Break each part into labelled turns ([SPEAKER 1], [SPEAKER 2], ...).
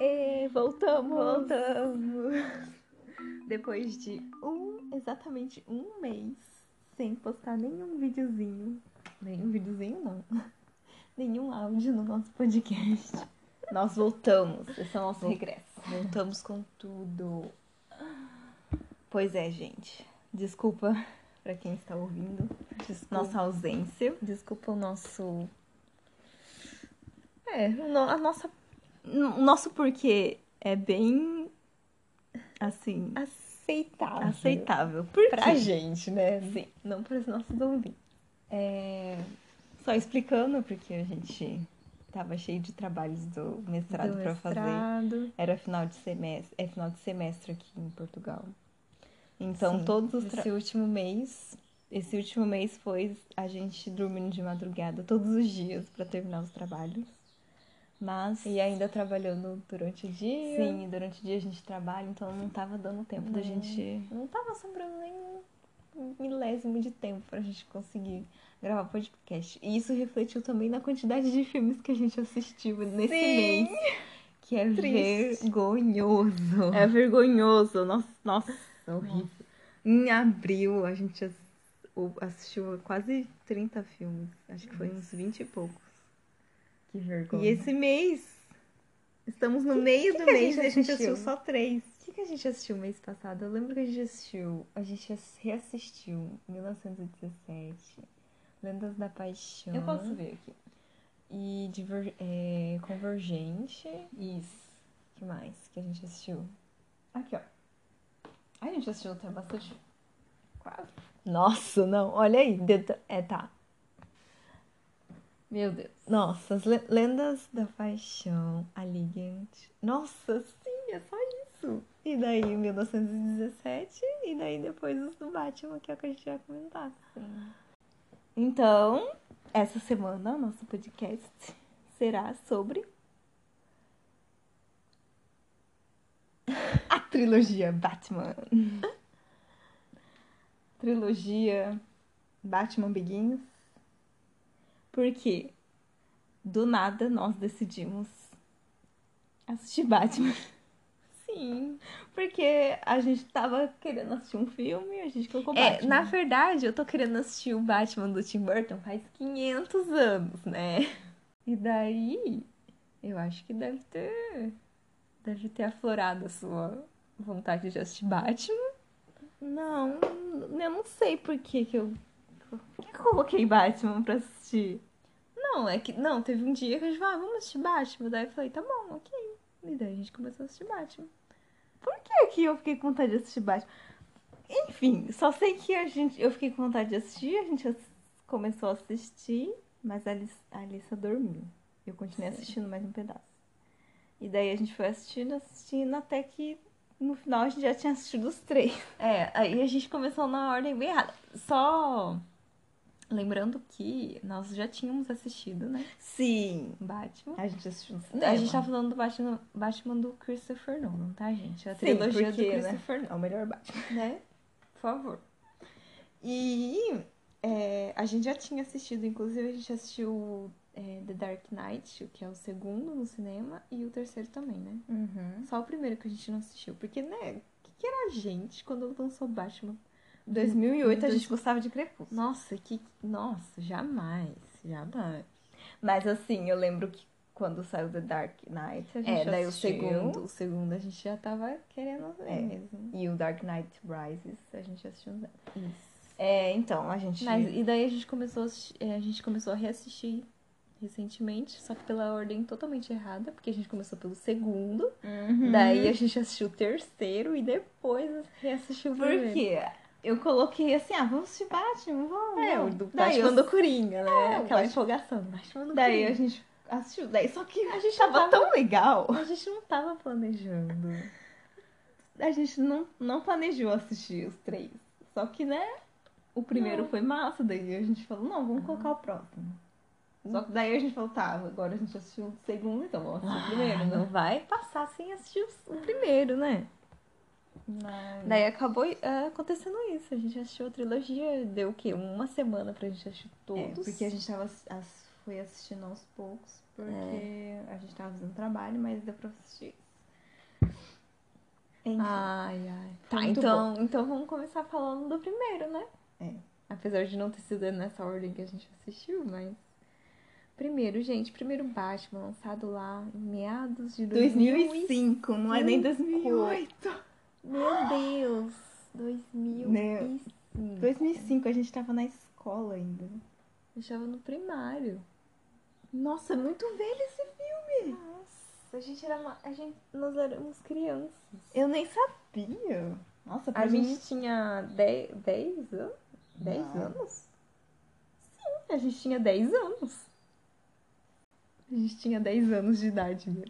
[SPEAKER 1] E voltamos!
[SPEAKER 2] Voltamos.
[SPEAKER 1] Depois de um, exatamente um mês, sem postar nenhum videozinho. Nenhum videozinho, não. Nenhum áudio no nosso podcast.
[SPEAKER 2] Nós voltamos. Esse é o nosso
[SPEAKER 1] Vol-
[SPEAKER 2] regresso.
[SPEAKER 1] Voltamos com tudo. Pois é, gente. Desculpa pra quem está ouvindo
[SPEAKER 2] Desculpa,
[SPEAKER 1] nossa ausência.
[SPEAKER 2] desculpa o nosso. É, o no- a nossa.
[SPEAKER 1] O nosso porquê é bem. Assim.
[SPEAKER 2] Aceitável.
[SPEAKER 1] Aceitável. Por
[SPEAKER 2] Pra
[SPEAKER 1] quê?
[SPEAKER 2] gente, né?
[SPEAKER 1] Sim, não para os nossos ouvintes. É, Só explicando, porque a gente tava cheio de trabalhos do mestrado para fazer.
[SPEAKER 2] Mestrado.
[SPEAKER 1] Era final de semestre, é final de semestre aqui em Portugal. Então,
[SPEAKER 2] Sim,
[SPEAKER 1] todos os tra...
[SPEAKER 2] Esse último mês.
[SPEAKER 1] esse último mês foi a gente dormindo de madrugada todos os dias para terminar os trabalhos. Mas
[SPEAKER 2] E ainda trabalhando durante o dia.
[SPEAKER 1] sim, durante o dia a gente trabalha, então não tava dando tempo da
[SPEAKER 2] Não.
[SPEAKER 1] gente
[SPEAKER 2] Não tava sobrando nem um milésimo de tempo pra gente conseguir.
[SPEAKER 1] gravar podcast. E isso refletiu também na quantidade de filmes que a gente assistiu nesse
[SPEAKER 2] Sim.
[SPEAKER 1] mês. Que é
[SPEAKER 2] Triste.
[SPEAKER 1] vergonhoso. É vergonhoso. Nossa, nossa, é horrível. Em abril a gente ass- o- assistiu quase 30 filmes. Acho que foi uns 20 e poucos.
[SPEAKER 2] Que vergonha.
[SPEAKER 1] E esse mês. Estamos no meio do
[SPEAKER 2] que a
[SPEAKER 1] mês
[SPEAKER 2] gente
[SPEAKER 1] e a gente assistiu
[SPEAKER 2] assistiu?
[SPEAKER 1] só três. O que, que a gente assistiu mês passado? Eu lembro que a gente assistiu. A gente ass- reassistiu 1917. Lendas da Paixão.
[SPEAKER 2] Eu posso ver aqui.
[SPEAKER 1] E diver- é, Convergente.
[SPEAKER 2] Isso.
[SPEAKER 1] que mais que a gente assistiu?
[SPEAKER 2] Aqui, ó. Ai, a gente assistiu até bastante. Quase.
[SPEAKER 1] Nossa, não. Olha aí. deta- É, tá.
[SPEAKER 2] Meu Deus.
[SPEAKER 1] Nossa, as le- Lendas da Paixão. Aligant. Nossa, sim, é só isso. E daí 1917. E daí depois os do Batman, que é o que a gente vai comentar. Então, essa semana o nosso podcast será sobre a trilogia Batman. trilogia Batman Begins. Porque do nada nós decidimos assistir Batman.
[SPEAKER 2] Sim.
[SPEAKER 1] Porque a gente tava querendo assistir um filme, a gente colocou
[SPEAKER 2] É,
[SPEAKER 1] Batman.
[SPEAKER 2] na verdade, eu tô querendo assistir o Batman do Tim Burton faz 500 anos, né? E daí, eu acho que deve ter. Deve ter aflorado a sua vontade de assistir Batman.
[SPEAKER 1] Não, eu não sei por que que eu... Por que que eu coloquei Batman pra assistir?
[SPEAKER 2] Não, é que. Não, teve um dia que a gente falou, ah, vamos assistir Batman. Daí eu falei, tá bom, ok. E daí a gente começou a assistir Batman.
[SPEAKER 1] Por que que eu fiquei com vontade de assistir Batman? Enfim, só sei que a gente, eu fiquei com vontade de assistir, a gente ass- começou a assistir, mas a Alice, a Alissa dormiu. Eu continuei
[SPEAKER 2] Sim.
[SPEAKER 1] assistindo mais um pedaço. E daí a gente foi assistindo, assistindo, até que no final a gente já tinha assistido os três.
[SPEAKER 2] É, aí a gente começou na ordem bem errada. Só lembrando que nós já tínhamos assistido, né?
[SPEAKER 1] Sim.
[SPEAKER 2] Batman.
[SPEAKER 1] A gente assistiu no
[SPEAKER 2] A gente tá falando do Batman, Batman do Christopher Nolan, tá, gente? A trilogia do Christopher,
[SPEAKER 1] Nolan. É o melhor Batman.
[SPEAKER 2] né? Por favor.
[SPEAKER 1] E é, a gente já tinha assistido, inclusive a gente assistiu é, The Dark Knight, que é o segundo no cinema, e o terceiro também, né?
[SPEAKER 2] Uhum.
[SPEAKER 1] Só o primeiro que a gente não assistiu. Porque, né, o que, que era a gente quando lançou Batman? 2008 a gente gostava de Crepúsculo.
[SPEAKER 2] Nossa, que. Nossa, jamais. Jamais.
[SPEAKER 1] Mas assim, eu lembro que quando saiu The Dark Knight, a gente
[SPEAKER 2] É, daí
[SPEAKER 1] assistiu.
[SPEAKER 2] o segundo. O segundo a gente já tava querendo ver
[SPEAKER 1] É.
[SPEAKER 2] mesmo.
[SPEAKER 1] E o Dark Knight Rises, a gente assistiu. no cinema.
[SPEAKER 2] Isso.
[SPEAKER 1] É, então, a gente...
[SPEAKER 2] Mas, e daí a gente começou a, assisti- é, a gente começou a reassistir recentemente, só que pela ordem totalmente errada, porque a gente começou pelo segundo,
[SPEAKER 1] Uhum.
[SPEAKER 2] daí a gente assistiu o terceiro e depois reassistiu o
[SPEAKER 1] Por
[SPEAKER 2] primeiro.
[SPEAKER 1] quê? Eu coloquei assim, ah, vamos de Batman, vamos.
[SPEAKER 2] É, o
[SPEAKER 1] vamos.
[SPEAKER 2] do
[SPEAKER 1] Daí eu
[SPEAKER 2] Batman do Coringa,
[SPEAKER 1] É,
[SPEAKER 2] né?
[SPEAKER 1] o
[SPEAKER 2] Aquela
[SPEAKER 1] Batman-
[SPEAKER 2] empolgação. Batman do
[SPEAKER 1] Daí a
[SPEAKER 2] Coringa.
[SPEAKER 1] gente assistiu. Daí, só que a gente
[SPEAKER 2] tava
[SPEAKER 1] tava tão legal.
[SPEAKER 2] A gente não tava planejando.
[SPEAKER 1] A gente não, não planejou assistir os três. Só que, né? O primeiro
[SPEAKER 2] Não.
[SPEAKER 1] foi massa, daí a gente falou, não, vamos colocar o próximo. Só que daí a gente falou, tá, agora a gente assistiu o segundo, então vamos assistir o primeiro, né?
[SPEAKER 2] Ah, não vai passar sem assistir os- o primeiro, né?
[SPEAKER 1] Daí,
[SPEAKER 2] Daí acabou é, acontecendo isso. A gente assistiu a trilogia, deu o quê? Uma semana pra gente assistir
[SPEAKER 1] é,
[SPEAKER 2] todos.
[SPEAKER 1] porque a gente tava, ass- É. ass- foi assistindo aos poucos, porque a gente tava fazendo trabalho, mas deu pra assistir
[SPEAKER 2] Enfim.
[SPEAKER 1] Ai, ai. Tá,
[SPEAKER 2] Muito
[SPEAKER 1] então, então vamos começar falando do primeiro, né?
[SPEAKER 2] É.
[SPEAKER 1] Apesar de não ter sido nessa ordem que a gente assistiu, mas. Primeiro, gente, primeiro Batman, lançado lá em meados de 2005.
[SPEAKER 2] 2005, não é nem 2008.
[SPEAKER 1] Meu Deus! 2005.
[SPEAKER 2] Né, 2005, a gente tava na escola ainda.
[SPEAKER 1] Eu estava no primário.
[SPEAKER 2] Nossa, é muito velho esse filme.
[SPEAKER 1] Nossa, a gente era. uma- A gente, nós éramos crianças.
[SPEAKER 2] Eu nem sabia. Nossa, pra
[SPEAKER 1] A
[SPEAKER 2] mim,
[SPEAKER 1] gente tinha 10 anos? 10
[SPEAKER 2] Não.
[SPEAKER 1] anos? Sim, a gente tinha 10 anos. A gente tinha 10 anos de idade. né?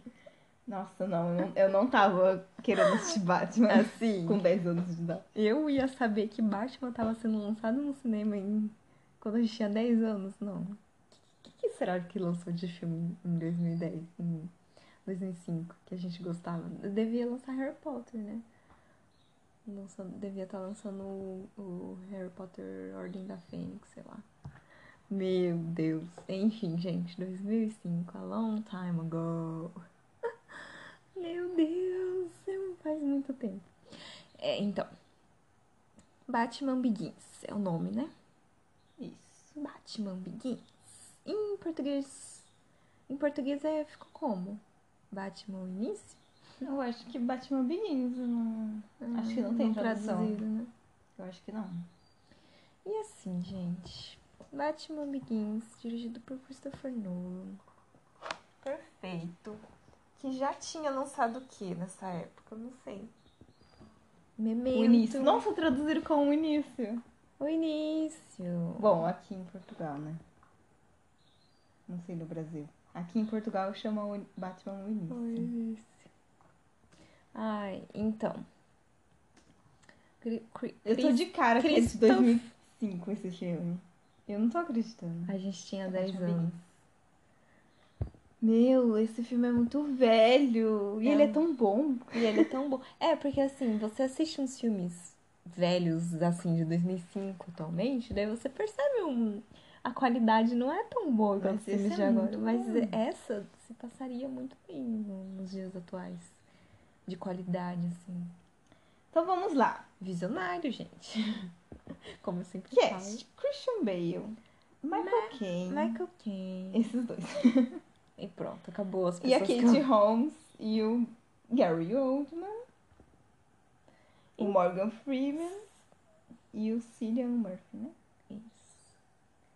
[SPEAKER 2] Nossa, não, eu não, eu não tava querendo assistir Batman
[SPEAKER 1] Assim,
[SPEAKER 2] com 10 anos de idade.
[SPEAKER 1] eu ia saber que Batman tava sendo lançado no cinema em... quando a gente tinha 10 anos, não. O que, que será que lançou de filme em 2010, em 2005, que a gente gostava? Devia lançar Harry Potter, né? Lançando, devia estar lançando o, o Harry Potter Ordem da Fênix, sei lá. Meu Deus. Enfim, gente, 2005, a long time ago. Meu Deus, faz muito tempo. É, então. Batman Begins é o nome, né?
[SPEAKER 2] Isso.
[SPEAKER 1] Batman Begins. Em português. Em português é, ficou como? Batman Início?
[SPEAKER 2] Eu acho que Batman Begins, eu não... Acho que não tem tradução.
[SPEAKER 1] Ah, traduzido, né?
[SPEAKER 2] eu acho que não.
[SPEAKER 1] E assim, gente. Batman Begins, dirigido por Christopher Nolan. Perfeito. Que já tinha lançado o que nessa época? Eu não sei. Memento.
[SPEAKER 2] O início. Nossa, traduziram como o início.
[SPEAKER 1] O início.
[SPEAKER 2] Bom, aqui em Portugal, né? Não sei no Brasil. Aqui em Portugal chama o Batman o início.
[SPEAKER 1] Pois. Ai, então. Cri- cri-
[SPEAKER 2] Eu tô
[SPEAKER 1] Cris-
[SPEAKER 2] de cara com esse
[SPEAKER 1] Christoph-
[SPEAKER 2] 2005, esse filme. Eu não tô acreditando.
[SPEAKER 1] A gente tinha
[SPEAKER 2] Eu
[SPEAKER 1] 10
[SPEAKER 2] tinha
[SPEAKER 1] anos.
[SPEAKER 2] Meu, esse filme é muito velho. E
[SPEAKER 1] É.
[SPEAKER 2] ele é tão bom.
[SPEAKER 1] E ele é tão bom. É, porque assim, você assiste uns filmes velhos, assim, de 2005 atualmente, daí você percebe um... a qualidade não é tão boa igual
[SPEAKER 2] Mas
[SPEAKER 1] os filmes
[SPEAKER 2] esse é
[SPEAKER 1] de agora.
[SPEAKER 2] muito
[SPEAKER 1] Mas
[SPEAKER 2] bom.
[SPEAKER 1] essa se passaria muito bem no- nos dias atuais. De qualidade, assim.
[SPEAKER 2] Então vamos lá.
[SPEAKER 1] Visionário, gente. Como eu sempre falo.
[SPEAKER 2] Cast, Christian Bale, Michael Caine,
[SPEAKER 1] Michael Caine.
[SPEAKER 2] esses dois.
[SPEAKER 1] E pronto, acabou as
[SPEAKER 2] E a
[SPEAKER 1] pessoas. que-
[SPEAKER 2] Katie Holmes e o Gary Oldman, o Morgan Freeman e o Cillian Murphy, né?
[SPEAKER 1] Isso.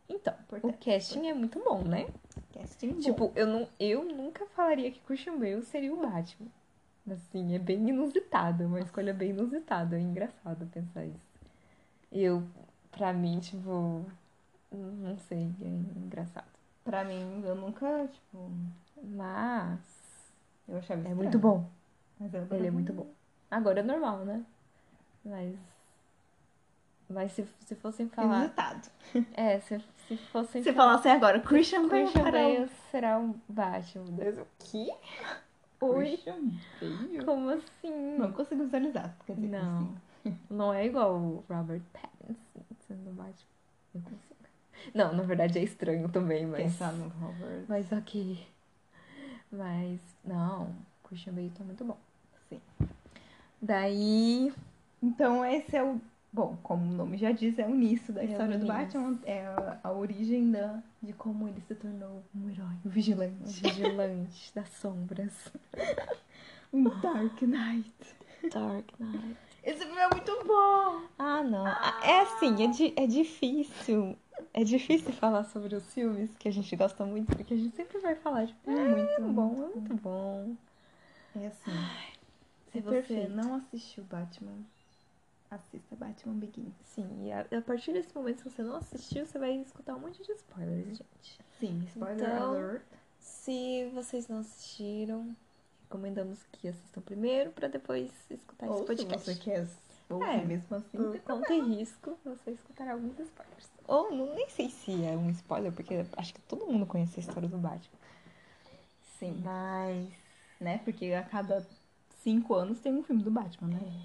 [SPEAKER 1] Então, o
[SPEAKER 2] Importante,
[SPEAKER 1] casting é muito bom, né?
[SPEAKER 2] Casting bom.
[SPEAKER 1] Tipo, eu, não, eu nunca falaria que Christian Bale seria o Batman. Assim, é bem inusitado, é uma escolha bem inusitada. É engraçado pensar isso. Eu, pra mim, tipo, não sei, é engraçado.
[SPEAKER 2] pra mim, eu nunca, tipo,
[SPEAKER 1] Mas
[SPEAKER 2] eu achava
[SPEAKER 1] é
[SPEAKER 2] estranho.
[SPEAKER 1] muito bom.
[SPEAKER 2] Mas eu
[SPEAKER 1] Ele é muito bom. Agora é normal, né? Mas. Mas se, se fossem falar.
[SPEAKER 2] Inusitado.
[SPEAKER 1] É, se, se fossem
[SPEAKER 2] Se falasse agora, Christian Bale
[SPEAKER 1] Christian um
[SPEAKER 2] para o-
[SPEAKER 1] Bale será um Batman. Deus, o quê? Oi?
[SPEAKER 2] Christian Bale?
[SPEAKER 1] Como assim?
[SPEAKER 2] Não consigo visualizar. Quer dizer, assim,
[SPEAKER 1] Não.
[SPEAKER 2] consigo.
[SPEAKER 1] Não é igual o Robert Pattinson sendo Batman. Eu consigo. Não, na verdade é estranho também, mas...
[SPEAKER 2] Pensar no Robert.
[SPEAKER 1] Mas ok. Mas, não. Christian Bale tá muito bom.
[SPEAKER 2] Sim.
[SPEAKER 1] Daí...
[SPEAKER 2] Então, esse é o. Bom, como o nome já diz, é o início da
[SPEAKER 1] É o
[SPEAKER 2] história do
[SPEAKER 1] início.
[SPEAKER 2] Batman. É a, a origem da, de como ele se tornou
[SPEAKER 1] Um herói.
[SPEAKER 2] um
[SPEAKER 1] Um
[SPEAKER 2] vigilante.
[SPEAKER 1] vigilante das sombras.
[SPEAKER 2] Um Dark Knight.
[SPEAKER 1] Dark Knight.
[SPEAKER 2] Esse filme é muito bom!
[SPEAKER 1] Ah, não. É assim, é, di- é difícil. É difícil falar sobre os filmes que a gente gosta muito, porque a gente sempre vai falar, tipo, é, muito bom, é muito bom.
[SPEAKER 2] É assim.
[SPEAKER 1] é
[SPEAKER 2] Se você
[SPEAKER 1] perfeito.
[SPEAKER 2] não assistiu Batman, assista Batman Begins.
[SPEAKER 1] Sim, e a, a partir desse momento, se você não assistiu, você vai escutar um monte de spoilers, gente.
[SPEAKER 2] Sim, spoiler
[SPEAKER 1] Então-
[SPEAKER 2] alert.
[SPEAKER 1] Se vocês não assistiram, recomendamos que assistam primeiro, pra depois escutar esse
[SPEAKER 2] Ou se
[SPEAKER 1] podcast.
[SPEAKER 2] você quer ouvir
[SPEAKER 1] É.
[SPEAKER 2] mesmo assim.
[SPEAKER 1] Por conta e risco, você escutará alguns spoilers. Ou não, nem sei se é um spoiler, porque acho que todo mundo conhece a história do Batman.
[SPEAKER 2] Sim.
[SPEAKER 1] Mas.
[SPEAKER 2] Né? Porque a cada cinco anos tem um filme do Batman, né?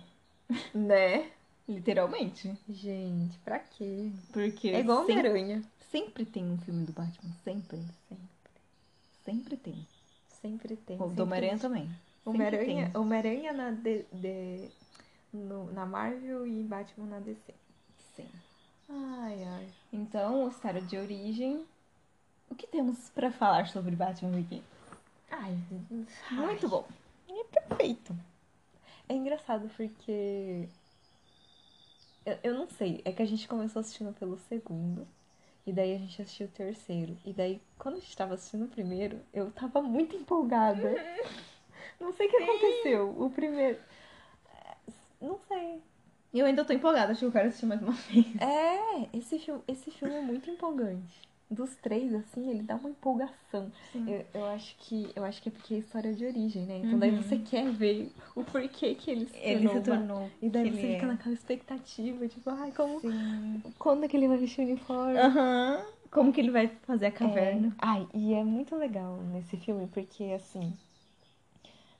[SPEAKER 1] Né?
[SPEAKER 2] Literalmente.
[SPEAKER 1] Gente, pra quê?
[SPEAKER 2] Porque
[SPEAKER 1] É igual
[SPEAKER 2] sempre-
[SPEAKER 1] Homem-Aranha.
[SPEAKER 2] Sempre tem um filme do Batman, sempre. Sempre tem.
[SPEAKER 1] Sempre tem.
[SPEAKER 2] O do
[SPEAKER 1] sempre
[SPEAKER 2] Homem-Aranha tá
[SPEAKER 1] existe.
[SPEAKER 2] também.
[SPEAKER 1] Homem-Aranha
[SPEAKER 2] tem.
[SPEAKER 1] Homem-Aranha na, D- D- no- na Marvel e Batman na DC.
[SPEAKER 2] Sim.
[SPEAKER 1] Ai, ai.
[SPEAKER 2] Então, o Estado de Origem. O que temos pra falar sobre Batman Begins?
[SPEAKER 1] Ai,
[SPEAKER 2] Muito bom.
[SPEAKER 1] perfeito. É engraçado porque. Eu, eu não sei, é que a gente começou assistindo pelo segundo. E daí a gente assistiu o terceiro. E daí, quando a gente tava assistindo o primeiro, eu tava muito empolgada. Não sei o que aconteceu. O primeiro. É, Não sei.
[SPEAKER 2] Eu ainda tô empolgada, acho que eu quero assistir mais uma vez.
[SPEAKER 1] É, esse filme, esse filme é muito empolgante. Dos três, assim, ele dá uma empolgação. Eu, eu acho que eu acho que é porque é história de origem, né? Então daí
[SPEAKER 2] Uhum.
[SPEAKER 1] você quer ver o porquê que ele se
[SPEAKER 2] Ele se
[SPEAKER 1] tornou uma-
[SPEAKER 2] tornou.
[SPEAKER 1] E daí
[SPEAKER 2] que
[SPEAKER 1] você
[SPEAKER 2] ele
[SPEAKER 1] fica
[SPEAKER 2] é.
[SPEAKER 1] naquela expectativa, tipo, ai, como
[SPEAKER 2] Sim.
[SPEAKER 1] quando é que ele vai vestir o uniforme?
[SPEAKER 2] Aham. Como que ele vai fazer a caverna?
[SPEAKER 1] É. Ai, e é muito legal nesse filme, porque assim.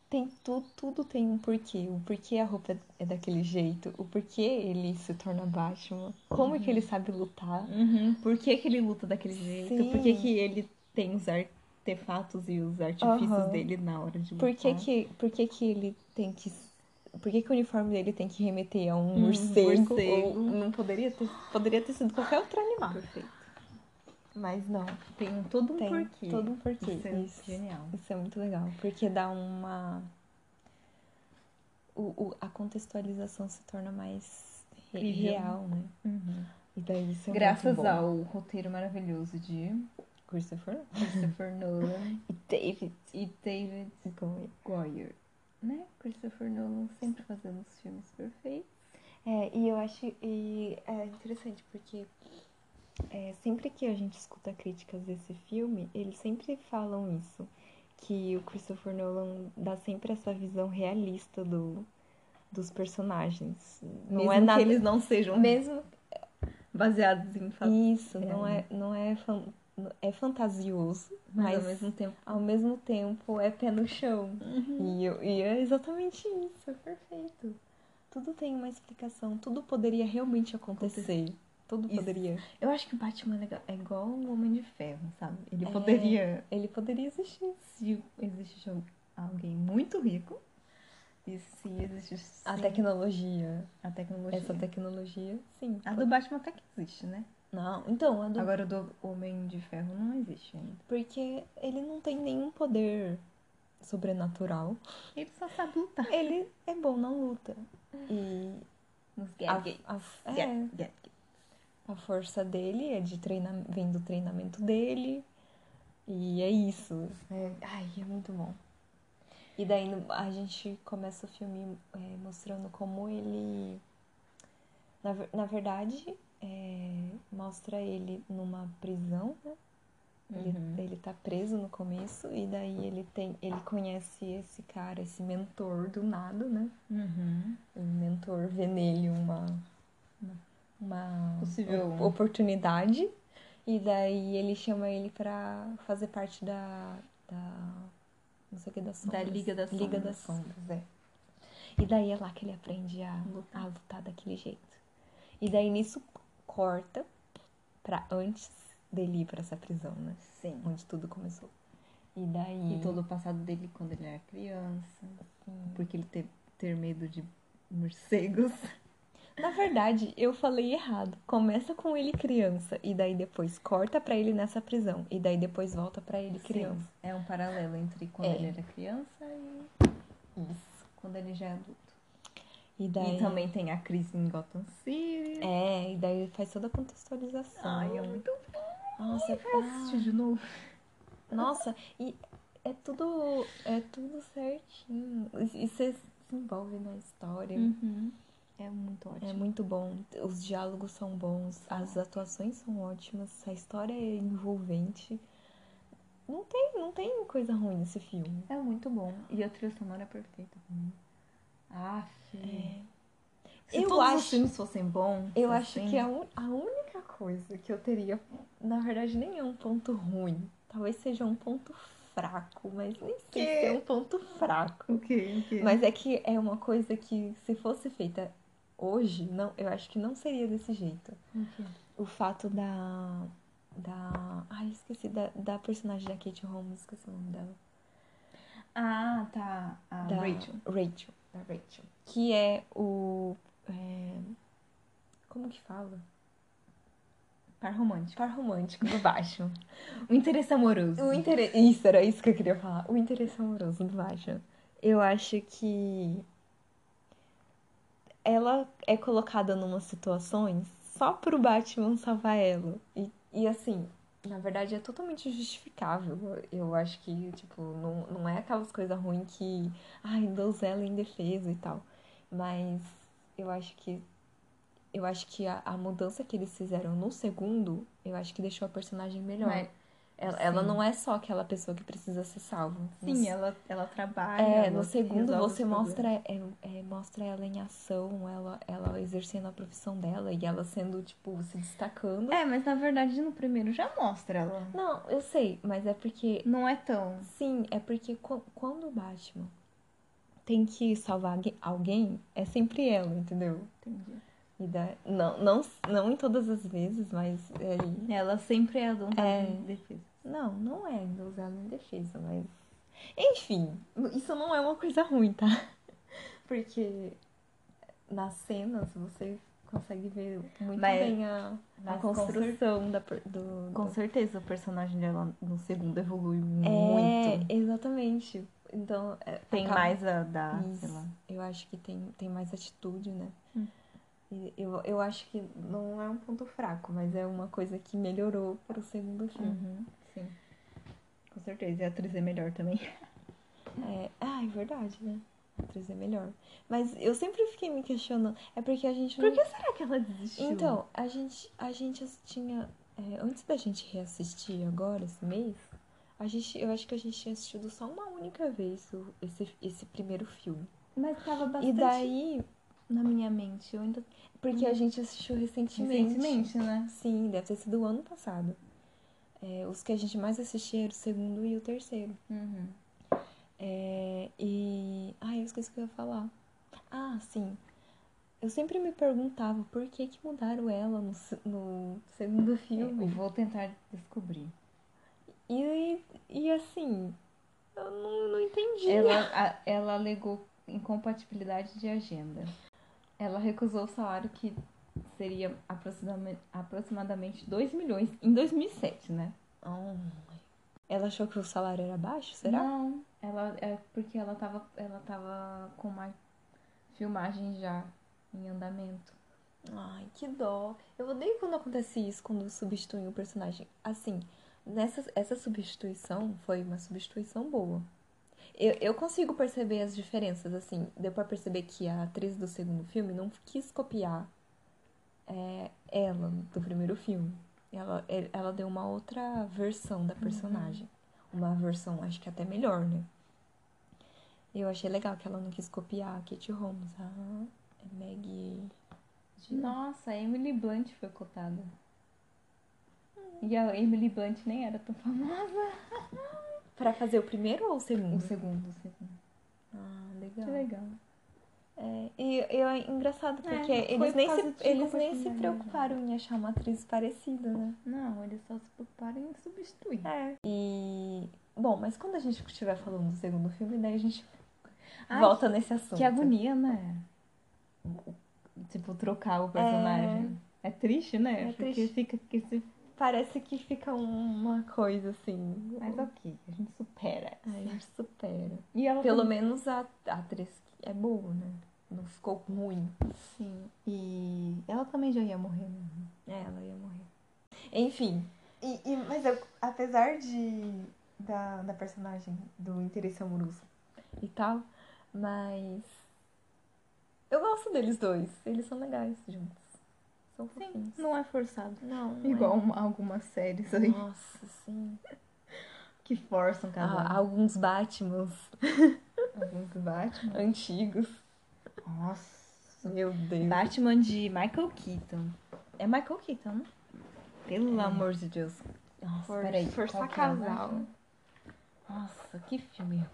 [SPEAKER 1] Tem tudo, tudo tem um porquê. O porquê a roupa é daquele jeito, o porquê ele se torna Batman, como é que ele sabe lutar.
[SPEAKER 2] Uhum, por que, que ele luta daquele jeito?
[SPEAKER 1] Sim.
[SPEAKER 2] Por que, que ele tem os artefatos e os artifícios
[SPEAKER 1] Aham.
[SPEAKER 2] dele na hora de lutar?
[SPEAKER 1] Por que que, por que que ele tem que... Por que que o uniforme dele tem que remeter a um
[SPEAKER 2] Um
[SPEAKER 1] morcego?
[SPEAKER 2] morcego. um
[SPEAKER 1] Ou não poderia ter, poderia ter sido qualquer outro animal.
[SPEAKER 2] Perfeito.
[SPEAKER 1] Mas não,
[SPEAKER 2] Tem todo um
[SPEAKER 1] tem
[SPEAKER 2] porquê.
[SPEAKER 1] todo um porquê.
[SPEAKER 2] Isso é
[SPEAKER 1] Isso,
[SPEAKER 2] genial.
[SPEAKER 1] Isso é muito legal, porque dá uma... O, o- a contextualização se torna mais re-
[SPEAKER 2] Crível.
[SPEAKER 1] real, né?
[SPEAKER 2] Uhum.
[SPEAKER 1] E daí isso é
[SPEAKER 2] Graças
[SPEAKER 1] muito bom.
[SPEAKER 2] ao roteiro maravilhoso de
[SPEAKER 1] Christopher
[SPEAKER 2] Christopher Nolan
[SPEAKER 1] e David
[SPEAKER 2] e David
[SPEAKER 1] Goyer.
[SPEAKER 2] Goyer. Né? Christopher Nolan sempre fazendo os filmes perfeitos.
[SPEAKER 1] É, e eu acho e é interessante porque é, sempre que a gente escuta críticas desse filme, eles sempre falam isso, que o Christopher Nolan dá sempre essa visão realista do, dos personagens. Não
[SPEAKER 2] mesmo
[SPEAKER 1] é nada.
[SPEAKER 2] que eles não sejam
[SPEAKER 1] Mesmo
[SPEAKER 2] baseados em fatos.
[SPEAKER 1] isso, não é, não é, fan- é fantasioso,
[SPEAKER 2] Mas ao
[SPEAKER 1] mas
[SPEAKER 2] mesmo tempo.
[SPEAKER 1] ao mesmo tempo é pé no chão. E, eu- e é exatamente isso, é perfeito. Tudo tem uma explicação, tudo poderia realmente acontecer. Tudo
[SPEAKER 2] Isso.
[SPEAKER 1] poderia.
[SPEAKER 2] Eu acho que o Batman é legal- é igual o Homem de Ferro, sabe? Ele
[SPEAKER 1] É.
[SPEAKER 2] poderia.
[SPEAKER 1] Ele poderia existir.
[SPEAKER 2] se existe al- alguém muito rico e se existe sim,
[SPEAKER 1] A tecnologia. é.
[SPEAKER 2] a tecnologia.
[SPEAKER 1] Essa tecnologia, sim.
[SPEAKER 2] A do Batman até que existe, né?
[SPEAKER 1] Não, então, a do...
[SPEAKER 2] Agora o do Homem de Ferro não existe ainda.
[SPEAKER 1] porque ele não tem nenhum poder sobrenatural.
[SPEAKER 2] Ele só sabe lutar.
[SPEAKER 1] Ele é bom na luta. E
[SPEAKER 2] Nos
[SPEAKER 1] a,
[SPEAKER 2] gadgets.
[SPEAKER 1] a- é,
[SPEAKER 2] Gadgets. Gadgets.
[SPEAKER 1] a força dele é de treinar, vem do treinamento dele. E é isso. É, ai, é muito bom. E daí no- a gente começa o filme é, mostrando como ele. Na, ver- na verdade, é, mostra ele numa prisão, né? Ele,
[SPEAKER 2] Uhum.
[SPEAKER 1] ele tá preso no começo, e daí ele tem. Ele conhece esse cara, esse mentor do nada, né?
[SPEAKER 2] Uhum.
[SPEAKER 1] O um mentor vê nele uma, uma
[SPEAKER 2] Possível. um.
[SPEAKER 1] op- oportunidade. E daí ele chama ele pra fazer parte da. da não sei o que das
[SPEAKER 2] Da
[SPEAKER 1] sombras.
[SPEAKER 2] Liga das
[SPEAKER 1] Liga
[SPEAKER 2] Sombras.
[SPEAKER 1] das Sombras, é. E daí é lá que ele aprende a
[SPEAKER 2] Lutar.
[SPEAKER 1] a lutar daquele jeito. E daí nisso corta pra antes dele ir pra essa prisão, né?
[SPEAKER 2] Sim.
[SPEAKER 1] Onde tudo começou. E daí.
[SPEAKER 2] E todo o passado dele quando ele era criança.
[SPEAKER 1] Sim.
[SPEAKER 2] Porque ele ter, ter medo de morcegos.
[SPEAKER 1] Na verdade, eu falei errado. Começa com ele criança e daí depois corta pra ele nessa prisão e daí depois volta pra ele criança.
[SPEAKER 2] Sim. É um paralelo entre quando
[SPEAKER 1] É.
[SPEAKER 2] ele era criança e quando ele já é adulto.
[SPEAKER 1] E daí
[SPEAKER 2] E também tem a crise em Gotham City.
[SPEAKER 1] é, e daí faz toda a contextualização.
[SPEAKER 2] é
[SPEAKER 1] Nossa,
[SPEAKER 2] assistir de novo.
[SPEAKER 1] ah, nossa, e é tudo é tudo certinho. E e você se envolve na história.
[SPEAKER 2] É muito
[SPEAKER 1] Uhum. É
[SPEAKER 2] ótimo.
[SPEAKER 1] muito bom. Os diálogos são bons, as atuações são ótimas, a história é envolvente. Não tem, não tem coisa ruim nesse filme.
[SPEAKER 2] É, muito bom. E a trilha sonora é perfeita. Ah, Se
[SPEAKER 1] É. Eu
[SPEAKER 2] todos os
[SPEAKER 1] acho-
[SPEAKER 2] filmes fossem bons,
[SPEAKER 1] Eu acho
[SPEAKER 2] assim,
[SPEAKER 1] que é a, un- a única coisa que eu teria, na verdade, nem é um ponto ruim. Talvez seja um ponto fraco, mas nem sei
[SPEAKER 2] Quê?
[SPEAKER 1] se é um ponto fraco.
[SPEAKER 2] O quê? O quê?
[SPEAKER 1] Mas é que é uma coisa que, se fosse feita hoje, não, eu acho que não seria desse jeito.
[SPEAKER 2] O quê?
[SPEAKER 1] O fato da. Da. Ai, esqueci. Da, da personagem da Kate Holmes, esqueci o nome dela.
[SPEAKER 2] Ah, tá. A
[SPEAKER 1] da
[SPEAKER 2] Rachel.
[SPEAKER 1] Rachel, da Rachel. Que é o. é, como que fala?
[SPEAKER 2] Par romântico.
[SPEAKER 1] Par romântico do baixo.
[SPEAKER 2] O interesse amoroso.
[SPEAKER 1] O interesse. Isso, era isso que eu queria falar. O interesse amoroso do Bajan. Eu acho que. Ela é colocada numas situações só pro Batman salvar ela. E, e assim, na verdade é totalmente justificável. Eu acho que, tipo, não, não é aquelas coisas ruins que. Ai, donzela indefesa e tal. Mas eu acho que. Eu acho que a, a mudança que eles fizeram no segundo, eu acho que deixou a personagem melhor.
[SPEAKER 2] Mas-
[SPEAKER 1] Ela, ela
[SPEAKER 2] Sim.
[SPEAKER 1] não é só aquela pessoa que precisa ser salva.
[SPEAKER 2] Sim,
[SPEAKER 1] Você-
[SPEAKER 2] ela, ela trabalha.
[SPEAKER 1] é,
[SPEAKER 2] ela
[SPEAKER 1] no segundo
[SPEAKER 2] resolve os
[SPEAKER 1] você
[SPEAKER 2] problemas.
[SPEAKER 1] mostra, é, é, mostra ela em ação, ela, ela exercendo a profissão dela e ela sendo, tipo, se destacando.
[SPEAKER 2] É, mas na verdade no primeiro já mostra ela.
[SPEAKER 1] Não, eu sei, mas é porque.
[SPEAKER 2] Não é tão.
[SPEAKER 1] Sim, é porque qu- quando o Batman tem que salvar algu- alguém, é sempre ela, entendeu?
[SPEAKER 2] Entendi.
[SPEAKER 1] E da, não, não, não em todas as vezes, mas é aí.
[SPEAKER 2] Ela sempre é a dona
[SPEAKER 1] É.
[SPEAKER 2] de defesa.
[SPEAKER 1] Não, não é ainda usar em defesa, mas. Enfim, isso não é uma coisa ruim, tá? Porque nas cenas você consegue ver muito
[SPEAKER 2] Mas-
[SPEAKER 1] bem a, a
[SPEAKER 2] mas com
[SPEAKER 1] construção da, per- do,
[SPEAKER 2] Com
[SPEAKER 1] do-
[SPEAKER 2] certeza o personagem dela no segundo evolui
[SPEAKER 1] É,
[SPEAKER 2] muito.
[SPEAKER 1] exatamente. Então, é,
[SPEAKER 2] Tem
[SPEAKER 1] acaba-
[SPEAKER 2] mais a da, sei
[SPEAKER 1] Isso.
[SPEAKER 2] lá.
[SPEAKER 1] Eu acho que tem, tem mais atitude, né?
[SPEAKER 2] Hum.
[SPEAKER 1] E eu, eu acho que não é um ponto fraco, mas é uma coisa que melhorou pro segundo filme.
[SPEAKER 2] Uhum, sim. Com certeza. E a atriz é melhor também.
[SPEAKER 1] É, ah, é verdade, né? A atriz é melhor. Mas eu sempre fiquei me questionando. É porque a gente
[SPEAKER 2] Por
[SPEAKER 1] não.
[SPEAKER 2] que será que ela desistiu?
[SPEAKER 1] Então, a gente, a gente as- tinha. é, antes da gente reassistir agora, esse mês, a gente, eu acho que a gente tinha assistido só uma única vez o- esse, esse primeiro filme.
[SPEAKER 2] Mas tava
[SPEAKER 1] E
[SPEAKER 2] bastante
[SPEAKER 1] daí,
[SPEAKER 2] na minha mente. Eu ainda
[SPEAKER 1] porque a gente assistiu recentemente.
[SPEAKER 2] recentemente, né?
[SPEAKER 1] Sim, deve ter sido o ano passado. É, os que a gente mais assistia era o segundo e o terceiro.
[SPEAKER 2] Uhum.
[SPEAKER 1] É, e. Ai, eu esqueci o que eu ia falar. Ah, sim. Eu sempre me perguntava por que que mudaram ela no, se- no segundo
[SPEAKER 2] É, Eu
[SPEAKER 1] filme.
[SPEAKER 2] vou tentar descobrir.
[SPEAKER 1] E, e assim, eu não, não entendi.
[SPEAKER 2] Ela, a- ela alegou incompatibilidade de agenda. Ela recusou o salário que seria aproxima- aproximadamente 2 milhões em 2007, né?
[SPEAKER 1] Ai. Ela achou que o salário era baixo, será?
[SPEAKER 2] Não, ela é porque ela tava, ela tava com uma filmagem já em andamento.
[SPEAKER 1] Ai, que dó. Eu odeio quando acontece isso, quando substituem o personagem. Assim, nessa, essa substituição foi uma substituição boa. Eu, eu consigo perceber as diferenças, assim. Deu pra perceber que a atriz do segundo filme não quis copiar é, ela do primeiro filme. Ela, el- ela deu uma outra versão da personagem. Uma versão, acho que até melhor, né? Eu achei legal que ela não quis copiar a Katie Holmes, a Maggie...
[SPEAKER 2] Nossa, a Emily Blunt foi cotada. Hum. E a Emily Blunt nem era tão famosa.
[SPEAKER 1] Pra fazer o primeiro ou o
[SPEAKER 2] O
[SPEAKER 1] segundo?
[SPEAKER 2] segundo, o segundo.
[SPEAKER 1] Ah,
[SPEAKER 2] Que
[SPEAKER 1] legal.
[SPEAKER 2] legal.
[SPEAKER 1] É, e, e é engraçado
[SPEAKER 2] É,
[SPEAKER 1] porque
[SPEAKER 2] foi por
[SPEAKER 1] eles, nem
[SPEAKER 2] causa
[SPEAKER 1] se,
[SPEAKER 2] de
[SPEAKER 1] eles nem se
[SPEAKER 2] compartilhamento.
[SPEAKER 1] preocuparam em achar uma atriz parecida, né?
[SPEAKER 2] Não, eles só se preocuparam em substituir.
[SPEAKER 1] É. E. Bom, mas quando a gente estiver falando do segundo filme, daí a gente
[SPEAKER 2] Ai,
[SPEAKER 1] volta nesse assunto.
[SPEAKER 2] Que agonia, né? Tipo, trocar o personagem. É, triste, né?
[SPEAKER 1] É
[SPEAKER 2] Porque
[SPEAKER 1] triste.
[SPEAKER 2] fica que se
[SPEAKER 1] Parece que fica um, uma coisa assim.
[SPEAKER 2] faz ok, a gente supera.
[SPEAKER 1] Ai, a gente supera.
[SPEAKER 2] E ela
[SPEAKER 1] Pelo
[SPEAKER 2] também-
[SPEAKER 1] menos a, a atriz é boa, né? Não ficou ruim.
[SPEAKER 2] Sim. E ela também já ia morrer, né?
[SPEAKER 1] É, ela ia morrer. Enfim. E, e- mas eu- apesar de da, da personagem do interesse amoroso um e tal, mas eu gosto deles dois. Eles são legais juntos. São fofinhos.
[SPEAKER 2] Não é forçado.
[SPEAKER 1] Não, não é.
[SPEAKER 2] Igual um uma- algumas séries aí
[SPEAKER 1] Nossa, sim.
[SPEAKER 2] que forçam o casal.
[SPEAKER 1] Ah, alguns Batmans
[SPEAKER 2] Alguns Batman.
[SPEAKER 1] antigos.
[SPEAKER 2] Nossa.
[SPEAKER 1] Meu Deus.
[SPEAKER 2] Batman de Michael Keaton. É Michael Keaton, né? Pelo amor de Deus.
[SPEAKER 1] Nossa,
[SPEAKER 2] É. For-
[SPEAKER 1] peraí.
[SPEAKER 2] forçar
[SPEAKER 1] qual que é o
[SPEAKER 2] casal.
[SPEAKER 1] Batman?
[SPEAKER 2] Nossa, que filme.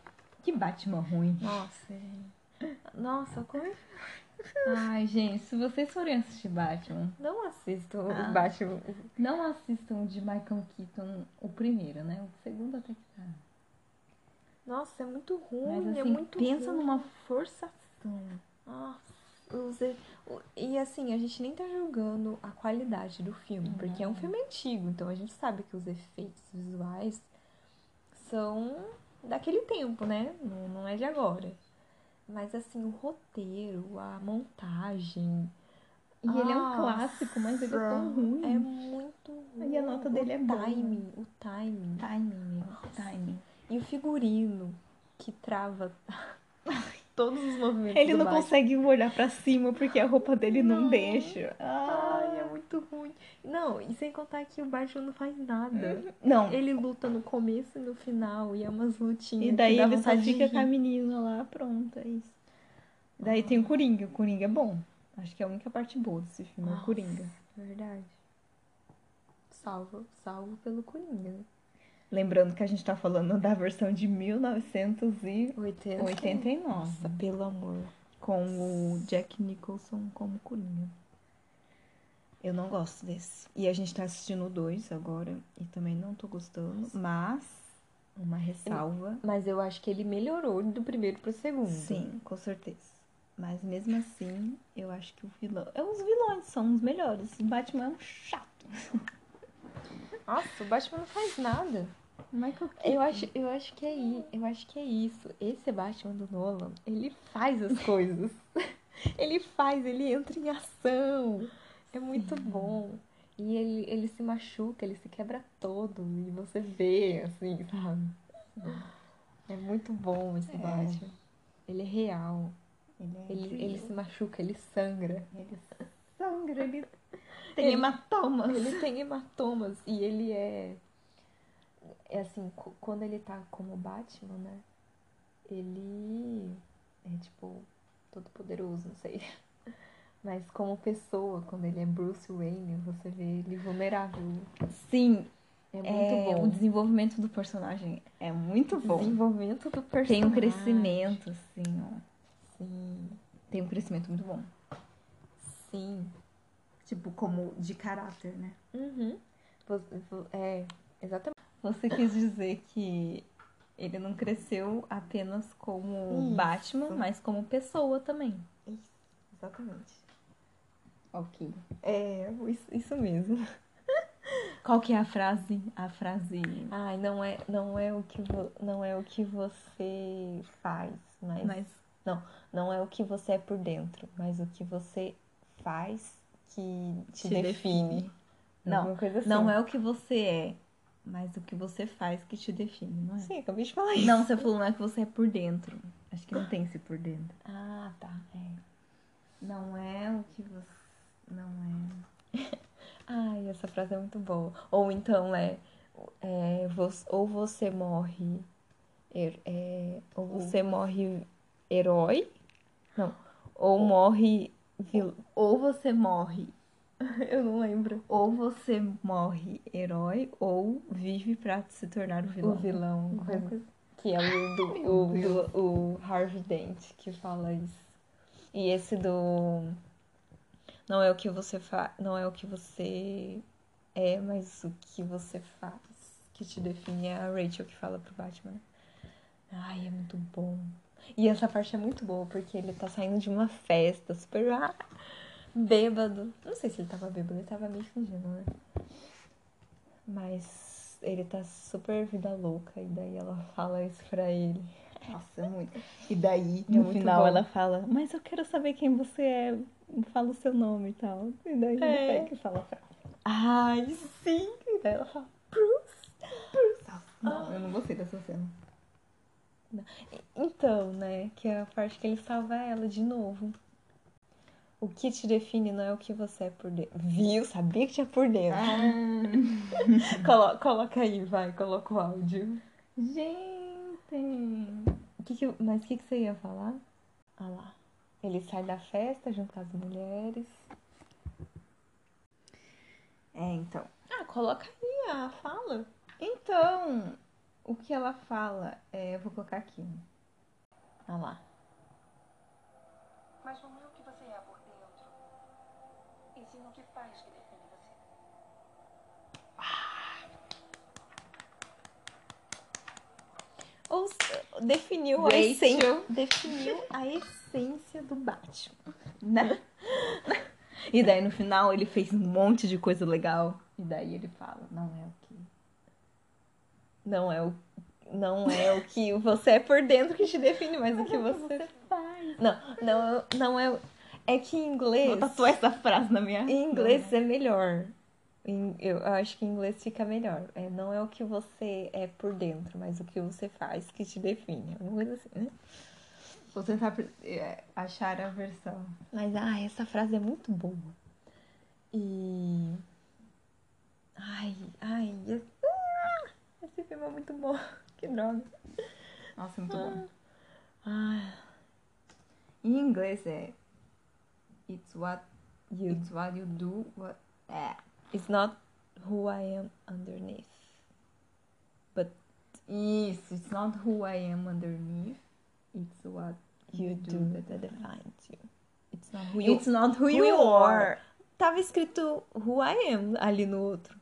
[SPEAKER 2] Que Batman ruim.
[SPEAKER 1] Nossa, é. Nossa, como
[SPEAKER 2] Ai, gente, se vocês forem assistir Batman,
[SPEAKER 1] não assisto
[SPEAKER 2] Ah.
[SPEAKER 1] o Batman.
[SPEAKER 2] não assistam o de Michael Keaton o primeiro, né? O segundo até que tá.
[SPEAKER 1] Nossa, é muito ruim,
[SPEAKER 2] Mas assim,
[SPEAKER 1] é muito
[SPEAKER 2] pensa
[SPEAKER 1] ruim.
[SPEAKER 2] numa forçação.
[SPEAKER 1] Nossa, os e- o- E assim, a gente nem tá julgando a qualidade do filme,
[SPEAKER 2] Uhum.
[SPEAKER 1] porque é um filme antigo, então a gente sabe que os efeitos visuais são daquele tempo, né? Não, não é de agora. Mas assim, o roteiro, a montagem.
[SPEAKER 2] E ele é um
[SPEAKER 1] Nossa.
[SPEAKER 2] clássico, mas ele é tão ruim.
[SPEAKER 1] É muito ruim.
[SPEAKER 2] E a nota dele
[SPEAKER 1] o
[SPEAKER 2] é boa.
[SPEAKER 1] timing, o timing.
[SPEAKER 2] Timing, meu. Timing.
[SPEAKER 1] E o figurino que trava todos os movimentos
[SPEAKER 2] Ele
[SPEAKER 1] do
[SPEAKER 2] não
[SPEAKER 1] Batman.
[SPEAKER 2] consegue olhar pra cima porque a roupa dele não,
[SPEAKER 1] Não.
[SPEAKER 2] deixa.
[SPEAKER 1] Ai, é
[SPEAKER 2] Ai,
[SPEAKER 1] muito ruim. Não, e sem contar que o Batman não faz nada.
[SPEAKER 2] não.
[SPEAKER 1] Ele luta no começo e no final, e é umas lutinhas.
[SPEAKER 2] E daí
[SPEAKER 1] que dá
[SPEAKER 2] ele só
[SPEAKER 1] vontade de
[SPEAKER 2] fica
[SPEAKER 1] rir.
[SPEAKER 2] com a menina lá, pronto, é isso. Daí tem o Coringa. O Coringa é bom. Acho que é a única parte boa desse filme, é o
[SPEAKER 1] Nossa.
[SPEAKER 2] Coringa.
[SPEAKER 1] Verdade. Salvo, salvo pelo Coringa. né?
[SPEAKER 2] Lembrando que a gente tá falando da versão de 1989,
[SPEAKER 1] 80. Nossa, pelo amor.
[SPEAKER 2] com o Jack Nicholson como Coringa. Eu não gosto desse. E a gente tá assistindo o 2 agora e também não tô gostando, mas uma ressalva.
[SPEAKER 1] Mas eu acho que ele melhorou do primeiro pro segundo.
[SPEAKER 2] Sim, com certeza. Mas mesmo assim, eu acho que o vilão. É, os vilões são os melhores. O Batman é um chato.
[SPEAKER 1] Nossa, o Batman não faz nada.
[SPEAKER 2] Michael
[SPEAKER 1] Eu acho, eu acho que é i- eu acho que é isso. Esse Batman do Nolan, ele faz as coisas. ele faz, ele entra em ação. É muito bom. E ele, ele se machuca, ele se quebra todo e você vê assim, sabe? É muito bom esse
[SPEAKER 2] É.
[SPEAKER 1] Batman. Ele é real.
[SPEAKER 2] Ele, um é
[SPEAKER 1] Ele, ele
[SPEAKER 2] incrível.
[SPEAKER 1] se machuca, ele sangra.
[SPEAKER 2] ele sangra, ele tem hematoma.
[SPEAKER 1] Ele tem hematomas e ele é. É assim, co- quando ele tá como Batman, né? Ele é tipo todo poderoso, não sei. Mas como pessoa, quando ele é Bruce Wayne, você vê ele vulnerável.
[SPEAKER 2] Sim,
[SPEAKER 1] É muito
[SPEAKER 2] É, O
[SPEAKER 1] bom.
[SPEAKER 2] desenvolvimento do personagem é muito
[SPEAKER 1] O
[SPEAKER 2] bom.
[SPEAKER 1] desenvolvimento do personagem.
[SPEAKER 2] Tem um crescimento, assim, ó.
[SPEAKER 1] Sim,
[SPEAKER 2] Tem um crescimento muito bom.
[SPEAKER 1] sim.
[SPEAKER 2] Tipo, como de caráter, né?
[SPEAKER 1] Uhum. Vo- vo- É, exatamente.
[SPEAKER 2] Você quis dizer que ele não cresceu apenas como
[SPEAKER 1] Isso.
[SPEAKER 2] Batman, mas como pessoa também.
[SPEAKER 1] Exatamente.
[SPEAKER 2] Ok.
[SPEAKER 1] É, isso- isso mesmo.
[SPEAKER 2] Qual que é a frase? A frase.
[SPEAKER 1] Ai, não é, não é o que vo- não é o que você faz, mas
[SPEAKER 2] Mas
[SPEAKER 1] não é o que você é por dentro, mas o que você faz que te
[SPEAKER 2] Te
[SPEAKER 1] define.
[SPEAKER 2] Não,
[SPEAKER 1] Alguma coisa assim.
[SPEAKER 2] não é o que você é, mas o que você faz que te define, não é?
[SPEAKER 1] Sim, acabei de falar isso.
[SPEAKER 2] Não, você falou não é que você é por dentro. Acho que não tem esse por dentro.
[SPEAKER 1] Ah, tá. é.
[SPEAKER 2] Não é o que você. Não é.
[SPEAKER 1] Ai, essa frase é muito boa. Ou então é, é vo- ou você morre her- é, ou você morre herói? Não. Ou morre vil...
[SPEAKER 2] Ou você morre.
[SPEAKER 1] Eu não lembro.
[SPEAKER 2] Ou você morre herói, ou vive pra se tornar o vilão.
[SPEAKER 1] O vilão,
[SPEAKER 2] Alguma
[SPEAKER 1] coisa
[SPEAKER 2] coisa- assim.
[SPEAKER 1] Que é o do,
[SPEAKER 2] meu
[SPEAKER 1] o,
[SPEAKER 2] Deus.
[SPEAKER 1] do o Harvey Dent que fala isso. E esse do não é o que você fa... não é o que você é, mas o que você faz que te define é a Rachel que fala pro Batman. Ai, é muito bom. E essa parte é muito boa porque ele tá saindo de uma festa super ah, bêbado. Não sei se ele tava bêbado, ele tava meio fingindo, né? Mas ele tá super vida louca e daí ela fala isso pra ele.
[SPEAKER 2] Nossa, é muito. E daí,
[SPEAKER 1] É
[SPEAKER 2] no
[SPEAKER 1] muito
[SPEAKER 2] final,
[SPEAKER 1] bom.
[SPEAKER 2] ela fala: Mas eu quero saber quem você é. Fala o seu nome e tal. E daí
[SPEAKER 1] É.
[SPEAKER 2] ele pega e fala: pra-
[SPEAKER 1] Ai, sim! E daí ela fala.
[SPEAKER 2] Não, eu não gostei dessa cena.
[SPEAKER 1] Então, né? Que é a parte que ele salva ela de novo. O que te define não é o que você é por dentro. Viu? Sabia que tinha por dentro.
[SPEAKER 2] Ah.
[SPEAKER 1] Colo- coloca aí, vai, coloca o áudio. É,
[SPEAKER 2] Gente!
[SPEAKER 1] O que que eu- mas o que, que você ia falar? Ah lá. Ele sai da festa junto com as mulheres.
[SPEAKER 2] É, então.
[SPEAKER 1] Ah, coloca aí a fala.
[SPEAKER 2] Então, o que ela fala é. Eu vou colocar aqui.
[SPEAKER 1] Ah lá.
[SPEAKER 3] Mas não é o que você é por dentro. E sim o que faz que define você.
[SPEAKER 1] Ou definiu a
[SPEAKER 2] Rachel.
[SPEAKER 1] essência. Definiu a essência do Batman.
[SPEAKER 2] Né? E daí no final ele fez um monte de coisa legal. E daí ele fala, não é o que.
[SPEAKER 1] Não é o. Não é o que você é por dentro que te define, mas é o que você.
[SPEAKER 2] faz?
[SPEAKER 1] Não, não, não é. o- É que em
[SPEAKER 2] Vou
[SPEAKER 1] inglês.
[SPEAKER 2] tatuar essa frase na minha.
[SPEAKER 1] Em inglês é melhor. Em- Eu acho que em inglês fica melhor. É, não é o que você é por dentro, mas o que você faz que te define. Alguma coisa assim, né?
[SPEAKER 2] Vou tentar é, achar a versão.
[SPEAKER 1] Mas, ah, essa frase é muito boa. E. Ai, ai. eu- Ah, Esse filme é muito bom. Que droga.
[SPEAKER 2] Nossa, é muito bom.
[SPEAKER 1] Ah,
[SPEAKER 2] Em inglês é. It's what,
[SPEAKER 1] you.
[SPEAKER 2] it's what you do. What... É.
[SPEAKER 1] It's not who I am underneath.
[SPEAKER 2] Isso, it's not who I am underneath. It's what
[SPEAKER 1] You do that defines you. It's not who you
[SPEAKER 2] It's not who,
[SPEAKER 1] Who you are. Tava escrito Who I am ali no outro.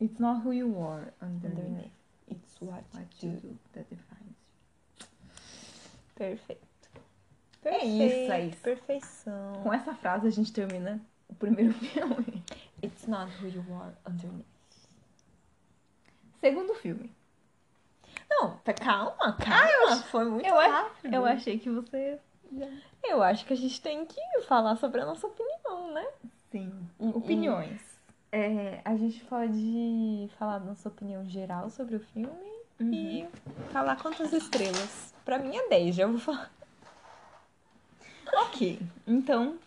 [SPEAKER 2] It's not who you are underneath.
[SPEAKER 1] Underneath.
[SPEAKER 2] It's what, you do that defines you.
[SPEAKER 1] Perfeito.
[SPEAKER 2] É isso, é
[SPEAKER 1] Perfeito,
[SPEAKER 2] isso.
[SPEAKER 1] Perfeição.
[SPEAKER 2] Com essa frase a gente termina o primeiro filme.
[SPEAKER 1] It's not who you are underneath.
[SPEAKER 2] Segundo filme.
[SPEAKER 1] Não, tá- calma, calma. Foi muito
[SPEAKER 2] eu acho-
[SPEAKER 1] rápido.
[SPEAKER 2] Eu achei que você.
[SPEAKER 1] Eu acho que a gente tem que falar sobre a nossa opinião, né? Hum.
[SPEAKER 2] Sim.
[SPEAKER 1] E-
[SPEAKER 2] Opiniões.
[SPEAKER 1] e, é, a gente pode falar da nossa opinião geral sobre o filme
[SPEAKER 2] Uhum.
[SPEAKER 1] e falar quantas estrelas. Pra mim é 10, já vou falar.
[SPEAKER 2] Ok. Então.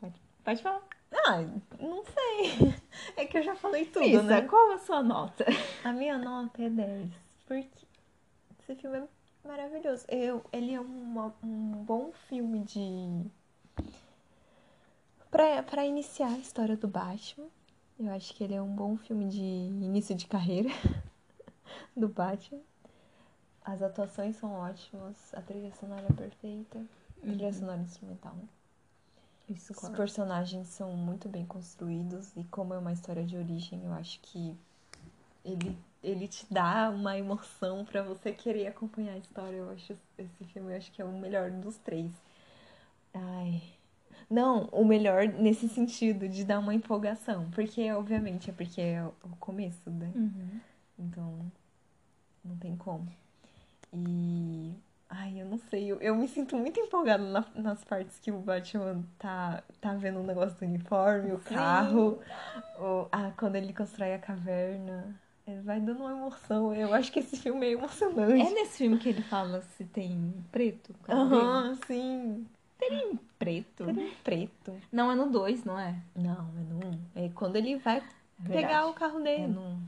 [SPEAKER 2] Pode, pode falar.
[SPEAKER 1] Ah, não sei. É que eu já falei tudo,
[SPEAKER 2] Isa,
[SPEAKER 1] né?
[SPEAKER 2] qual a sua nota?
[SPEAKER 1] A minha nota é 10, porque esse filme é maravilhoso. Eu, ele é uma- um bom filme de. Pra, pra iniciar a história do Batman. Eu acho que ele é um bom filme de início de carreira do Batman. As atuações são ótimas, a trilha sonora é perfeita. Trilha
[SPEAKER 2] Uhum.
[SPEAKER 1] sonora instrumental, né?
[SPEAKER 2] Isso,
[SPEAKER 1] Os personagens são muito bem construídos e como é uma história de origem, eu acho que ele, ele te dá uma emoção pra você querer acompanhar a história. Eu acho esse filme, eu acho que é o melhor dos três. Ai. Não, o melhor nesse sentido de dar uma empolgação, porque obviamente é porque é o o começo, né?
[SPEAKER 2] Uhum.
[SPEAKER 1] Então, não tem como. E. Ai, eu não sei, eu, eu me sinto muito empolgada na- nas partes que o Batman tá, tá vendo o negócio do uniforme, o carro, o, ah, quando ele constrói a caverna. É, vai dando uma emoção. Eu acho que esse filme é
[SPEAKER 2] É
[SPEAKER 1] emocionante.
[SPEAKER 2] nesse filme que ele fala se tem preto? o cabelo?
[SPEAKER 1] Aham, sim.
[SPEAKER 2] Preto?
[SPEAKER 1] Preto.
[SPEAKER 2] Não, é no 2, não é?
[SPEAKER 1] Não, é no um. É quando ele vai pegar
[SPEAKER 2] verdade.
[SPEAKER 1] o carro
[SPEAKER 2] É,
[SPEAKER 1] dele.
[SPEAKER 2] no...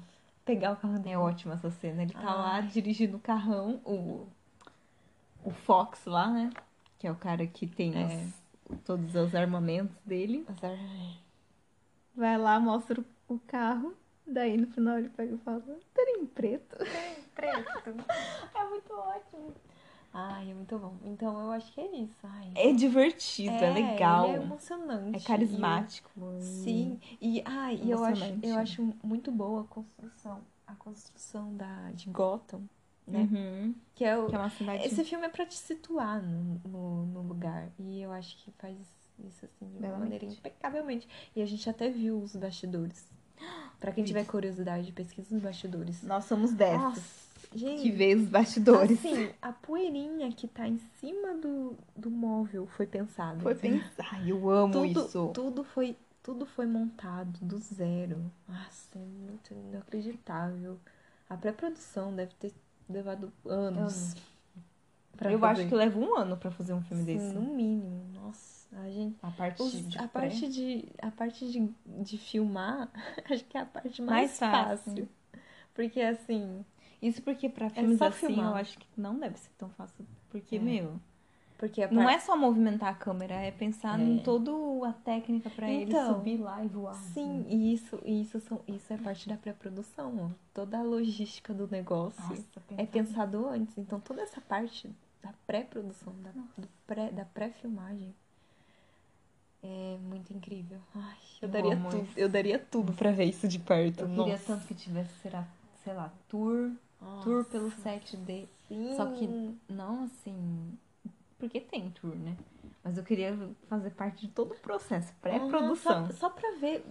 [SPEAKER 1] Pegar o carro
[SPEAKER 2] é
[SPEAKER 1] dele.
[SPEAKER 2] ótima essa cena. Ele tá lá
[SPEAKER 1] Ai.
[SPEAKER 2] dirigindo o carrão, o... o Fox lá, né? Que é o cara que tem
[SPEAKER 1] É.
[SPEAKER 2] os- todos os armamentos dele.
[SPEAKER 1] Mas é-
[SPEAKER 2] Vai lá, mostra o- o carro. Daí no final ele pega e fala: Terim preto.
[SPEAKER 1] É muito ótimo. Ai, é muito bom. Então eu acho que é isso. Ai.
[SPEAKER 2] É divertido, é, legal.
[SPEAKER 1] ele é emocionante.
[SPEAKER 2] É carismático.
[SPEAKER 1] E- Sim. E, ai, e eu, acho,
[SPEAKER 2] Emocionante.
[SPEAKER 1] eu acho muito boa a construção. A construção da, de Gotham. Né?
[SPEAKER 2] Uhum.
[SPEAKER 1] Que é o,
[SPEAKER 2] Que é uma cidade.
[SPEAKER 1] esse filme é pra te situar no, no, no lugar. E eu acho que faz isso assim de uma
[SPEAKER 2] Belamente.
[SPEAKER 1] maneira impecavelmente. E a gente até viu os bastidores. Pra quem
[SPEAKER 2] Vi.
[SPEAKER 1] tiver curiosidade, pesquisa os bastidores.
[SPEAKER 2] Nós somos dessas
[SPEAKER 1] Nossa, gente.
[SPEAKER 2] que veio os bastidores.
[SPEAKER 1] Assim, a poeirinha que tá em cima do, do móvel foi pensada.
[SPEAKER 2] Foi pensar. Ai, eu amo
[SPEAKER 1] tudo,
[SPEAKER 2] isso.
[SPEAKER 1] tudo foi tudo foi montado do zero. Nossa, é muito inacreditável. A pré-produção deve ter levado anos. pra
[SPEAKER 2] eu
[SPEAKER 1] fazer.
[SPEAKER 2] acho que leva um ano pra fazer um filme
[SPEAKER 1] Sim,
[SPEAKER 2] desse.
[SPEAKER 1] no mínimo. Nossa, a gente
[SPEAKER 2] A parte
[SPEAKER 1] os-
[SPEAKER 2] de
[SPEAKER 1] a
[SPEAKER 2] pré.
[SPEAKER 1] parte de a parte de, de filmar, acho que é a parte mais,
[SPEAKER 2] Mais
[SPEAKER 1] fácil.
[SPEAKER 2] fácil.
[SPEAKER 1] Porque assim,
[SPEAKER 2] Isso porque pra filmes
[SPEAKER 1] só
[SPEAKER 2] assim
[SPEAKER 1] filmar.
[SPEAKER 2] eu acho que não deve ser tão fácil. Porque,
[SPEAKER 1] É.
[SPEAKER 2] meu,
[SPEAKER 1] porque a
[SPEAKER 2] não
[SPEAKER 1] par-
[SPEAKER 2] é só movimentar a câmera, é pensar
[SPEAKER 1] É.
[SPEAKER 2] em toda a técnica pra ele
[SPEAKER 1] Então,
[SPEAKER 2] subir lá e voar.
[SPEAKER 1] Sim, e isso, e isso, são- isso é parte da pré-produção, ó. Toda a logística do negócio
[SPEAKER 2] Nossa,
[SPEAKER 1] é pensado antes. Então, toda essa parte da pré-produção, da, do pré, da pré-filmagem, é muito incrível. Ai, eu,
[SPEAKER 2] Eu
[SPEAKER 1] daria
[SPEAKER 2] amo
[SPEAKER 1] tudo,
[SPEAKER 2] isso.
[SPEAKER 1] eu daria tudo pra ver isso de perto.
[SPEAKER 2] Eu queria
[SPEAKER 1] Nossa.
[SPEAKER 2] tanto que tivesse, será, sei lá, tour,
[SPEAKER 1] Nossa.
[SPEAKER 2] tour pelo set de
[SPEAKER 1] assim.
[SPEAKER 2] Só que não assim. Porque tem tour, né? Mas eu queria fazer parte de todo o processo, pré-produção.
[SPEAKER 1] Ah, só, só pra ver.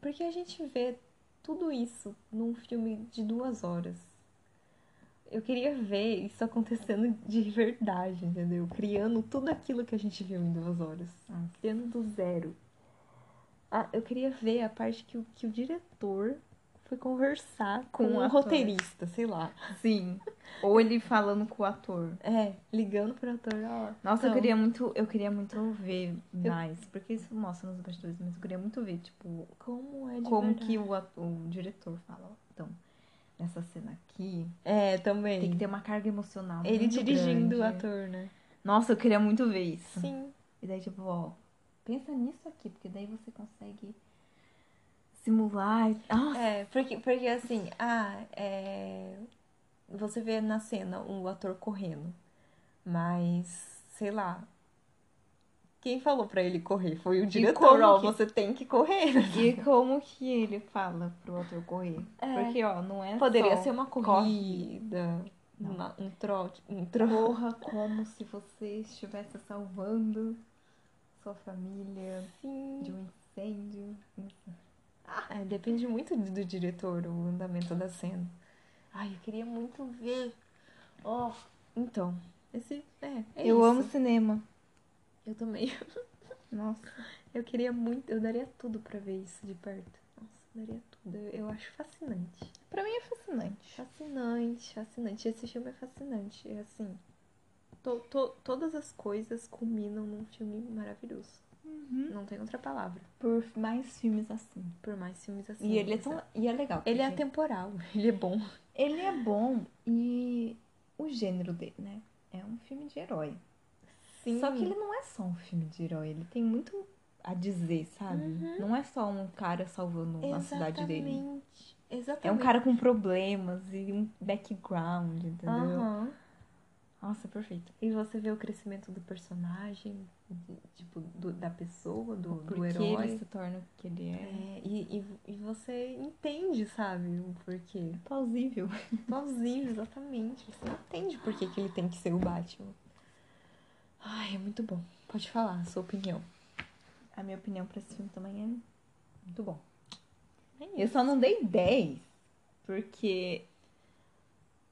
[SPEAKER 1] Porque a gente vê tudo isso num filme de duas horas. Eu queria ver isso acontecendo de verdade, entendeu? Criando tudo aquilo que a gente viu em duas horas.
[SPEAKER 2] Ah.
[SPEAKER 1] Criando do zero. Ah, eu queria ver a parte que, o- que o diretor foi conversar
[SPEAKER 2] Com
[SPEAKER 1] com,
[SPEAKER 2] o
[SPEAKER 1] um
[SPEAKER 2] ator.
[SPEAKER 1] roteirista, sei lá.
[SPEAKER 2] Sim. Ou ele falando com o ator.
[SPEAKER 1] É, ligando pro ator, ó.
[SPEAKER 2] Nossa, eu
[SPEAKER 1] então,
[SPEAKER 2] queria muito, eu queria muito ver mais, porque isso mostra nos bastidores, mas eu queria muito ver, tipo,
[SPEAKER 1] Como é de
[SPEAKER 2] como
[SPEAKER 1] verdade?
[SPEAKER 2] que o, ato- o diretor fala, ó, então, nessa cena aqui,
[SPEAKER 1] É, também.
[SPEAKER 2] tem que ter uma carga emocional
[SPEAKER 1] Ele
[SPEAKER 2] muito
[SPEAKER 1] dirigindo o
[SPEAKER 2] grande.
[SPEAKER 1] ator, né?
[SPEAKER 2] Nossa, eu queria muito ver isso.
[SPEAKER 1] Sim.
[SPEAKER 2] E daí, tipo, ó, pensa nisso aqui, porque daí você consegue simular. e- ah, Nossa,
[SPEAKER 1] É, porque, porque assim, ah, é... Você vê na cena o ator correndo, mas, sei lá, quem falou pra ele correr foi o diretor,
[SPEAKER 2] como
[SPEAKER 1] ó,
[SPEAKER 2] que-
[SPEAKER 1] você tem que correr. né?
[SPEAKER 2] e como que ele fala pro ator correr?
[SPEAKER 1] É.
[SPEAKER 2] Porque, ó, não é
[SPEAKER 1] Poderia
[SPEAKER 2] só
[SPEAKER 1] ser uma corrida, uma- um trote, um trote.
[SPEAKER 2] Corra como se você estivesse salvando sua família
[SPEAKER 1] assim.
[SPEAKER 2] de um incêndio.
[SPEAKER 1] É, depende muito do, do diretor, o andamento da cena. Ai, eu queria muito ver. Ó, então, esse, é, é
[SPEAKER 2] eu
[SPEAKER 1] isso.
[SPEAKER 2] amo cinema.
[SPEAKER 1] Eu também.
[SPEAKER 2] Nossa.
[SPEAKER 1] Eu queria muito, eu daria tudo pra ver isso de perto. Nossa, eu daria tudo. Eu, eu acho fascinante.
[SPEAKER 2] Pra mim é fascinante.
[SPEAKER 1] Fascinante, fascinante. Esse filme é fascinante. É assim, to- to- todas as coisas culminam num filme maravilhoso. Não tem outra palavra.
[SPEAKER 2] Por mais filmes assim.
[SPEAKER 1] Por mais filmes assim.
[SPEAKER 2] E ele é
[SPEAKER 1] mas
[SPEAKER 2] tão. E é legal.
[SPEAKER 1] Ele é
[SPEAKER 2] porque
[SPEAKER 1] atemporal, ele é bom.
[SPEAKER 2] ele é bom e o gênero dele, né? É um filme de herói. Só que ele não é só um filme de herói, ele tem muito a dizer, sabe? Não é só um cara salvando a cidade dele.
[SPEAKER 1] Exatamente.
[SPEAKER 2] É um
[SPEAKER 1] Exatamente.
[SPEAKER 2] cara com problemas e um background, entendeu?
[SPEAKER 1] Aham.
[SPEAKER 2] Nossa, perfeito.
[SPEAKER 1] E você vê o crescimento do personagem, de- tipo, do- da pessoa, do,
[SPEAKER 2] Por
[SPEAKER 1] do
[SPEAKER 2] que
[SPEAKER 1] herói.
[SPEAKER 2] ele se torna o que ele é.
[SPEAKER 1] É, e, e, e você entende, sabe, o porquê.
[SPEAKER 2] Plausível.
[SPEAKER 1] Plausível, exatamente. Você entende por que, que ele tem que ser o Batman. Ai, é muito bom. Pode falar, a sua opinião.
[SPEAKER 2] A minha opinião pra esse filme também é muito bom.
[SPEAKER 1] É
[SPEAKER 2] Eu só não dei 10, porque.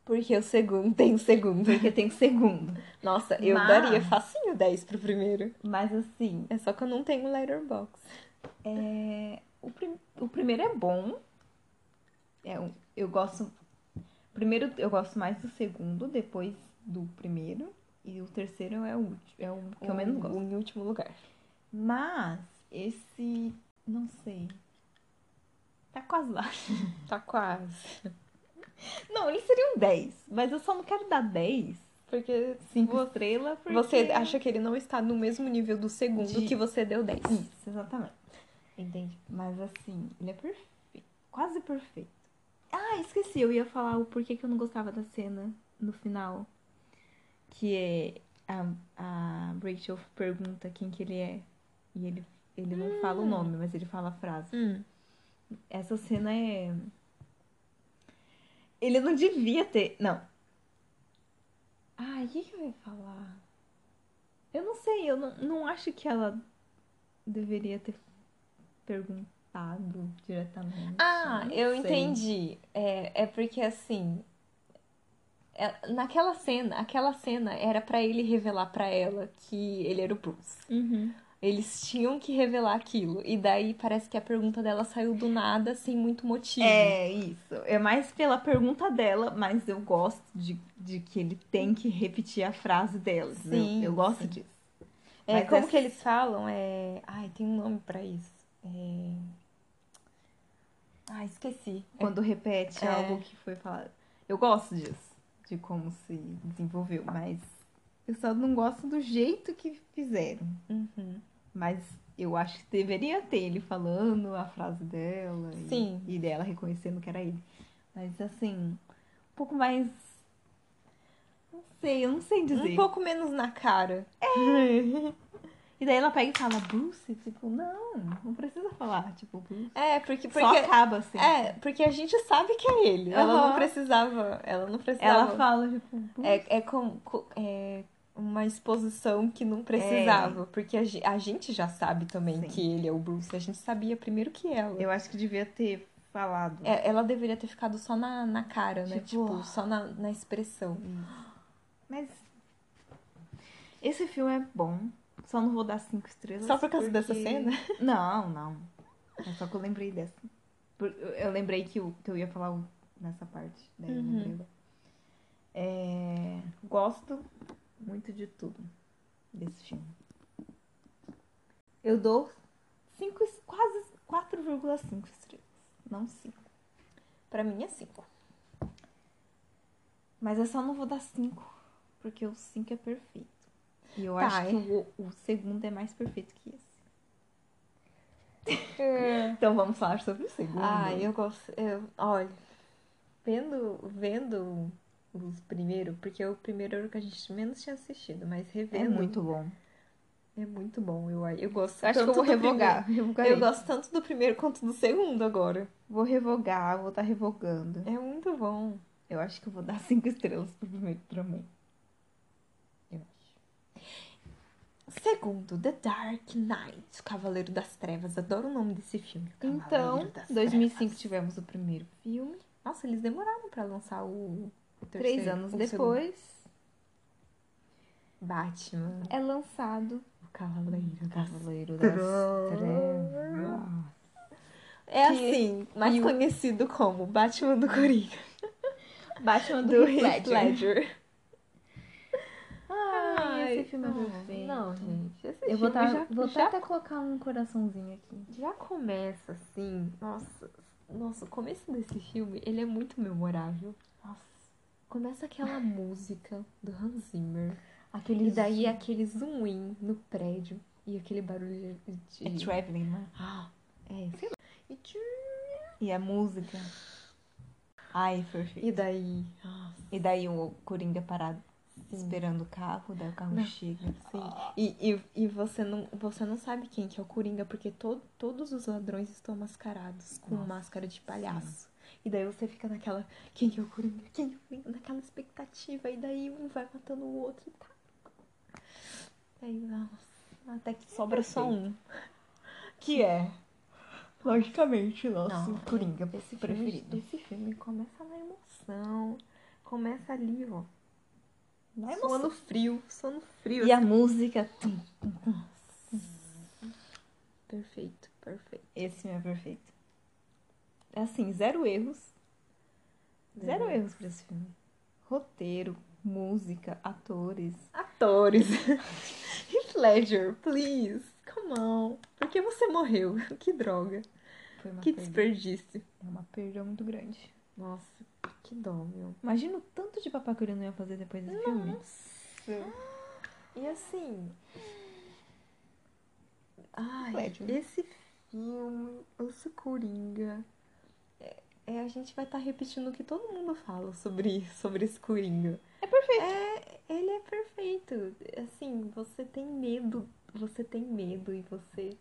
[SPEAKER 1] Porque o segundo tem o segundo.
[SPEAKER 2] Porque tem o segundo.
[SPEAKER 1] Nossa, eu
[SPEAKER 2] Mas-
[SPEAKER 1] daria facinho 10 pro primeiro.
[SPEAKER 2] Mas assim,
[SPEAKER 1] É só que eu não tenho letterbox.
[SPEAKER 2] O, prim- o primeiro é bom. É, um- eu gosto. Primeiro eu gosto mais do segundo, depois do primeiro. E o terceiro é o último, é o que eu menos gosto.
[SPEAKER 1] Em último lugar.
[SPEAKER 2] Mas esse. não sei. Tá quase lá.
[SPEAKER 1] Tá quase.
[SPEAKER 2] Não, ele seria um 10. Mas eu só não quero dar 10.
[SPEAKER 1] Porque
[SPEAKER 2] 5
[SPEAKER 1] vo-
[SPEAKER 2] estrelas, porque.
[SPEAKER 1] você acha que ele não está no mesmo nível do segundo
[SPEAKER 2] De-
[SPEAKER 1] que você deu 10.
[SPEAKER 2] Isso, exatamente.
[SPEAKER 1] Entendi.
[SPEAKER 2] Mas assim, ele é perfeito. Quase perfeito. Ah, esqueci, eu ia falar o porquê que eu não gostava da cena no final. Que é a, a Rachel pergunta quem que ele é. E ele, ele não fala o nome, mas ele fala a frase.
[SPEAKER 1] Hum.
[SPEAKER 2] Essa cena é. Ele não devia ter. Não. Ai, o que, que eu ia falar? Eu não sei, eu não, não acho que ela deveria ter perguntado diretamente.
[SPEAKER 1] Ah,
[SPEAKER 2] não
[SPEAKER 1] eu
[SPEAKER 2] sei.
[SPEAKER 1] entendi. É, é porque assim, é- naquela cena, aquela cena era pra ele revelar pra ela que ele era o Bruce.
[SPEAKER 2] Uhum.
[SPEAKER 1] Eles tinham que revelar aquilo. E daí parece que a pergunta dela saiu do nada, sem muito motivo.
[SPEAKER 2] É isso. É mais pela pergunta dela, mas eu gosto de, de que ele tem que repetir a frase dela. entendeu?
[SPEAKER 1] Sim,
[SPEAKER 2] eu gosto
[SPEAKER 1] sim.
[SPEAKER 2] disso.
[SPEAKER 1] É,
[SPEAKER 2] mas
[SPEAKER 1] como
[SPEAKER 2] essa-
[SPEAKER 1] que eles falam? É, ai, tem um nome pra isso. É... Ah, esqueci.
[SPEAKER 2] quando repete
[SPEAKER 1] É.
[SPEAKER 2] algo que foi falado. Eu gosto disso, de como se desenvolveu, mas eu só não gosto do jeito que fizeram.
[SPEAKER 1] Uhum.
[SPEAKER 2] Mas eu acho que deveria ter ele falando a frase dela e-
[SPEAKER 1] Sim.
[SPEAKER 2] e, dela reconhecendo que era ele. Mas assim, um pouco mais. Não sei, eu não sei dizer.
[SPEAKER 1] Um pouco menos na cara.
[SPEAKER 2] E daí ela pega e fala, Bruce, tipo, não, não precisa falar, tipo, Bruce.
[SPEAKER 1] É, porque.
[SPEAKER 2] Só
[SPEAKER 1] porque
[SPEAKER 2] acaba assim.
[SPEAKER 1] é, porque a gente sabe que é ele. Ela não
[SPEAKER 2] Aham.
[SPEAKER 1] precisava. Ela não precisava.
[SPEAKER 2] Ela fala, tipo, Bruce.
[SPEAKER 1] É, é, com, co- é uma exposição que não precisava, porque a, ge- a gente já sabe também
[SPEAKER 2] É. Sim.
[SPEAKER 1] que ele é o Bruce, a gente sabia primeiro que ela.
[SPEAKER 2] Eu acho que devia ter falado.
[SPEAKER 1] É, Ela deveria ter ficado só na, na cara, né?
[SPEAKER 2] Tipo,
[SPEAKER 1] Tipo, só na, na expressão.
[SPEAKER 2] Mas esse filme é bom. Só não vou dar cinco estrelas.
[SPEAKER 1] Só por causa dessa
[SPEAKER 2] porque-
[SPEAKER 1] cena?
[SPEAKER 2] Não, não. É só que eu lembrei dessa. Por- eu- Eu lembrei que eu, que eu ia falar o- nessa parte. Daí eu
[SPEAKER 1] Uhum.
[SPEAKER 2] lembrei. da- É, gosto muito de tudo desse filme. Eu dou cinco, es- quase 4,5 estrelas. Não 5.
[SPEAKER 1] Pra mim é cinco.
[SPEAKER 2] Mas eu só não vou dar 5, porque o 5 é perfeito. E eu
[SPEAKER 1] Tá,
[SPEAKER 2] acho
[SPEAKER 1] é.
[SPEAKER 2] que o, o segundo é mais perfeito que esse. Então vamos falar sobre o segundo.
[SPEAKER 1] Ah, É. eu gosto. Eu, olha, vendo, vendo os primeiro, porque o primeiro era o que a gente menos tinha assistido, mas
[SPEAKER 2] É
[SPEAKER 1] revendo
[SPEAKER 2] muito bom. Então
[SPEAKER 1] é muito bom. Eu, eu gosto.
[SPEAKER 2] Acho que eu
[SPEAKER 1] tanto
[SPEAKER 2] vou
[SPEAKER 1] do primeiro-
[SPEAKER 2] revogar. Revogarei.
[SPEAKER 1] Eu gosto tanto do primeiro quanto do segundo agora.
[SPEAKER 2] Vou revogar, vou estar revogando.
[SPEAKER 1] É muito bom.
[SPEAKER 2] Eu acho que eu vou dar cinco estrelas pro primeiro também. Eu acho.
[SPEAKER 1] Segundo, The Dark Knight, Cavaleiro das Trevas. Adoro o nome desse filme. Cavaleiro
[SPEAKER 2] Então,
[SPEAKER 1] das
[SPEAKER 2] 2005
[SPEAKER 1] Trevas.
[SPEAKER 2] tivemos o primeiro filme.
[SPEAKER 1] Nossa, eles demoraram pra lançar o, o terceiro.
[SPEAKER 2] Três anos
[SPEAKER 1] o segundo.
[SPEAKER 2] depois
[SPEAKER 1] Batman,
[SPEAKER 2] é lançado
[SPEAKER 1] o Cavaleiro das
[SPEAKER 2] Cavaleiro das
[SPEAKER 1] Trevas.
[SPEAKER 2] Trevas.
[SPEAKER 1] É
[SPEAKER 2] Que-
[SPEAKER 1] assim, mais
[SPEAKER 2] e o-
[SPEAKER 1] conhecido como Batman do Coringa.
[SPEAKER 2] Batman
[SPEAKER 1] Do
[SPEAKER 2] Heath
[SPEAKER 1] Heath
[SPEAKER 2] Ledger.
[SPEAKER 1] Ledger.
[SPEAKER 2] Ai,
[SPEAKER 1] Ai,
[SPEAKER 2] esse filme é
[SPEAKER 1] não,
[SPEAKER 2] perfeito.
[SPEAKER 1] Não, gente. Esse
[SPEAKER 2] Eu vou,
[SPEAKER 1] filme
[SPEAKER 2] tá,
[SPEAKER 1] já,
[SPEAKER 2] vou
[SPEAKER 1] já
[SPEAKER 2] até colocar um coraçãozinho aqui.
[SPEAKER 1] Já começa assim, nossa, nossa, o começo desse filme, ele é muito memorável.
[SPEAKER 2] Nossa.
[SPEAKER 1] Começa aquela música do Hans Zimmer,
[SPEAKER 2] Aquele
[SPEAKER 1] e daí aquele zoom in no prédio, e aquele barulho de...
[SPEAKER 2] é traveling, né?
[SPEAKER 1] ah, é, sei lá. E, tchum,
[SPEAKER 2] E a música. Ai, perfeito.
[SPEAKER 1] e daí, ah, nossa,
[SPEAKER 2] E daí o Coringa parado esperando o carro, daí o carro
[SPEAKER 1] Não.
[SPEAKER 2] chega. assim. Ah.
[SPEAKER 1] sim. E, e, e você, não, você não sabe quem que é o Coringa, porque to, todos os ladrões estão mascarados, com
[SPEAKER 2] Nossa,
[SPEAKER 1] máscara de palhaço. E daí você fica naquela, quem que é o Coringa, quem que é o Coringa, naquela expectativa, e daí um vai matando o outro e tá. Aí, nossa, até que sobra só um.
[SPEAKER 2] Que é, logicamente, nosso
[SPEAKER 1] Não,
[SPEAKER 2] Coringa
[SPEAKER 1] Esse filme,
[SPEAKER 2] preferido.
[SPEAKER 1] esse filme começa na emoção, começa ali, ó,
[SPEAKER 2] Na
[SPEAKER 1] sono frio, sono frio.
[SPEAKER 2] assim. E a música. tum.
[SPEAKER 1] Perfeito, perfeito.
[SPEAKER 2] Esse filme é perfeito. É assim, zero erros. Zero
[SPEAKER 1] Zero
[SPEAKER 2] erros pra esse filme. Roteiro, música, atores.
[SPEAKER 1] Atores. Heath Ledger, please, come on. Por que você morreu? Que droga,
[SPEAKER 2] Foi uma
[SPEAKER 1] que
[SPEAKER 2] perda.
[SPEAKER 1] desperdício.
[SPEAKER 2] É uma perda muito grande.
[SPEAKER 1] Nossa, que dó, meu.
[SPEAKER 2] Imagina o tanto de papel que ele não ia fazer depois desse filme.
[SPEAKER 1] E assim. Ai,
[SPEAKER 2] Ledger.
[SPEAKER 1] esse filme, esse Coringa. É, é, a gente vai estar repetindo o que todo mundo fala sobre, sobre esse Coringa.
[SPEAKER 2] É perfeito.
[SPEAKER 1] É, ele é perfeito. Assim, você tem medo. Você tem medo e você.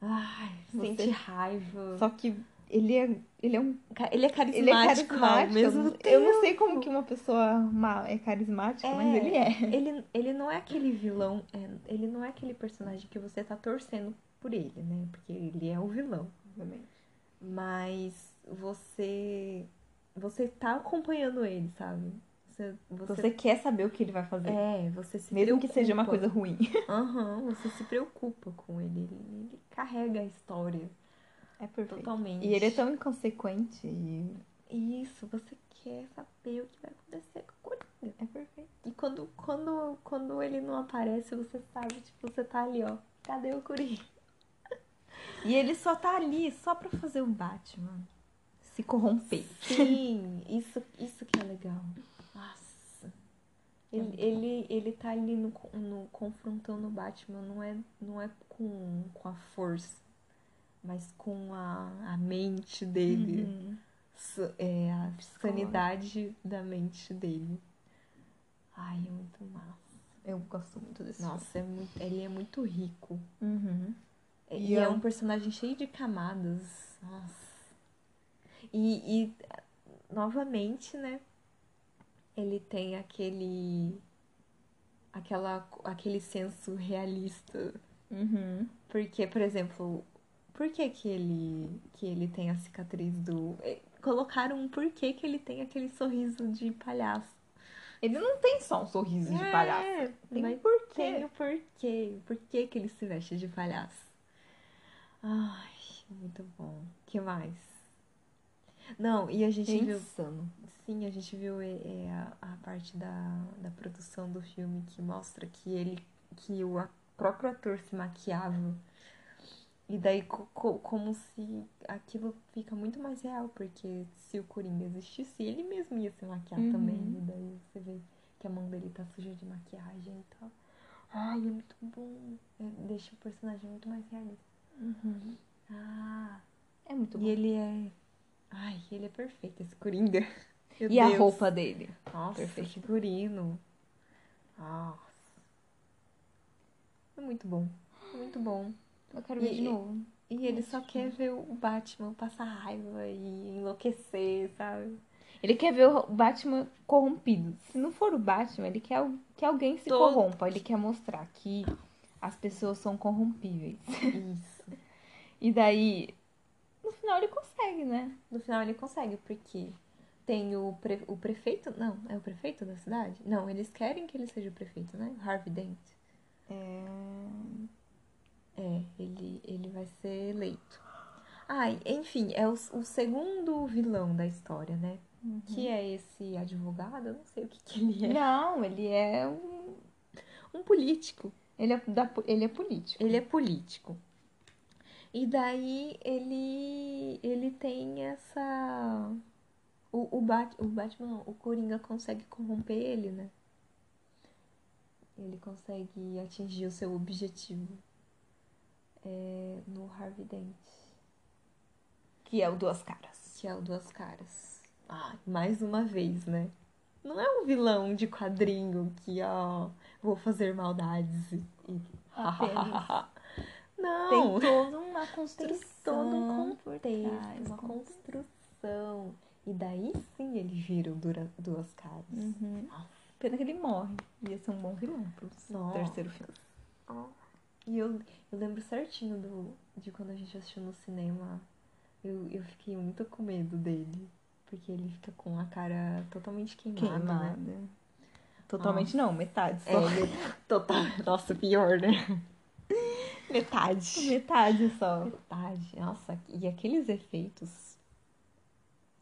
[SPEAKER 1] Ai,
[SPEAKER 2] Você-
[SPEAKER 1] sente raiva.
[SPEAKER 2] Só que ele é, ele é um
[SPEAKER 1] Ca- Ele é carismático,
[SPEAKER 2] Ele é carismático.
[SPEAKER 1] ao mesmo
[SPEAKER 2] eu, eu não sei como que uma pessoa má é carismática, mas
[SPEAKER 1] É.
[SPEAKER 2] ele é.
[SPEAKER 1] Ele, ele não é aquele vilão, é, ele não é aquele personagem que você tá torcendo por ele, né? Porque ele é o vilão. Mas você. Você tá acompanhando ele, sabe? Você.
[SPEAKER 2] Então Você,
[SPEAKER 1] você,
[SPEAKER 2] quer saber o que ele vai fazer.
[SPEAKER 1] é, você se
[SPEAKER 2] Mesmo que
[SPEAKER 1] preocupa.
[SPEAKER 2] seja uma coisa ruim.
[SPEAKER 1] Aham, você se preocupa com ele. Ele, ele carrega a história
[SPEAKER 2] É perfeito.
[SPEAKER 1] totalmente.
[SPEAKER 2] E ele é tão inconsequente e
[SPEAKER 1] Isso, você quer saber o que vai acontecer com o Coringa.
[SPEAKER 2] é perfeito.
[SPEAKER 1] E quando, quando, quando ele não aparece, você sabe, tipo, você tá ali, ó. Cadê o Coringa?
[SPEAKER 2] E ele só tá ali só pra fazer o Batman se corromper.
[SPEAKER 1] Sim, isso, isso que é legal. Nossa. Ele,
[SPEAKER 2] É
[SPEAKER 1] ele, ele tá ali no, co- no- confrontando o Batman, não é, não é com, com a força, mas com a, a mente dele.
[SPEAKER 2] Uhum.
[SPEAKER 1] Sa- é, a sanidade da mente dele. Ai, é muito massa.
[SPEAKER 2] Eu gosto muito desse
[SPEAKER 1] Nossa, é muito- ele é muito rico.
[SPEAKER 2] filme. Uhum.
[SPEAKER 1] É-
[SPEAKER 2] E
[SPEAKER 1] E é
[SPEAKER 2] é
[SPEAKER 1] um personagem cheio de camadas. Nossa. E, e, novamente, né? Ele tem aquele. Aquela, aquele senso realista.
[SPEAKER 2] Uhum.
[SPEAKER 1] Porque, por exemplo, por que que ele, que ele tem a cicatriz do. eh, Colocaram um porquê que ele tem aquele sorriso de palhaço.
[SPEAKER 2] Ele não tem só um sorriso de palhaço.
[SPEAKER 1] É,
[SPEAKER 2] Tem
[SPEAKER 1] mas-
[SPEAKER 2] um porquê.
[SPEAKER 1] tem o porquê. Por que que ele se veste de palhaço? Ai, muito bom. que mais? Não, e a gente
[SPEAKER 2] É
[SPEAKER 1] viu.
[SPEAKER 2] insano.
[SPEAKER 1] Sim, a gente viu é, é, a, a parte da, da produção do filme que mostra que ele. que o a- próprio ator se maquiava. E daí, co- co- como se aquilo fica muito mais real, porque se o Coringa existisse, ele mesmo ia se maquiar
[SPEAKER 2] Uhum.
[SPEAKER 1] também. E daí você vê que a mão dele tá suja de maquiagem e tal. Ai, é muito bom. É, deixa o personagem muito mais realista. Ah,
[SPEAKER 2] É muito
[SPEAKER 1] e
[SPEAKER 2] bom.
[SPEAKER 1] ele é. Ai, ele é perfeito, esse Coringa. Meu
[SPEAKER 2] E a
[SPEAKER 1] Deus.
[SPEAKER 2] roupa dele?
[SPEAKER 1] Nossa,
[SPEAKER 2] Perfeito.
[SPEAKER 1] que figurino. Nossa. É muito bom. É muito bom.
[SPEAKER 2] Eu quero
[SPEAKER 1] ver de
[SPEAKER 2] novo.
[SPEAKER 1] E ele só quer ver o Batman passar raiva e enlouquecer, sabe?
[SPEAKER 2] Ele quer ver o Batman corrompido. Se não for o Batman, ele quer al- que alguém se
[SPEAKER 1] Todo-
[SPEAKER 2] corrompa. Ele quer mostrar que as pessoas são corrompíveis.
[SPEAKER 1] Isso.
[SPEAKER 2] E daí, no final ele consegue, né?
[SPEAKER 1] No final ele consegue, porque tem o, pre- o prefeito. Não, é o prefeito da cidade? Não, eles querem que ele seja o prefeito, né? Harvey Dent. É, ele, ele vai ser eleito. Ai, enfim, é o, o segundo vilão da história, né? Que é esse advogado, eu não sei o que, que ele é.
[SPEAKER 2] Não, ele é um...
[SPEAKER 1] Um político.
[SPEAKER 2] ele é, da... po- ele é político.
[SPEAKER 1] Ele é político. E daí ele ele tem essa o, o, Bat, o Batman, não, o Coringa consegue corromper ele, né? Ele consegue atingir o seu objetivo é, no Harvey Dent,
[SPEAKER 2] Que é o Duas Caras.
[SPEAKER 1] que é o Duas Caras. Ah, mais uma vez, né? Não é um vilão de quadrinho que, ó, vou fazer maldades e. e...
[SPEAKER 2] Apenas.
[SPEAKER 1] Ah, Não!
[SPEAKER 2] Ah. Tem toda uma
[SPEAKER 1] Tem
[SPEAKER 2] construção.
[SPEAKER 1] todo um
[SPEAKER 2] por
[SPEAKER 1] contexto,
[SPEAKER 2] trás,
[SPEAKER 1] uma
[SPEAKER 2] com-
[SPEAKER 1] construção. E daí sim ele vira o dura, duas caras.
[SPEAKER 2] Uhum.
[SPEAKER 1] Nossa.
[SPEAKER 2] Pena que ele morre. Ia ser um bom vilão pro
[SPEAKER 1] Nossa.
[SPEAKER 2] terceiro filme.
[SPEAKER 1] E eu, eu lembro certinho do, de quando a gente assistiu no cinema. Eu, eu fiquei muito com medo dele. Porque ele fica com a cara totalmente queimada, né?
[SPEAKER 2] Queimada. Totalmente não, metade
[SPEAKER 1] É,
[SPEAKER 2] só.
[SPEAKER 1] ele total. Nossa, pior, né?
[SPEAKER 2] É.
[SPEAKER 1] Metade.
[SPEAKER 2] Metade só.
[SPEAKER 1] Metade. Nossa, e aqueles efeitos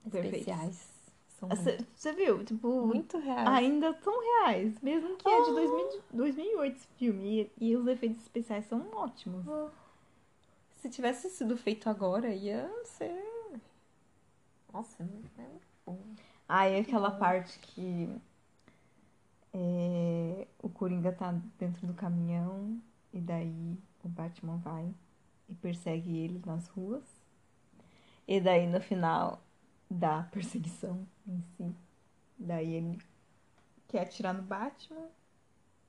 [SPEAKER 2] Perfeitos.
[SPEAKER 1] especiais são
[SPEAKER 2] Você você viu? Tipo,
[SPEAKER 1] muito reais.
[SPEAKER 2] ainda são reais. Mesmo que é de 2000, 2008 esse filme. E, e os efeitos especiais são ótimos.
[SPEAKER 1] Se tivesse sido feito agora, ia ser. Nossa, né?
[SPEAKER 2] Ah, e aquela
[SPEAKER 1] Uhum.
[SPEAKER 2] parte que é, o Coringa tá dentro do caminhão e daí o Batman vai e persegue ele nas ruas. E daí no final da perseguição em si, daí ele quer atirar no Batman.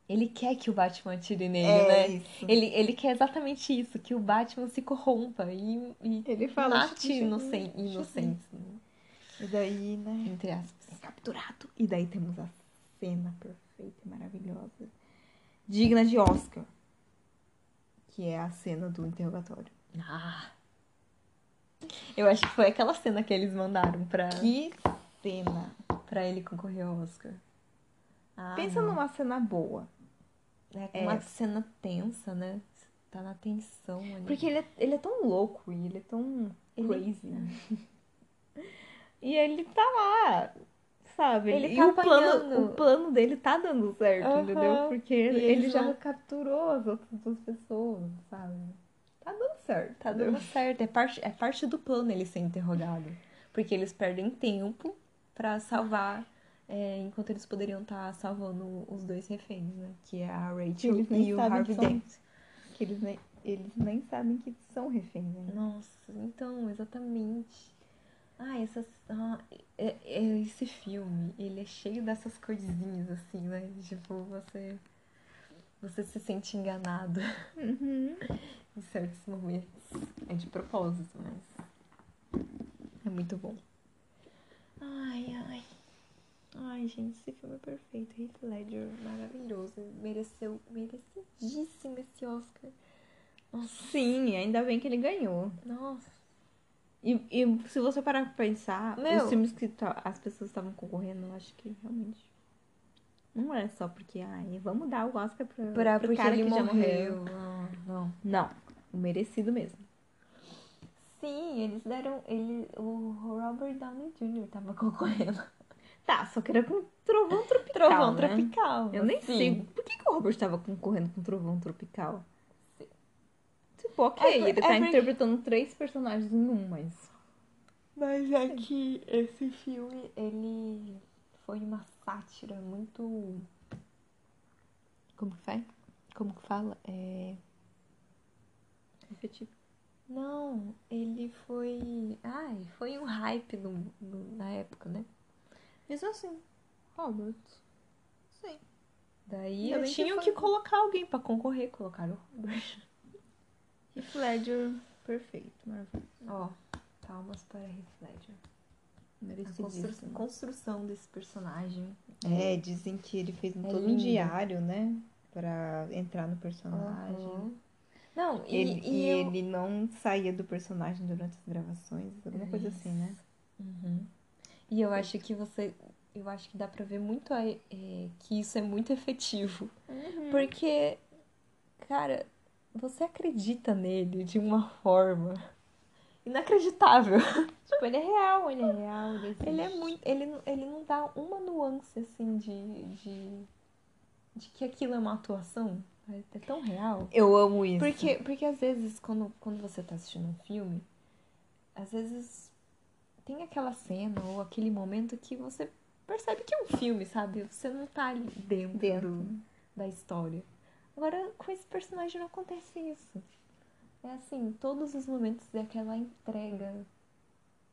[SPEAKER 1] Ele quer que o Batman atire nele,
[SPEAKER 2] É
[SPEAKER 1] né?
[SPEAKER 2] isso.
[SPEAKER 1] Ele, ele quer exatamente isso, que o Batman se corrompa e, e
[SPEAKER 2] Ele fala
[SPEAKER 1] mate
[SPEAKER 2] tipo,
[SPEAKER 1] inocen-
[SPEAKER 2] tipo,
[SPEAKER 1] inocentes, né?
[SPEAKER 2] E daí, né?
[SPEAKER 1] entre aspas.
[SPEAKER 2] é capturado. E daí temos a cena perfeita e maravilhosa, digna de Oscar, que é a cena do interrogatório.
[SPEAKER 1] Ah. Eu acho que foi aquela cena que eles mandaram pra,
[SPEAKER 2] Que cena!
[SPEAKER 1] pra ele concorrer ao Oscar. Ah,
[SPEAKER 2] Pensa numa cena boa,
[SPEAKER 1] é uma cena tensa, né? Tá na tensão ali.
[SPEAKER 2] porque ele é, ele é tão louco e ele é tão
[SPEAKER 1] Ele-
[SPEAKER 2] crazy. né? e ele tá lá, sabe?
[SPEAKER 1] Ele
[SPEAKER 2] e
[SPEAKER 1] tá
[SPEAKER 2] o plano,
[SPEAKER 1] apanhando.
[SPEAKER 2] o plano dele tá dando certo,
[SPEAKER 1] Aham.
[SPEAKER 2] entendeu? Porque ele,
[SPEAKER 1] eles
[SPEAKER 2] já
[SPEAKER 1] lá-
[SPEAKER 2] capturou as outras duas pessoas, sabe? Tá dando certo,
[SPEAKER 1] Tá dando certo. É parte, é parte do plano ele ser interrogado. Porque eles perdem tempo pra salvar. é, enquanto eles poderiam estar salvando os dois reféns, né? Que é a Rachel
[SPEAKER 2] Eles nem
[SPEAKER 1] e o
[SPEAKER 2] sabem
[SPEAKER 1] Harvey
[SPEAKER 2] que são-
[SPEAKER 1] Dent.
[SPEAKER 2] Que eles nem, eles nem sabem que são reféns né? ainda.
[SPEAKER 1] Nossa, então, exatamente. Ah, essas, ah, é- é- esse filme, ele é cheio dessas coisinhas, assim, né? Tipo, você Você se sente enganado
[SPEAKER 2] Uhum.
[SPEAKER 1] em certos momentos. É de propósito, mas. É muito bom. Ai, ai. Ai, gente, esse filme é perfeito. Heath Ledger, maravilhoso. Mereceu, merecidíssimo esse Oscar.
[SPEAKER 2] Sim, ainda bem que ele ganhou.
[SPEAKER 1] Nossa.
[SPEAKER 2] E, e se você parar pra pensar,
[SPEAKER 1] Meu.
[SPEAKER 2] os filmes que tá- as pessoas estavam concorrendo, eu acho que realmente. Não é só porque, ai, vamos dar o Oscar pra,
[SPEAKER 1] Pra,
[SPEAKER 2] pro
[SPEAKER 1] porque
[SPEAKER 2] cara
[SPEAKER 1] ele
[SPEAKER 2] que já morreu. Ah,
[SPEAKER 1] morreu. Não, não.
[SPEAKER 2] Não, o merecido mesmo.
[SPEAKER 1] Sim, eles deram. Ele, o Robert Downey Jr. tava concorrendo.
[SPEAKER 2] Tá, só que era com trovão tropical.
[SPEAKER 1] Trovão
[SPEAKER 2] né?
[SPEAKER 1] tropical.
[SPEAKER 2] Eu nem
[SPEAKER 1] assim.
[SPEAKER 2] sei. Por que, que o Robert tava concorrendo com trovão tropical? Tipo, ok,
[SPEAKER 1] É por-
[SPEAKER 2] ele
[SPEAKER 1] é
[SPEAKER 2] tá
[SPEAKER 1] porque-
[SPEAKER 2] interpretando três personagens em um, mas.
[SPEAKER 1] Mas é que esse filme, ele foi uma sátira muito. Como que faz? Como que fala? É.
[SPEAKER 2] Efetivo.
[SPEAKER 1] Não, ele foi. Ai, foi um hype no, no- na época, né?
[SPEAKER 2] Mesmo assim, Robert. Sim.
[SPEAKER 1] Daí
[SPEAKER 2] E
[SPEAKER 1] eles
[SPEAKER 2] tinham
[SPEAKER 1] tinham
[SPEAKER 2] que colocar alguém
[SPEAKER 1] pra concorrer, colocaram o Robert.
[SPEAKER 2] Heath Ledger, perfeito, maravilhoso.
[SPEAKER 1] Ó, palmas para Heath Ledger. A constru-
[SPEAKER 2] Merecidíssimo.
[SPEAKER 1] construção desse personagem.
[SPEAKER 2] É, dizem que ele fez um
[SPEAKER 1] É
[SPEAKER 2] todo um
[SPEAKER 1] lindo.
[SPEAKER 2] diário, né? Pra entrar no personagem.
[SPEAKER 1] Uhum. Não, e,
[SPEAKER 2] Ele,
[SPEAKER 1] e
[SPEAKER 2] e
[SPEAKER 1] eu-
[SPEAKER 2] ele não saía do personagem durante as gravações, alguma coisa assim, né?
[SPEAKER 1] Uhum. E eu acho que você. Eu acho que dá pra ver muito a- é, que isso é muito efetivo. Hum. Uhum. Porque, cara, você acredita nele de uma forma inacreditável.
[SPEAKER 2] Tipo, ele é real, ele é real. Ele,
[SPEAKER 1] Ele é muito. Ele, não- ele não dá uma nuance assim de, de. de que aquilo é uma atuação. É é tão real.
[SPEAKER 2] Eu amo isso.
[SPEAKER 1] Porque, porque às vezes, quando, quando você tá assistindo um filme, às vezes tem aquela cena ou aquele momento que você percebe que é um filme, sabe? Você não tá ali dentro,
[SPEAKER 2] Dentro.
[SPEAKER 1] do- da história. Agora, com esse personagem não acontece isso. É assim, todos os momentos daquela entrega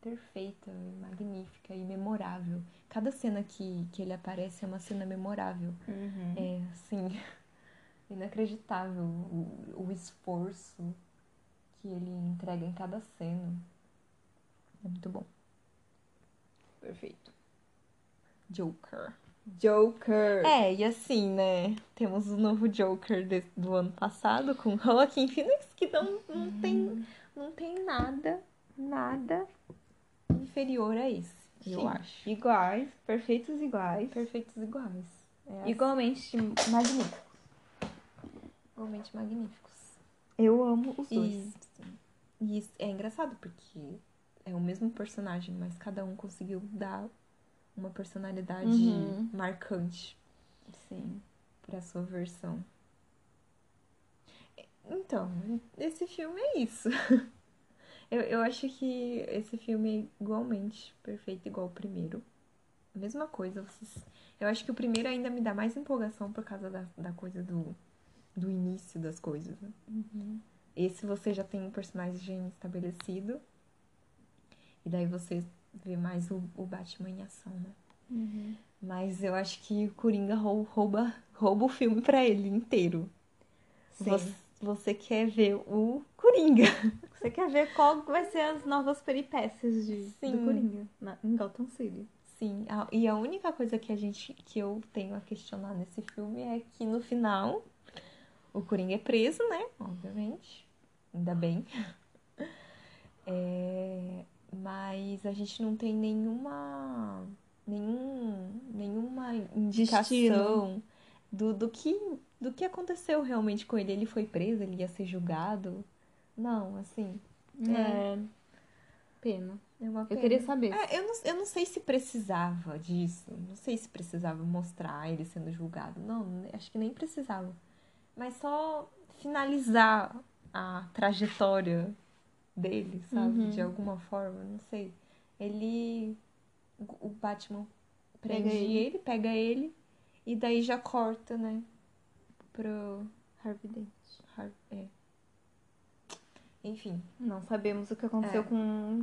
[SPEAKER 1] perfeita, e magnífica e memorável. Cada cena que, que ele aparece é uma cena memorável.
[SPEAKER 2] Uhum.
[SPEAKER 1] É, assim, inacreditável o, o esforço que ele entrega em cada cena. É muito bom. É
[SPEAKER 2] Perfeito.
[SPEAKER 1] Joker.
[SPEAKER 2] Joker.
[SPEAKER 1] É, e assim, né? Temos o novo Joker de- do ano passado com Joaquin Phoenix, que não,
[SPEAKER 2] Uhum.
[SPEAKER 1] não, tem, não tem nada, nada inferior a esse, eu
[SPEAKER 2] Sim.
[SPEAKER 1] acho.
[SPEAKER 2] Iguais, perfeitos iguais.
[SPEAKER 1] É. Perfeitos iguais. É
[SPEAKER 2] Igualmente magníficos.
[SPEAKER 1] assim, igualmente magníficos.
[SPEAKER 2] Eu amo os dois.
[SPEAKER 1] E, e isso é engraçado porque é o mesmo personagem, mas cada um conseguiu dar uma personalidade
[SPEAKER 2] Uhum.
[SPEAKER 1] marcante
[SPEAKER 2] Sim.
[SPEAKER 1] pra sua versão. Então, esse filme é isso. Eu, eu acho que esse filme é igualmente perfeito, igual o primeiro. Mesma coisa. vocês- Eu acho que o primeiro ainda me dá mais empolgação por causa da, da coisa do, do início das coisas. né? Esse você já tem um personagem estabelecido. E daí você vê mais o, o Batman em ação, né?
[SPEAKER 2] Uhum.
[SPEAKER 1] Mas eu acho que o Coringa rou- rouba, rouba o filme pra ele inteiro.
[SPEAKER 2] Sim.
[SPEAKER 1] Você, você quer ver o Coringa.
[SPEAKER 2] Você quer ver qual vai ser as novas peripécias de,
[SPEAKER 1] Sim.
[SPEAKER 2] do Coringa na, em Gotham City.
[SPEAKER 1] Sim, a- e a única coisa que a gente que eu tenho a questionar nesse filme é que no final o Coringa é preso, né? Obviamente. Ainda bem. É, mas a gente não tem nenhuma nenhum, nenhuma indicação
[SPEAKER 2] Destino.
[SPEAKER 1] do, do que do que aconteceu realmente com ele. Ele foi preso, ele ia ser julgado. Não, assim, É.
[SPEAKER 2] Pena.
[SPEAKER 1] é uma
[SPEAKER 2] Eu
[SPEAKER 1] pena.
[SPEAKER 2] queria saber.
[SPEAKER 1] É, eu não, eu não sei se precisava disso. Não sei se precisava mostrar ele sendo julgado. Não, ne- acho que nem precisava. Mas só finalizar a trajetória dele, sabe?
[SPEAKER 2] Uhum.
[SPEAKER 1] De alguma forma, não sei. Ele. O Batman prende
[SPEAKER 2] Pega ele.
[SPEAKER 1] ele, pega ele, e daí já corta, né? Pro.
[SPEAKER 2] Harvey Dent.
[SPEAKER 1] Har- É. Enfim.
[SPEAKER 2] Não sabemos o que aconteceu
[SPEAKER 1] É.
[SPEAKER 2] com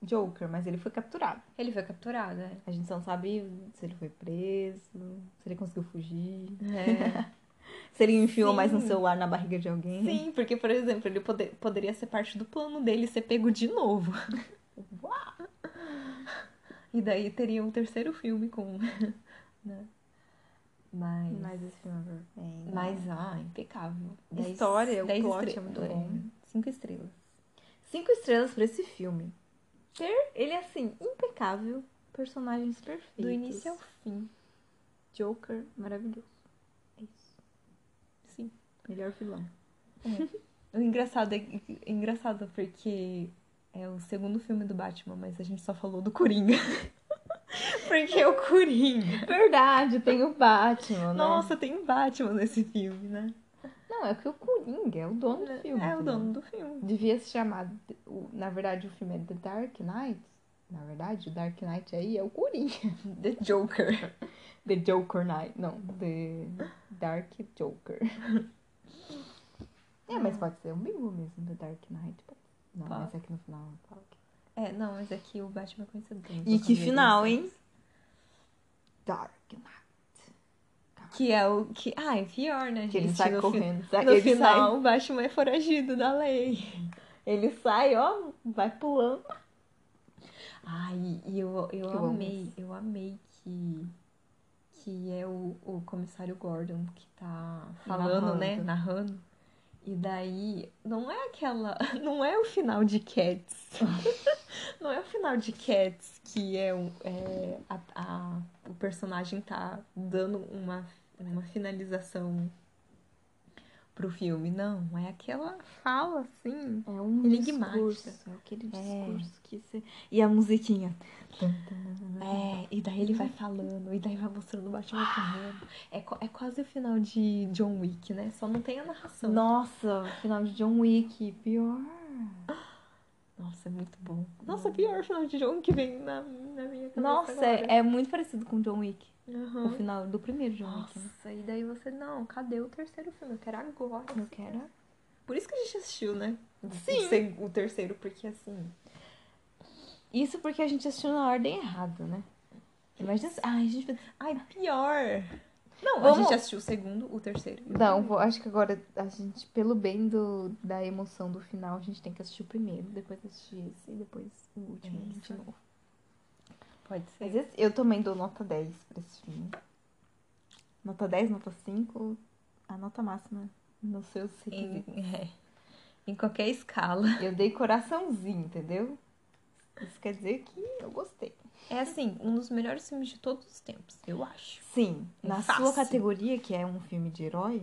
[SPEAKER 2] Joker, mas ele foi capturado.
[SPEAKER 1] Ele foi capturado, né?
[SPEAKER 2] A gente só não sabe se ele foi preso, se ele conseguiu fugir,
[SPEAKER 1] É.
[SPEAKER 2] se Se ele enfiou mais um
[SPEAKER 1] Sim.
[SPEAKER 2] celular na barriga de alguém.
[SPEAKER 1] Sim, porque, por exemplo, ele pode- poderia ser parte do plano dele ser pego de novo. E daí teria um terceiro filme com. né? Mas.
[SPEAKER 2] Mas esse filme é bem.
[SPEAKER 1] Mas, ah, impecável. Dez-
[SPEAKER 2] História, o
[SPEAKER 1] dez
[SPEAKER 2] plot
[SPEAKER 1] estre-
[SPEAKER 2] é muito bom.
[SPEAKER 1] Cinco estrelas.
[SPEAKER 2] Cinco estrelas pra esse filme. Ter ele é assim, impecável. Personagens perfeitos.
[SPEAKER 1] Do início ao fim.
[SPEAKER 2] Joker, maravilhoso. É isso.
[SPEAKER 1] Sim.
[SPEAKER 2] Melhor vilão.
[SPEAKER 1] O engraçado é, que- é engraçado porque é o segundo filme do Batman, mas a gente só falou do Coringa. porque é o Coringa.
[SPEAKER 2] Verdade, tem o Batman, né?
[SPEAKER 1] Nossa, tem um Batman nesse filme, né?
[SPEAKER 2] Não, é que o Coringa é o dono do filme.
[SPEAKER 1] É o
[SPEAKER 2] entendeu?
[SPEAKER 1] dono do filme.
[SPEAKER 2] Devia se chamar. o- Na verdade, o filme é The Dark Knight. Na verdade, o Dark Knight aí é o Coringa.
[SPEAKER 1] The Joker.
[SPEAKER 2] The Joker Knight. Não, The Dark Joker. É, mas pode ser um bingo mesmo, The Dark Knight. pode. Não,
[SPEAKER 1] Pode.
[SPEAKER 2] mas aqui no final não fala.
[SPEAKER 1] É, não, mas aqui o Batman é conhecido.
[SPEAKER 2] E que final, hein? Dark Knight.
[SPEAKER 1] Que é o que. Ah, é pior, né?
[SPEAKER 2] Que ele
[SPEAKER 1] gente?
[SPEAKER 2] sai
[SPEAKER 1] No fi-
[SPEAKER 2] correndo.
[SPEAKER 1] No
[SPEAKER 2] ele
[SPEAKER 1] final,
[SPEAKER 2] sai.
[SPEAKER 1] o Batman é foragido da lei.
[SPEAKER 2] Ele sai, ó, vai pulando.
[SPEAKER 1] Ai, e eu, eu,
[SPEAKER 2] Eu amo
[SPEAKER 1] amei, eu amei que, que é o, o comissário Gordon que tá falando, né?
[SPEAKER 2] Narrando.
[SPEAKER 1] Narrando. E daí, não é aquela. Não é o final de Cats. não é o final de Cats que é, um, é a, a- o personagem tá dando uma, uma finalização pro filme. Não, é aquela fala assim.
[SPEAKER 2] É um
[SPEAKER 1] Enigmática.
[SPEAKER 2] discurso. É aquele
[SPEAKER 1] É.
[SPEAKER 2] discurso que você... E a musiquinha.
[SPEAKER 1] É, e daí ele vai falando, e daí vai mostrando o Batman correndo. É, qua- é quase o final de John Wick, né? Só não tem a narração.
[SPEAKER 2] Nossa, final de John Wick, pior.
[SPEAKER 1] Nossa, é muito bom. Nossa, pior final de John que vem na, na minha cabeça.
[SPEAKER 2] Nossa,
[SPEAKER 1] agora.
[SPEAKER 2] é, é muito parecido com John Wick. O
[SPEAKER 1] Aham.
[SPEAKER 2] final do primeiro John Wick. né?
[SPEAKER 1] Nossa, e daí você, não, cadê o terceiro filme? Eu quero agora. assim.
[SPEAKER 2] Eu quero.
[SPEAKER 1] Por isso que a gente assistiu, né?
[SPEAKER 2] Sim.
[SPEAKER 1] O, seg- o terceiro, porque assim.
[SPEAKER 2] Isso porque a gente assistiu na ordem errada, né? Imagina se... Ai, a gente vai
[SPEAKER 1] Ai, pior! Não, a
[SPEAKER 2] Vamos-
[SPEAKER 1] gente assistiu o segundo, o terceiro. e o
[SPEAKER 2] Não, vou- acho que agora a gente, pelo bem do, da emoção do final, a gente tem que assistir o primeiro, depois assistir esse e depois o último
[SPEAKER 1] É,
[SPEAKER 2] de
[SPEAKER 1] isso. primeiro.
[SPEAKER 2] novo.
[SPEAKER 1] Pode ser.
[SPEAKER 2] Mas esse- eu também dou nota 10 pra esse filme. Nota 10, nota 5, a nota máxima nos seus
[SPEAKER 1] Em,
[SPEAKER 2] requisitos.
[SPEAKER 1] é, em qualquer escala.
[SPEAKER 2] Eu dei coraçãozinho, entendeu? Isso quer dizer que eu gostei.
[SPEAKER 1] É assim, um dos melhores filmes de todos os tempos, eu acho.
[SPEAKER 2] Sim,
[SPEAKER 1] É
[SPEAKER 2] na
[SPEAKER 1] fácil.
[SPEAKER 2] sua categoria, que é um filme de herói,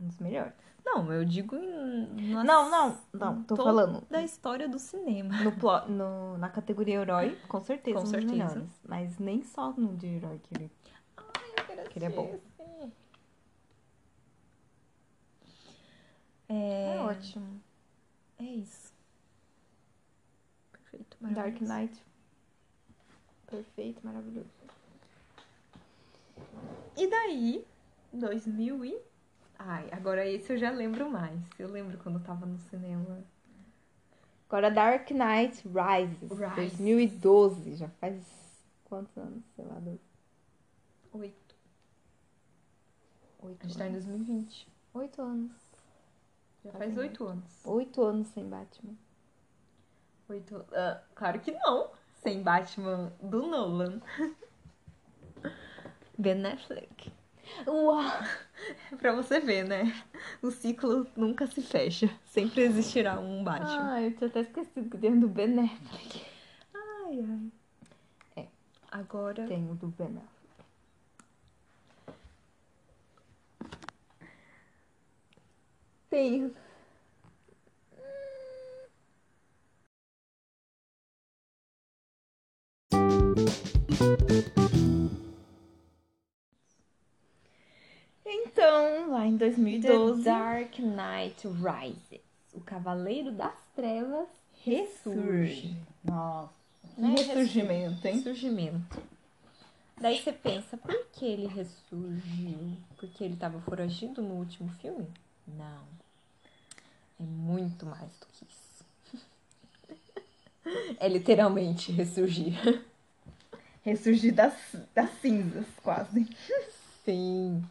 [SPEAKER 2] um dos melhores.
[SPEAKER 1] Não, eu digo em. nas-
[SPEAKER 2] Não, não, não, tô
[SPEAKER 1] toda
[SPEAKER 2] falando.
[SPEAKER 1] Da história do cinema.
[SPEAKER 2] No plo- no- na categoria herói, com certeza,
[SPEAKER 1] Com
[SPEAKER 2] um dos
[SPEAKER 1] certeza.
[SPEAKER 2] melhores. Mas nem só no de herói que ele. Que ele é bom. É,
[SPEAKER 1] É,
[SPEAKER 2] ótimo.
[SPEAKER 1] é isso. Perfeito,
[SPEAKER 2] Dark
[SPEAKER 1] maravilhoso.
[SPEAKER 2] Knight. Perfeito, maravilhoso.
[SPEAKER 1] E daí, 2000 e... Ai, agora esse eu já lembro mais. Eu lembro quando eu tava no cinema.
[SPEAKER 2] Agora Dark Knight Rises,
[SPEAKER 1] Rises.
[SPEAKER 2] 2012. Já faz quantos anos? Sei lá, do...
[SPEAKER 1] Oito.
[SPEAKER 2] oito
[SPEAKER 1] A gente tá em
[SPEAKER 2] anos.
[SPEAKER 1] 2020.
[SPEAKER 2] Oito anos.
[SPEAKER 1] Já
[SPEAKER 2] Tá
[SPEAKER 1] faz
[SPEAKER 2] bem.
[SPEAKER 1] oito anos.
[SPEAKER 2] Oito anos sem Batman.
[SPEAKER 1] Oito. ah, claro que não. Sem Batman do Nolan. Ben Affleck.
[SPEAKER 2] Uau!
[SPEAKER 1] Pra você ver, né? O ciclo nunca se fecha. Sempre existirá um Batman.
[SPEAKER 2] Ah, eu tinha até esquecido que tem o do Ben Affleck.
[SPEAKER 1] Ai, ai.
[SPEAKER 2] É.
[SPEAKER 1] Agora.
[SPEAKER 2] Tem o do Ben Affleck.
[SPEAKER 1] Tenho.
[SPEAKER 2] Então, lá em 2012.
[SPEAKER 1] The Dark Knight Rises. O Cavaleiro das Trevas ressurge.
[SPEAKER 2] Nossa.
[SPEAKER 1] Né?
[SPEAKER 2] Um Ressurgimento, hein?
[SPEAKER 1] Ressurgimento. Daí você pensa, por que ele ressurgiu? Porque ele tava foragido no último filme? Não. É muito mais do que isso. É literalmente ressurgir.
[SPEAKER 2] Ressurgir das, das cinzas, quase.
[SPEAKER 1] Sim.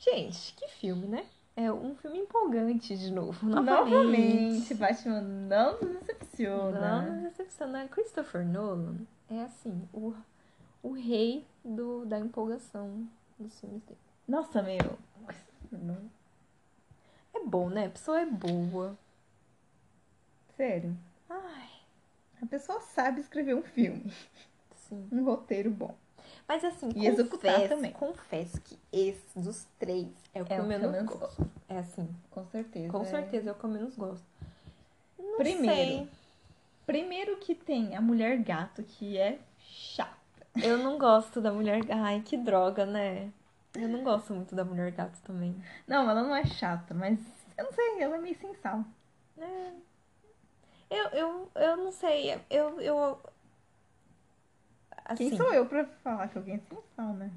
[SPEAKER 1] Gente, que filme, né? É um filme empolgante de novo.
[SPEAKER 2] Novamente,
[SPEAKER 1] Novamente.
[SPEAKER 2] Batman não nos
[SPEAKER 1] Não
[SPEAKER 2] decepciona.
[SPEAKER 1] nos decepcionar. Christopher Nolan é assim, o, o rei do, da empolgação dos filmes dele.
[SPEAKER 2] Nossa, meu. Não.
[SPEAKER 1] É bom, né? A pessoa é boa.
[SPEAKER 2] Sério.
[SPEAKER 1] Ai,
[SPEAKER 2] A pessoa sabe escrever um filme,
[SPEAKER 1] sim.
[SPEAKER 2] um roteiro bom.
[SPEAKER 1] Mas assim,
[SPEAKER 2] E executar
[SPEAKER 1] confesso,
[SPEAKER 2] também.
[SPEAKER 1] confesso que esse dos três é o que
[SPEAKER 2] É
[SPEAKER 1] eu
[SPEAKER 2] o que eu
[SPEAKER 1] menos
[SPEAKER 2] menos
[SPEAKER 1] gosto. É assim,
[SPEAKER 2] Com certeza.
[SPEAKER 1] com
[SPEAKER 2] é.
[SPEAKER 1] certeza é o que eu menos gosto. Não
[SPEAKER 2] Primeiro. Primeiro que tem a mulher gato, que é chata.
[SPEAKER 1] sei. Eu não gosto da mulher. Ai, que droga, né? Eu não gosto muito da mulher gato também.
[SPEAKER 2] Não, ela não é chata, mas eu não sei, ela é meio sem sal.
[SPEAKER 1] Eu, eu, eu não sei. Eu. eu...
[SPEAKER 2] Quem
[SPEAKER 1] Assim,
[SPEAKER 2] sou eu pra falar que alguém é sem sal, né?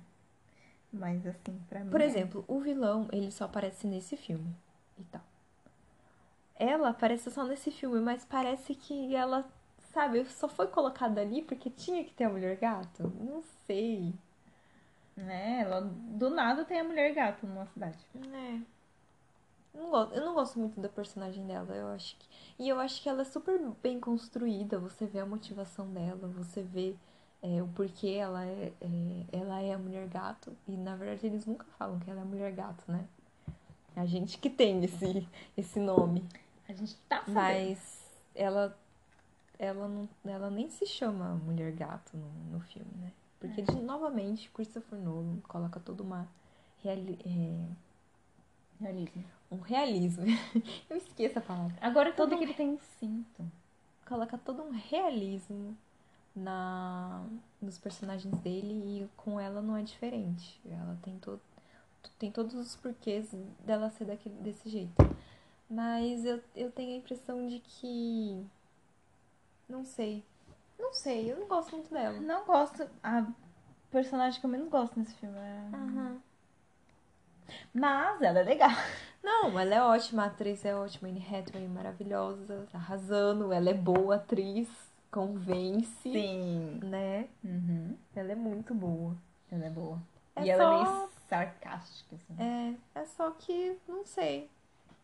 [SPEAKER 2] Mas assim, pra mim.
[SPEAKER 1] Por
[SPEAKER 2] é.
[SPEAKER 1] exemplo, o vilão, ele só aparece nesse filme e tal. Ela aparece só nesse filme, mas parece que ela, sabe, só foi colocada ali porque tinha que ter a mulher gato. Não sei.
[SPEAKER 2] Né? Ela do nada tem a mulher gato numa cidade.
[SPEAKER 1] É. Não gosto, eu não gosto muito da personagem dela, eu acho que. E eu acho que ela é super bem construída, você vê a motivação dela, você vê é, o porquê ela é, é- ela é a mulher gato. E na verdade eles nunca falam que ela é a mulher gato, né? A gente que tem esse, esse nome.
[SPEAKER 2] A gente tá sabendo.
[SPEAKER 1] Mas ela, ela, não, ela nem se chama Mulher Gato no, no filme, né? Porque, de- novamente, Christopher Nolan coloca toda uma. reali- é,
[SPEAKER 2] Realismo.
[SPEAKER 1] um realismo. Eu esqueço a palavra.
[SPEAKER 2] Agora que eu
[SPEAKER 1] Todo
[SPEAKER 2] vi que ele tem um cinto.
[SPEAKER 1] Coloca todo um realismo na nos personagens dele e com ela não é diferente. Ela tem, to, tem todos os porquês dela ser daquele, desse jeito. Mas eu, eu tenho a impressão de que. Não sei. Não sei, eu não gosto muito dela.
[SPEAKER 2] Não gosto. A personagem que eu menos gosto nesse filme é. Mas ela é legal.
[SPEAKER 1] Não, ela é ótima, a atriz é ótima, Anne Hathaway maravilhosa, tá arrasando, ela é boa atriz, convence,
[SPEAKER 2] Sim.
[SPEAKER 1] né?
[SPEAKER 2] Uhum.
[SPEAKER 1] Ela é muito boa.
[SPEAKER 2] Ela é boa.
[SPEAKER 1] É
[SPEAKER 2] e ela é
[SPEAKER 1] só-
[SPEAKER 2] meio sarcástica, assim.
[SPEAKER 1] É, é só que não sei.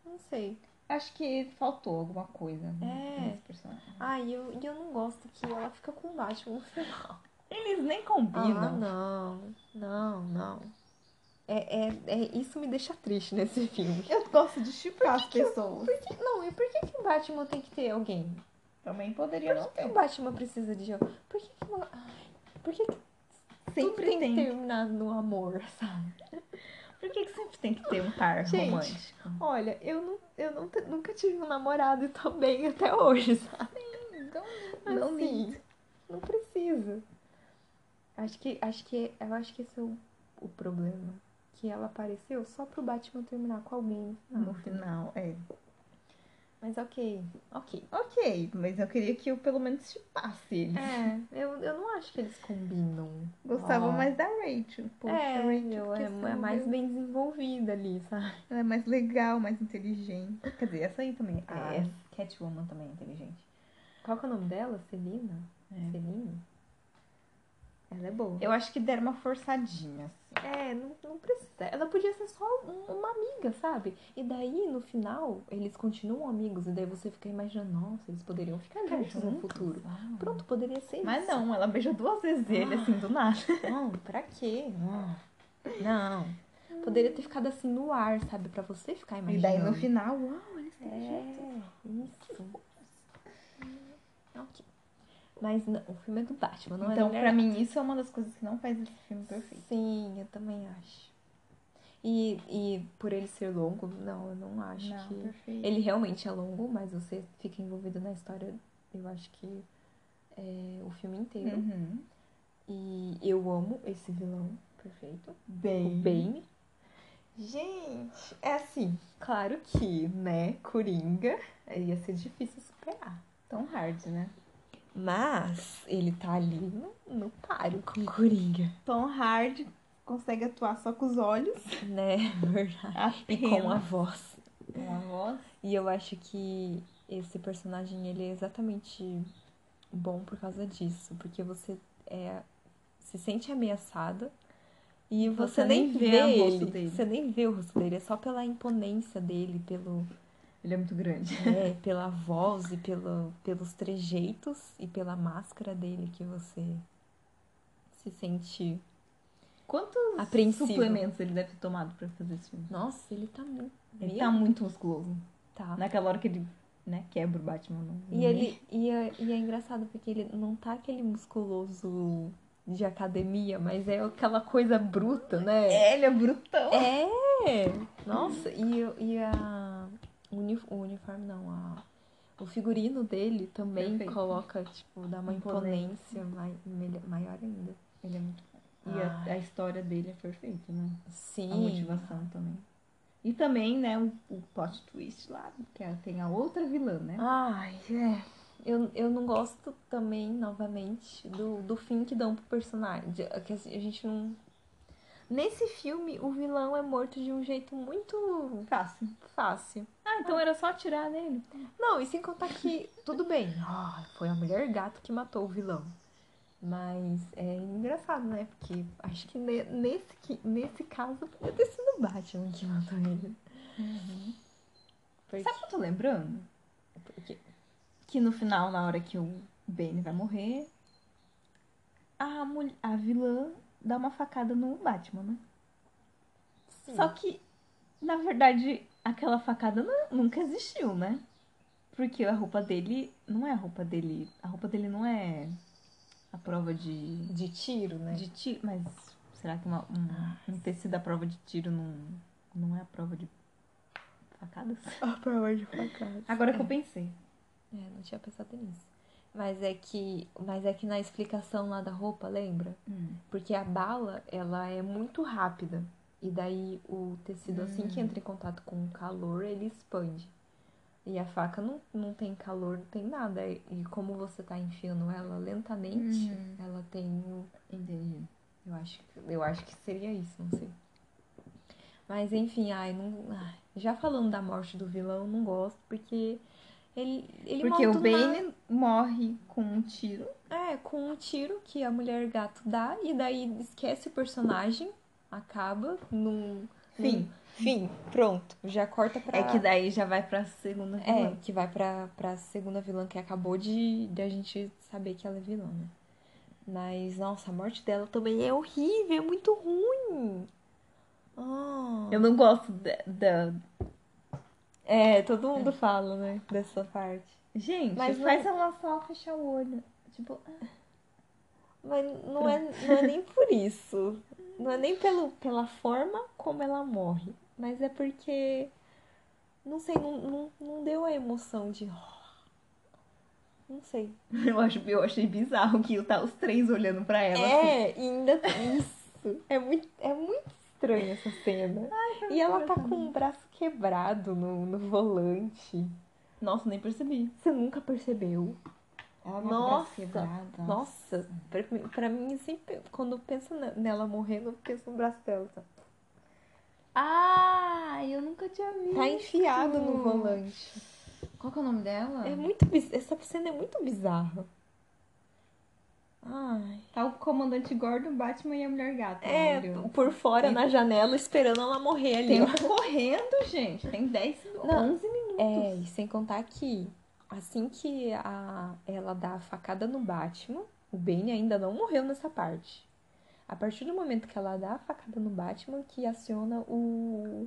[SPEAKER 1] Não sei.
[SPEAKER 2] Acho que faltou alguma coisa
[SPEAKER 1] É.
[SPEAKER 2] nesse personagem.
[SPEAKER 1] Ah, e eu, e eu não gosto que ela fica com o Batman no final.
[SPEAKER 2] Eles nem
[SPEAKER 1] Ah,
[SPEAKER 2] combinam.
[SPEAKER 1] não. Não, não. É, é, é, isso me deixa triste nesse filme.
[SPEAKER 2] Eu gosto de chipar as pessoas.
[SPEAKER 1] Por que, não, e por que, que o Batman tem que ter alguém?
[SPEAKER 2] Também poderia não
[SPEAKER 1] Por que
[SPEAKER 2] ter.
[SPEAKER 1] o Batman precisa de alguém? Por que que, uma- ai, por que, que tudo tem, que terminar no amor, sabe?
[SPEAKER 2] Por que, que sempre tem que ter um par
[SPEAKER 1] Gente.
[SPEAKER 2] romântico?
[SPEAKER 1] Olha, eu, não, eu não, te- nunca tive um namorado e tô bem até hoje, sabe?
[SPEAKER 2] Então,
[SPEAKER 1] Não
[SPEAKER 2] não
[SPEAKER 1] assim, não precisa. Acho que, acho que, eu acho que esse é o, o problema. Que ela apareceu só pro Batman terminar com alguém.
[SPEAKER 2] No final, é.
[SPEAKER 1] Mas ok, ok.
[SPEAKER 2] Ok, mas eu queria que eu pelo menos chipasse ele.
[SPEAKER 1] É, eu, eu não acho que eles combinam.
[SPEAKER 2] Gostava
[SPEAKER 1] Ó.
[SPEAKER 2] mais da Rachel. Poxa,
[SPEAKER 1] é,
[SPEAKER 2] Rachel,
[SPEAKER 1] meu, é,
[SPEAKER 2] que
[SPEAKER 1] é
[SPEAKER 2] saudade.
[SPEAKER 1] mais bem desenvolvida ali, sabe?
[SPEAKER 2] Ela é mais legal, mais inteligente. Quer dizer, essa aí também. A
[SPEAKER 1] É.
[SPEAKER 2] Catwoman também é inteligente.
[SPEAKER 1] Qual que é o nome dela? Celina? Celine? Ela é boa.
[SPEAKER 2] Eu acho que deram uma forçadinha, assim.
[SPEAKER 1] É, não, não precisa. Ela podia ser só um- uma amiga, sabe? E daí, no final, eles continuam amigos. E daí você fica imaginando, nossa, eles poderiam ficar juntos no futuro. Pronto, poderia ser
[SPEAKER 2] Mas
[SPEAKER 1] isso.
[SPEAKER 2] não, ela beijou duas vezes ele, assim, do nada.
[SPEAKER 1] Não, pra quê? Não. Não. Poderia ter ficado assim no ar, sabe? Pra você ficar
[SPEAKER 2] E
[SPEAKER 1] imaginando.
[SPEAKER 2] daí no final, uau, tá eles têm jeito.
[SPEAKER 1] É, isso. Ok. Mas não, o filme é do Batman, não é
[SPEAKER 2] Então,
[SPEAKER 1] da mulher
[SPEAKER 2] pra mim, isso é uma das coisas que não faz esse filme perfeito.
[SPEAKER 1] Sim, eu também acho. E, e por ele ser longo, não, eu não acho
[SPEAKER 2] não,
[SPEAKER 1] que.
[SPEAKER 2] perfeito.
[SPEAKER 1] Ele realmente é longo, mas você fica envolvido na história, eu acho que é, o filme inteiro.
[SPEAKER 2] Uhum.
[SPEAKER 1] E eu amo esse vilão perfeito, o
[SPEAKER 2] Bem.
[SPEAKER 1] Bane. Gente, é assim, claro que, né, Coringa ia ser difícil superar.
[SPEAKER 2] Tão hard, né?
[SPEAKER 1] Mas ele tá ali no, no páreo com o Coringa,
[SPEAKER 2] Tom Hard consegue atuar só com os olhos.
[SPEAKER 1] né? Verdade. E com a voz.
[SPEAKER 2] Com a voz.
[SPEAKER 1] E eu acho que esse personagem, ele é exatamente bom por causa disso, porque você é, se sente ameaçada E você,
[SPEAKER 2] Você
[SPEAKER 1] nem,
[SPEAKER 2] nem
[SPEAKER 1] vê,
[SPEAKER 2] vê o rosto
[SPEAKER 1] ele.
[SPEAKER 2] dele.
[SPEAKER 1] Você nem vê o rosto dele. É só pela imponência dele, pelo,
[SPEAKER 2] Ele é muito grande.
[SPEAKER 1] é, pela voz e pelo, pelos trejeitos e pela máscara dele que você se sente.
[SPEAKER 2] Quantos
[SPEAKER 1] Apreensivo.
[SPEAKER 2] suplementos ele deve ter tomado pra fazer esse filme?
[SPEAKER 1] Nossa, ele tá muito.
[SPEAKER 2] Ele
[SPEAKER 1] Meu,
[SPEAKER 2] tá muito musculoso.
[SPEAKER 1] tá.
[SPEAKER 2] Naquela hora que ele, né, quebra o Batman. no- no
[SPEAKER 1] E
[SPEAKER 2] meio.
[SPEAKER 1] ele e é, e é engraçado porque ele não tá aquele musculoso de academia, mas é aquela coisa bruta, né?
[SPEAKER 2] É, ele é brutão.
[SPEAKER 1] É! Nossa, e, o- e a o uni- o uniforme não, a o figurino dele também
[SPEAKER 2] Perfeito.
[SPEAKER 1] coloca, tipo, dá uma
[SPEAKER 2] Imponência.
[SPEAKER 1] imponência mai- melho- maior ainda.
[SPEAKER 2] Ele é muito... E a, a história dele é perfeita, né?
[SPEAKER 1] Ah. Sim.
[SPEAKER 2] A motivação também. E também, né, o, o plot twist lá, que ela tem a outra vilã,
[SPEAKER 1] Ah.
[SPEAKER 2] né?
[SPEAKER 1] Ai, é. Eu, eu não gosto também, novamente, do, do fim que dão pro personagem. De- Que assim, a gente não. Nesse filme, o vilão é morto de um jeito muito
[SPEAKER 2] Fácil.
[SPEAKER 1] fácil.
[SPEAKER 2] Ah, então era só atirar nele.
[SPEAKER 1] Não, e sem contar que, tudo bem, ah, foi a mulher gato que matou o vilão. Mas é engraçado, né? Porque acho que ne- nesse, que- nesse caso podia ter sido o Batman que matou ele. Porque-
[SPEAKER 2] Sabe o que eu tô lembrando?
[SPEAKER 1] porque-
[SPEAKER 2] Que no final, na hora que o Bane vai morrer, a, mul- a vilã dá uma facada no Batman, né?
[SPEAKER 1] Sim.
[SPEAKER 2] Só que, na verdade, aquela facada nu- nunca existiu, né? Porque a roupa dele não é a roupa dele. A roupa dele não é a prova de,
[SPEAKER 1] de tiro, né?
[SPEAKER 2] de tiro. Mas será que uma- um, um tecido à prova de tiro não, não é a prova de facadas?
[SPEAKER 1] A prova de facada.
[SPEAKER 2] Agora que eu pensei.
[SPEAKER 1] É, não tinha pensado nisso. Mas é que, mas é que na explicação lá da roupa, lembra?
[SPEAKER 2] Hum,
[SPEAKER 1] Porque a bala, ela é muito rápida. E daí o tecido, assim que entra em contato com o calor, ele expande. E a faca não, não tem calor, não tem nada. E e como você tá enfiando ela lentamente, ela tem. um-
[SPEAKER 2] Entendi.
[SPEAKER 1] Eu acho, que- eu acho que seria isso, não sei. Mas enfim, ai, não. ai, já falando da morte do vilão, não gosto, porque ele, ele morre
[SPEAKER 2] Porque o
[SPEAKER 1] do nada.
[SPEAKER 2] Bane morre com um tiro.
[SPEAKER 1] É, com um tiro que a mulher gato dá e daí esquece o personagem, acaba num.
[SPEAKER 2] Fim.
[SPEAKER 1] num- fim, pronto. Já corta pra.
[SPEAKER 2] É que daí já vai pra segunda
[SPEAKER 1] É,
[SPEAKER 2] vilã.
[SPEAKER 1] que vai pra, pra segunda vilã que acabou de, de a gente saber que ela é vilã, né? Mas, nossa, a morte dela também é horrível, é muito ruim. Ah.
[SPEAKER 2] Eu não gosto da. da-
[SPEAKER 1] É, todo mundo fala, né? Dessa parte.
[SPEAKER 2] Gente,
[SPEAKER 1] Mas não-
[SPEAKER 2] faz ela só fechar o olho. Tipo,
[SPEAKER 1] Mas não é, não é nem por isso. Não é nem pelo, pela forma como ela morre. Mas é porque. Não sei, não, não, não deu a emoção de. "Ah, Não sei.
[SPEAKER 2] Eu, acho, eu achei bizarro que tá os três olhando pra ela. assim.
[SPEAKER 1] É, e ainda tem isso. É muito, é muito estranha essa cena.
[SPEAKER 2] Assim,
[SPEAKER 1] e ela tá com o braço quebrado no, no volante.
[SPEAKER 2] Nossa, nem percebi.
[SPEAKER 1] Você nunca percebeu?
[SPEAKER 2] Ela
[SPEAKER 1] com o braço quebrado. Nossa, pra, mim- pra mim, sempre, quando eu penso ne- nela morrendo, eu penso no braço dela. tá?
[SPEAKER 2] Ah, eu nunca tinha visto.
[SPEAKER 1] Tá enfiado no volante.
[SPEAKER 2] Qual que é o nome dela?
[SPEAKER 1] É muito biz... Essa cena é muito bizarra. Ai.
[SPEAKER 2] Tá o comandante Gordon, Batman e a mulher gata.
[SPEAKER 1] É,
[SPEAKER 2] olha.
[SPEAKER 1] por fora, na janela, esperando ela morrer ali. ó.
[SPEAKER 2] tempo correndo, gente. Tem 10,
[SPEAKER 1] Não.
[SPEAKER 2] 11 minutos.
[SPEAKER 1] É, e sem contar que assim que a, ela dá a facada no Batman, o Bane ainda não morreu nessa parte. A partir do momento que ela dá a facada no Batman, que aciona o,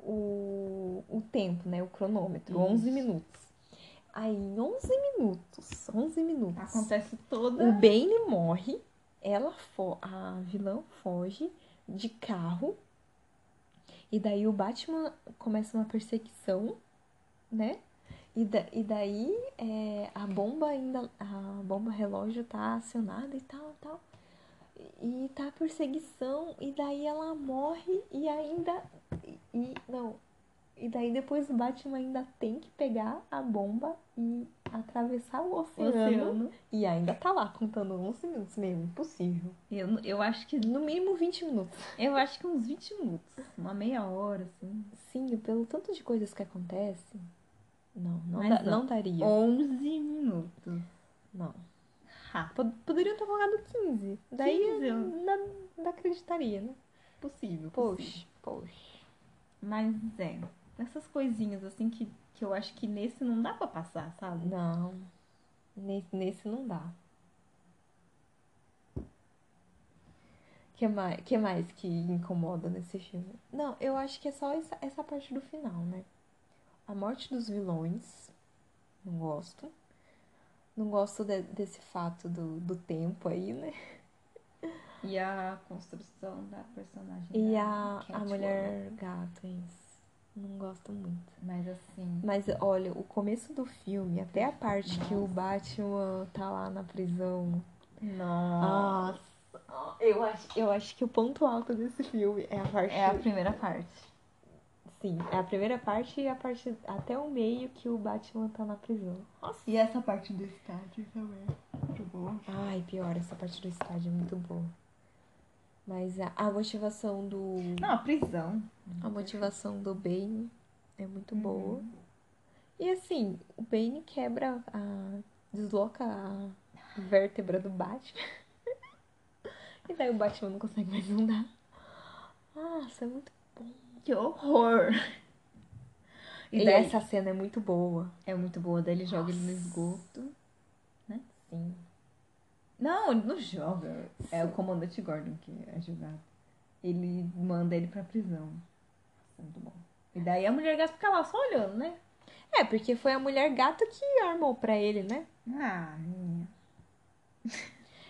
[SPEAKER 1] o, o tempo, né? O cronômetro,
[SPEAKER 2] Isso.
[SPEAKER 1] 11 minutos. Aí, em 11 minutos, 11
[SPEAKER 2] Tá
[SPEAKER 1] minutos,
[SPEAKER 2] Acontece
[SPEAKER 1] o
[SPEAKER 2] toda.
[SPEAKER 1] Bane morre, ela fo a vilã foge de carro. E daí o Batman começa uma perseguição, né? E, da e daí é, a bomba ainda. A bomba relógio tá acionada e tal, tal. E tá a perseguição, e daí ela morre e ainda. E, e- não. E daí depois o Batman ainda tem que pegar a bomba e atravessar o oceano.
[SPEAKER 2] oceano.
[SPEAKER 1] E ainda tá lá contando 11 minutos, meio impossível.
[SPEAKER 2] Eu, eu acho que.
[SPEAKER 1] No mínimo 20 minutos.
[SPEAKER 2] Eu acho que uns 20 minutos. Uma meia hora, assim.
[SPEAKER 1] Sim, pelo tanto de coisas que acontecem. Não, não,
[SPEAKER 2] Mas
[SPEAKER 1] dá-
[SPEAKER 2] não.
[SPEAKER 1] não daria.
[SPEAKER 2] 11 minutos.
[SPEAKER 1] Não.
[SPEAKER 2] rápido.
[SPEAKER 1] Pod- Poderiam ter colocado 15. Daí é
[SPEAKER 2] 15?
[SPEAKER 1] eu não, não acreditaria, né?
[SPEAKER 2] Possível. possível.
[SPEAKER 1] Poxa, poxa.
[SPEAKER 2] Mas é. Essas coisinhas assim que, que eu acho que nesse não dá pra passar, sabe?
[SPEAKER 1] Não. Nesse, nesse não dá. Que mais, que mais que incomoda nesse filme? Não, eu acho que é só essa, essa parte do final, né? A morte dos vilões. Não gosto. Não gosto de- desse fato do, do tempo aí, né?
[SPEAKER 2] E a construção da personagem. né,
[SPEAKER 1] E
[SPEAKER 2] da
[SPEAKER 1] a, a
[SPEAKER 2] Catwoman.
[SPEAKER 1] mulher gato, isso. Não gosto muito.
[SPEAKER 2] Mas assim.
[SPEAKER 1] Mas olha, o começo do filme, até a parte que o
[SPEAKER 2] Nossa.
[SPEAKER 1] Batman tá lá na prisão.
[SPEAKER 2] Nossa.
[SPEAKER 1] Nossa, eu acho, eu acho que o ponto alto desse filme é a parte.
[SPEAKER 2] É a primeira parte.
[SPEAKER 1] Sim, é a primeira parte e a parte até o meio que o Batman tá na prisão.
[SPEAKER 2] E essa parte do estádio também. é Muito boa.
[SPEAKER 1] Ai, pior, essa parte do estádio é muito boa. Mas a, a motivação do.
[SPEAKER 2] Não, a prisão.
[SPEAKER 1] A motivação do Bane é muito boa. E assim, o Bane quebra a. desloca a vértebra do Batman. e daí o Batman não consegue mais andar. Nossa, é muito.
[SPEAKER 2] Que horror!
[SPEAKER 1] E,
[SPEAKER 2] E daí
[SPEAKER 1] essa cena é muito boa.
[SPEAKER 2] é muito boa. Daí ele joga ele no esgoto.
[SPEAKER 1] né? Sim.
[SPEAKER 2] Não, ele não joga. É o comandante Gordon que é jogado. Ele manda ele pra prisão. Nossa, é Muito bom. E daí a mulher gasta fica lá só olhando, né?
[SPEAKER 1] É, porque foi a mulher gata que armou pra ele, né?
[SPEAKER 2] Ah, minha.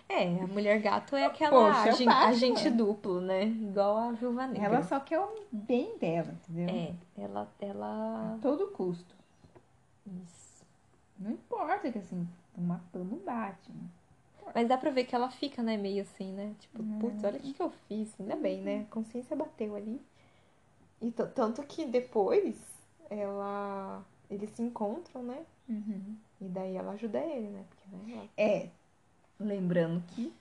[SPEAKER 1] É, a mulher gato é aquela
[SPEAKER 2] Poxa, é o
[SPEAKER 1] agen-
[SPEAKER 2] Batman.
[SPEAKER 1] agente duplo, né? Igual a Viúva Negra.
[SPEAKER 2] Ela só quer o bem dela, entendeu?
[SPEAKER 1] É, ela.
[SPEAKER 2] A
[SPEAKER 1] ela...
[SPEAKER 2] todo custo.
[SPEAKER 1] Isso.
[SPEAKER 2] Não importa que assim, tô matando o Batman.
[SPEAKER 1] Mas dá pra ver que ela fica, né, meio assim, né? Tipo, putz, olha o que, que eu fiz. Ainda bem, né? A consciência bateu ali. E t- tanto que depois ela. Eles se encontram, né?
[SPEAKER 2] Uhum.
[SPEAKER 1] E daí ela ajuda ele, né? Porque, né? ela-
[SPEAKER 2] É. Lembrando que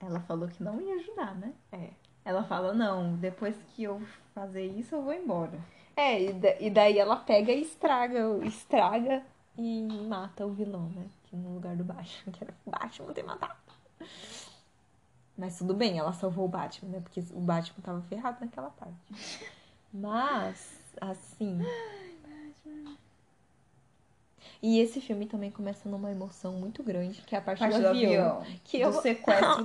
[SPEAKER 2] ela falou que não ia ajudar, né?
[SPEAKER 1] É.
[SPEAKER 2] Ela fala, não, depois que eu fazer isso, eu vou embora.
[SPEAKER 1] É, e, da- e daí ela pega e estraga, o- estraga e mata o vilão, né? Que no lugar do Batman, que era o Batman ter matado. Mas tudo bem, ela salvou o Batman, né? Porque o Batman tava ferrado naquela parte. Mas, assim. E esse filme também começa numa emoção muito grande, que é a parte, do, avião. Que
[SPEAKER 2] do
[SPEAKER 1] eu,
[SPEAKER 2] sequestro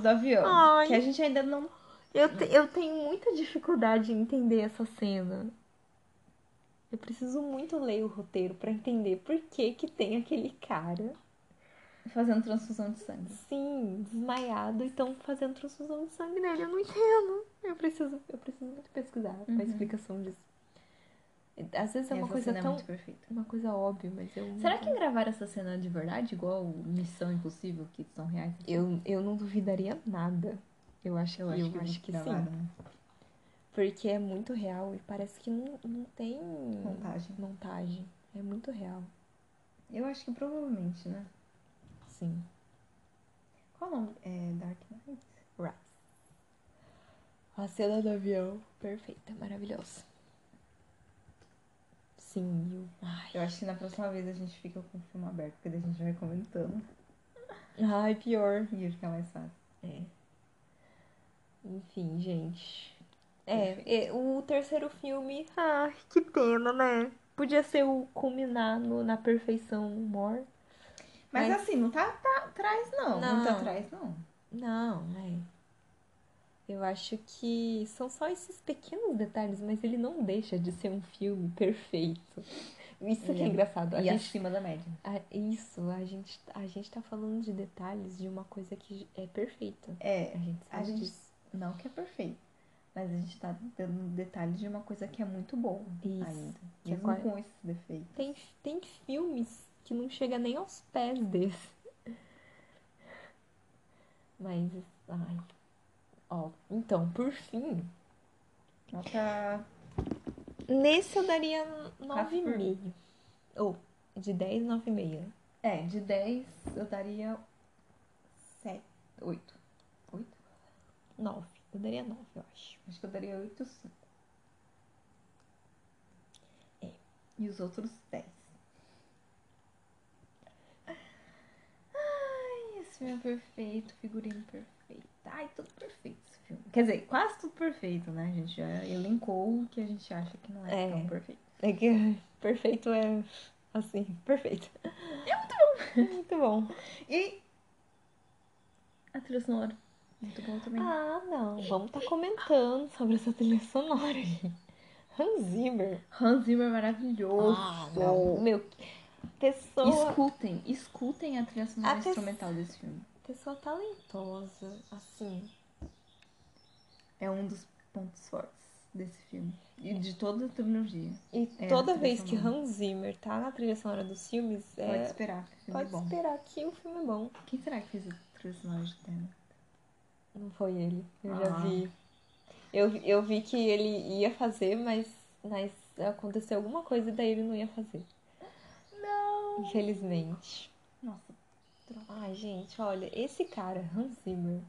[SPEAKER 2] do avião.
[SPEAKER 1] Ai.
[SPEAKER 2] Que a gente ainda não.
[SPEAKER 1] eu, te- eu tenho muita dificuldade em entender essa cena. Eu preciso muito ler o roteiro pra entender por que que tem aquele cara,
[SPEAKER 2] Fazendo transfusão de sangue.
[SPEAKER 1] sim, desmaiado e estão fazendo transfusão de sangue nele. Eu não entendo. Eu preciso, eu preciso muito pesquisar
[SPEAKER 2] Uhum.
[SPEAKER 1] a explicação disso. Às vezes é uma
[SPEAKER 2] Essa
[SPEAKER 1] coisa
[SPEAKER 2] cena é
[SPEAKER 1] tão,
[SPEAKER 2] muito perfeita.
[SPEAKER 1] uma coisa óbvia, mas eu
[SPEAKER 2] Será que gravaram essa cena de verdade, igual Missão Impossível, que são reais?
[SPEAKER 1] eu, eu não duvidaria nada. Eu acho, eu
[SPEAKER 2] é
[SPEAKER 1] acho, que, né? sim, porque é muito real e parece que não, não tem
[SPEAKER 2] Montagem.
[SPEAKER 1] montagem. É muito real.
[SPEAKER 2] Eu acho que provavelmente, né?
[SPEAKER 1] Sim.
[SPEAKER 2] Qual o nome? É Dark Knight?
[SPEAKER 1] A cena do avião. Perfeita, maravilhosa. Sim, e o- Ai.
[SPEAKER 2] Eu acho que na próxima vez a gente fica com o filme aberto, porque daí a gente vai comentando.
[SPEAKER 1] Ai, pior. É.
[SPEAKER 2] E fica mais fácil.
[SPEAKER 1] Enfim, gente. É, é, o terceiro filme. Ai, que pena, né? Podia ser o culminar no- na perfeição no humor.
[SPEAKER 2] Mas,
[SPEAKER 1] Mas-
[SPEAKER 2] assim, não tá, tá atrás, não.
[SPEAKER 1] Não.
[SPEAKER 2] Muito atrás, não.
[SPEAKER 1] Não, é. Eu acho que são só esses pequenos detalhes, mas ele não deixa de ser um filme perfeito. Isso que é
[SPEAKER 2] Ele-
[SPEAKER 1] engraçado. A
[SPEAKER 2] E
[SPEAKER 1] gente
[SPEAKER 2] acima da média.
[SPEAKER 1] Ah, Isso, a gente, a gente tá falando de detalhes de uma coisa que é perfeita.
[SPEAKER 2] É.
[SPEAKER 1] A gente
[SPEAKER 2] A
[SPEAKER 1] sabe
[SPEAKER 2] gente.
[SPEAKER 1] disso.
[SPEAKER 2] Não que é perfeito. Mas a gente tá dando detalhes de uma coisa que é muito boa
[SPEAKER 1] Isso.
[SPEAKER 2] ainda.
[SPEAKER 1] Que é
[SPEAKER 2] Mesmo
[SPEAKER 1] qual-
[SPEAKER 2] com esses defeitos.
[SPEAKER 1] Tem, tem filmes que não chega nem aos pés desse. Mas, ai. Ó, então, por fim,
[SPEAKER 2] Nota.
[SPEAKER 1] nesse eu daria
[SPEAKER 2] Quatro por
[SPEAKER 1] 9,5. Ou, de 10, 9,5.
[SPEAKER 2] É, de 10 eu daria 7. 8. 8?
[SPEAKER 1] 9. Eu daria 9, eu acho.
[SPEAKER 2] Acho que eu daria 8 5. É. E os outros 10. Ai, esse filme é perfeito, figurino perfeito. Ai, tudo perfeito esse filme. Quer dizer, quase tudo perfeito, né? A gente já elencou o que a gente acha que não é,
[SPEAKER 1] É.
[SPEAKER 2] tão perfeito.
[SPEAKER 1] É que perfeito é assim, perfeito. É muito bom. muito bom.
[SPEAKER 2] E a trilha sonora. Muito bom também.
[SPEAKER 1] Ah, não. Vamos estar comentando sobre essa trilha sonora aí. Hans Zimmer.
[SPEAKER 2] Hans Zimmer é maravilhoso.
[SPEAKER 1] Ah, Meu, pessoa,
[SPEAKER 2] Escutem, escutem a trilha sonora
[SPEAKER 1] A pe-
[SPEAKER 2] instrumental desse filme.
[SPEAKER 1] pessoa talentosa, assim.
[SPEAKER 2] É um dos pontos fortes desse filme. E de toda a trilogia.
[SPEAKER 1] E
[SPEAKER 2] É,
[SPEAKER 1] toda
[SPEAKER 2] a trilha
[SPEAKER 1] vez que
[SPEAKER 2] sonora.
[SPEAKER 1] Hans Zimmer tá na trilha sonora dos filmes,
[SPEAKER 2] Pode
[SPEAKER 1] é...
[SPEAKER 2] esperar, que o filme
[SPEAKER 1] pode
[SPEAKER 2] é bom.
[SPEAKER 1] esperar que o filme é bom.
[SPEAKER 2] Quem será que fez a trilha sonora de Tenet?
[SPEAKER 1] Não foi ele. Eu já
[SPEAKER 2] Ah.
[SPEAKER 1] vi. Eu, eu vi que ele ia fazer, mas, mas aconteceu alguma coisa e daí ele não ia fazer. Não! Infelizmente.
[SPEAKER 2] Nossa,
[SPEAKER 1] Ai, gente, olha, esse cara, Hans Zimmer.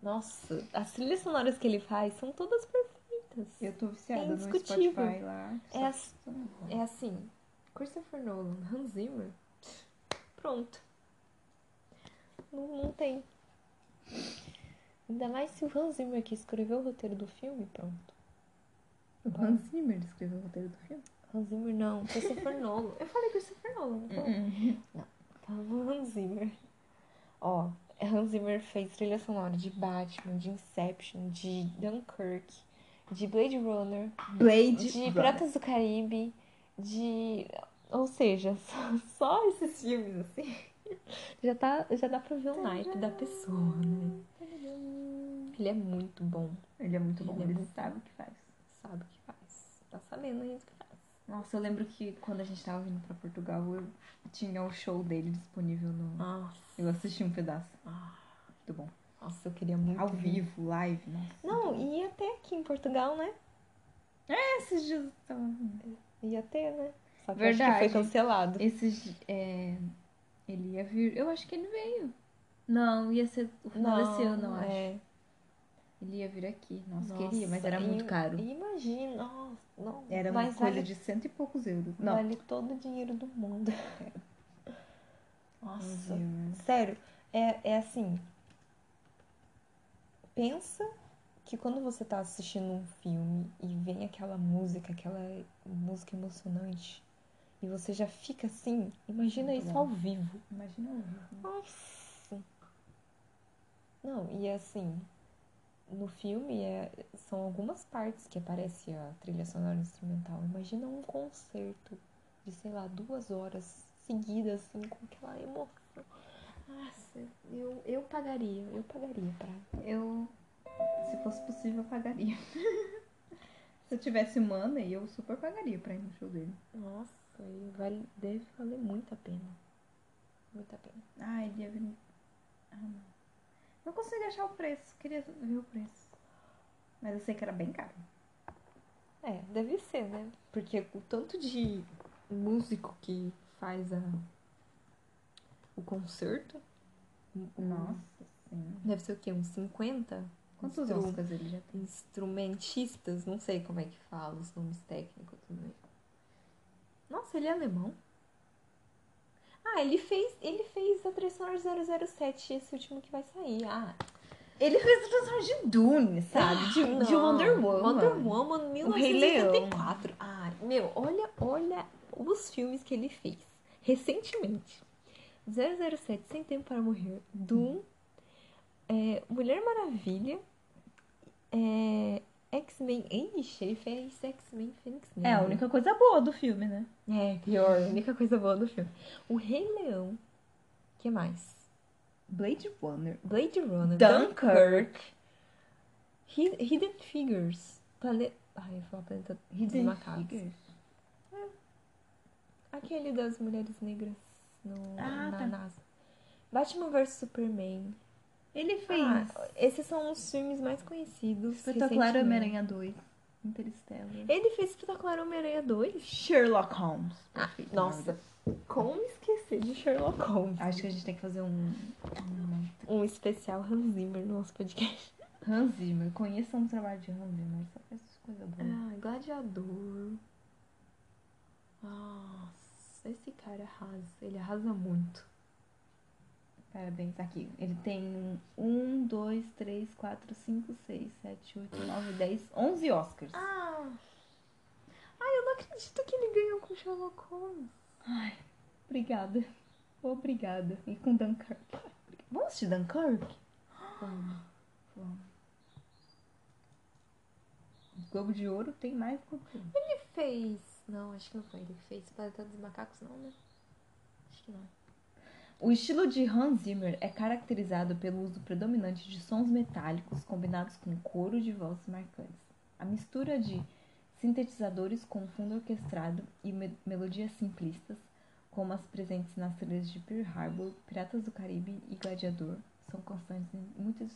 [SPEAKER 1] Nossa, as trilhas sonoras que ele faz são todas perfeitas.
[SPEAKER 2] eu tô viciada
[SPEAKER 1] É
[SPEAKER 2] no
[SPEAKER 1] indiscutível.
[SPEAKER 2] Spotify lá.
[SPEAKER 1] É, as-
[SPEAKER 2] Só-
[SPEAKER 1] é assim, Christopher Nolan, Hans Zimmer, pronto. Não, não tem. Ainda mais se o Hans Zimmer que escreveu o roteiro do filme, pronto.
[SPEAKER 2] O Hans Zimmer escreveu o roteiro do filme?
[SPEAKER 1] Hans Zimmer não, Christopher Nolan. Tá, Eu falei Christopher Nolan, não falei? Tava Hans Zimmer. Ó, Hans Zimmer fez trilha sonora de Batman, de Inception, de Dunkirk, de Blade Runner,
[SPEAKER 2] Blade
[SPEAKER 1] de
[SPEAKER 2] Runner.
[SPEAKER 1] Piratas do Caribe, de. Ou seja, só, só esses filmes, assim. Já, tá, já dá pra ver o naipe da pessoa, né? Ele é muito bom,
[SPEAKER 2] Ele é muito bom,
[SPEAKER 1] Ele é
[SPEAKER 2] ele,
[SPEAKER 1] muito
[SPEAKER 2] sabe o que faz.
[SPEAKER 1] sabe o que faz. Tá sabendo ainda o que faz.
[SPEAKER 2] Nossa, eu lembro que quando a gente tava vindo pra Portugal, eu tinha o show dele disponível no.
[SPEAKER 1] Nossa,
[SPEAKER 2] Eu assisti um pedaço.
[SPEAKER 1] Ah.
[SPEAKER 2] Muito bom.
[SPEAKER 1] nossa eu queria muito.
[SPEAKER 2] Ao
[SPEAKER 1] ver.
[SPEAKER 2] vivo, live, nossa.
[SPEAKER 1] Não, e até aqui em Portugal, né?
[SPEAKER 2] Esses dias eu tava-
[SPEAKER 1] Ia ter, né? Só que eu acho que
[SPEAKER 2] Verdade.
[SPEAKER 1] foi cancelado.
[SPEAKER 2] Esses. di- É... Ele ia vir. Eu acho que ele veio. Não, ia ser o final desse ano, eu acho.
[SPEAKER 1] é.
[SPEAKER 2] Ele ia vir aqui. Nossa,
[SPEAKER 1] Nossa,
[SPEAKER 2] queria, mas era
[SPEAKER 1] e-
[SPEAKER 2] muito caro.
[SPEAKER 1] e Imagina, nossa, não.
[SPEAKER 2] Era uma
[SPEAKER 1] mas
[SPEAKER 2] coisa
[SPEAKER 1] vale,
[SPEAKER 2] de cento e poucos euros. Não.
[SPEAKER 1] vale todo o dinheiro do mundo. Nossa,
[SPEAKER 2] Zimmer.
[SPEAKER 1] sério, é, é assim. Pensa que quando você tá assistindo um filme e vem aquela música, aquela música emocionante, e você já fica assim, imagina
[SPEAKER 2] Muito
[SPEAKER 1] isso
[SPEAKER 2] bom.
[SPEAKER 1] ao vivo.
[SPEAKER 2] Imagina ao vivo.
[SPEAKER 1] Nossa. Não, e assim, no filme é, são algumas partes que aparece a trilha sonora instrumental. Imagina um concerto de, sei lá, duas horas seguidas, assim, com aquela emoção. Nossa, eu, eu pagaria, eu pagaria pra.
[SPEAKER 2] Eu, se fosse possível, eu pagaria. se eu tivesse money, eu super pagaria pra ir no show dele.
[SPEAKER 1] Nossa, e vale, deve valer muito a pena. Muito a pena.
[SPEAKER 2] Ah, ele ia vir. Ah, não. Não consigo achar o preço. Queria ver o preço. Mas eu sei que era bem caro.
[SPEAKER 1] É, deve ser, né? Porque o tanto de músico que faz a, o concerto. um,
[SPEAKER 2] Hum. Nossa, sim.
[SPEAKER 1] Deve ser o quê? Uns 50?
[SPEAKER 2] Quantos
[SPEAKER 1] Instru-
[SPEAKER 2] Oscars ele já tem?
[SPEAKER 1] Instrumentistas, não sei como é que fala os nomes técnicos também. Nossa, ele é alemão? Ah, ele fez, ele fez a trilha sonora 007, esse último que vai sair. Ah,
[SPEAKER 2] Ele fez a transformação de Dune, sabe? De, de
[SPEAKER 1] não.
[SPEAKER 2] Wonder Woman.
[SPEAKER 1] Wonder Woman,
[SPEAKER 2] O Rei Leão.
[SPEAKER 1] 1984. Ah, meu, olha, olha os filmes que ele fez recentemente. 007, Sem Tempo para Morrer, Doom, é, Mulher Maravilha, é, X-Men, Ixi, ele fez X-Men Fênix
[SPEAKER 2] É a
[SPEAKER 1] Negra.
[SPEAKER 2] única coisa boa do filme, né?
[SPEAKER 1] É, pior, a única coisa boa do filme. O Rei Leão, que mais?
[SPEAKER 2] Blade Runner.
[SPEAKER 1] Blade Runner,
[SPEAKER 2] Dunkirk.
[SPEAKER 1] Hid- Hidden Figures. Plane... Ai, eu ia falar Planeta dos Macacos.
[SPEAKER 2] Figures.
[SPEAKER 1] Aquele das mulheres negras no,
[SPEAKER 2] Ah,
[SPEAKER 1] na
[SPEAKER 2] tá.
[SPEAKER 1] NASA. Batman vs Superman.
[SPEAKER 2] Ele fez.
[SPEAKER 1] Ah, esses são os filmes mais conhecidos.
[SPEAKER 2] Espetacular
[SPEAKER 1] recentemente.
[SPEAKER 2] Homem-Aranha 2. Interstellar.
[SPEAKER 1] Ele fez Espetacular Homem-Aranha 2.
[SPEAKER 2] Sherlock Holmes.
[SPEAKER 1] Ah,
[SPEAKER 2] Perfeito,
[SPEAKER 1] nossa,
[SPEAKER 2] maravilhoso.
[SPEAKER 1] como esquecer de Sherlock Holmes?
[SPEAKER 2] Acho que a gente tem que fazer um. um-
[SPEAKER 1] Um especial Hans Zimmer no nosso podcast.
[SPEAKER 2] Hans Zimmer. Conheçam o trabalho de Hans Zimmer. Só faz essas coisas boas.
[SPEAKER 1] Ah, Gladiador. Nossa, esse cara arrasa. Ele arrasa muito.
[SPEAKER 2] Parabéns, aqui. Ele tem um, dois, três, quatro, cinco, seis, sete, oito, nove, dez, onze Oscars.
[SPEAKER 4] Ah! Ai, eu não acredito que ele ganhou com Sherlock Holmes.
[SPEAKER 2] Obrigada. Obrigada. E com Dunkirk. Vamos assistir Dunkirk?
[SPEAKER 1] Ah,
[SPEAKER 2] Vamos. Vamos. Globo de Ouro tem mais Globo de Ouro.
[SPEAKER 1] Ele fez. Não, acho que não foi ele que fez. Planeta dos Macacos, não, né? Acho que não.
[SPEAKER 2] O estilo de Hans Zimmer é caracterizado pelo uso predominante de sons metálicos combinados com coro de vozes marcantes. A mistura de sintetizadores com fundo orquestrado e me- melodias simplistas, como as presentes nas trilhas de Pearl Harbor, Piratas do Caribe e Gladiador, são constantes em muitos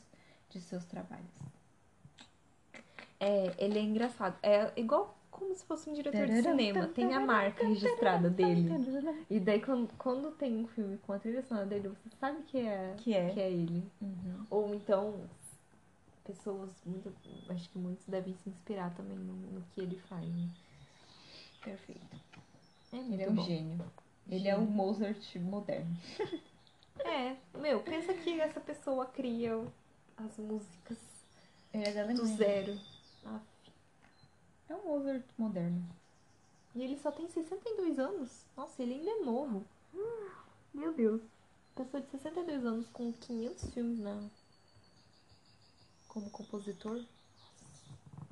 [SPEAKER 2] de seus trabalhos.
[SPEAKER 1] É, ele é engraçado. É igual como se fosse um diretor de cinema. Tem a marca registrada
[SPEAKER 2] tá
[SPEAKER 1] dele. E daí, quando, quando tem um filme com a trilha sonora dele, você sabe que é,
[SPEAKER 4] Que é.
[SPEAKER 1] que é ele.
[SPEAKER 2] Uhum.
[SPEAKER 1] Ou então, pessoas, muito, acho que muitos devem se inspirar também no, no que ele faz. né?
[SPEAKER 2] Perfeito.
[SPEAKER 1] É muito
[SPEAKER 2] Ele é um
[SPEAKER 1] bom.
[SPEAKER 2] gênio. Ele é o Mozart moderno.
[SPEAKER 1] É, meu, pensa que essa pessoa cria as músicas
[SPEAKER 2] Ele é da
[SPEAKER 1] do
[SPEAKER 2] Alemanha.
[SPEAKER 1] zero.
[SPEAKER 2] É um Mozart moderno.
[SPEAKER 1] E ele só tem 62 anos. Nossa, ele ainda é novo.
[SPEAKER 4] Meu Deus.
[SPEAKER 1] Pessoa de 62 anos com 500 filmes na... como compositor.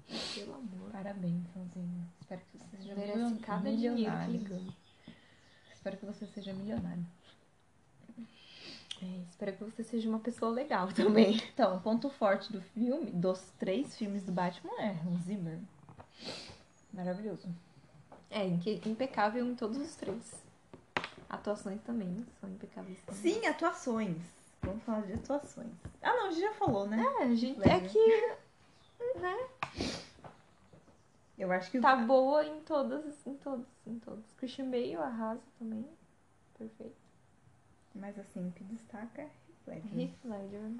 [SPEAKER 1] Nossa, Pelo amor.
[SPEAKER 2] Parabéns, Sonzinho. Espero que você seja
[SPEAKER 1] Merece
[SPEAKER 2] milio-
[SPEAKER 1] cada dinheiro que ele
[SPEAKER 2] milionário.
[SPEAKER 1] ganha.
[SPEAKER 2] Espero que você seja milionário.
[SPEAKER 1] É, espero que você seja uma pessoa legal também.
[SPEAKER 2] Então, o ponto forte do filme, dos três filmes do Batman, é Hans Zimmer. Maravilhoso.
[SPEAKER 1] É, impe- impecável em todos os três. Atuações também são impecáveis. também.
[SPEAKER 4] Sim, atuações.
[SPEAKER 2] Vamos falar de atuações. Ah, não, a gente já falou, né?
[SPEAKER 1] É, a gente, é
[SPEAKER 2] Leve.
[SPEAKER 1] que
[SPEAKER 2] Eu acho que
[SPEAKER 1] tá boa em todas, em todos, em todos. Christian Bale arrasa também. Perfeito.
[SPEAKER 2] Mas assim, o que destaca é Heath Ledger.
[SPEAKER 1] Heath Ledger.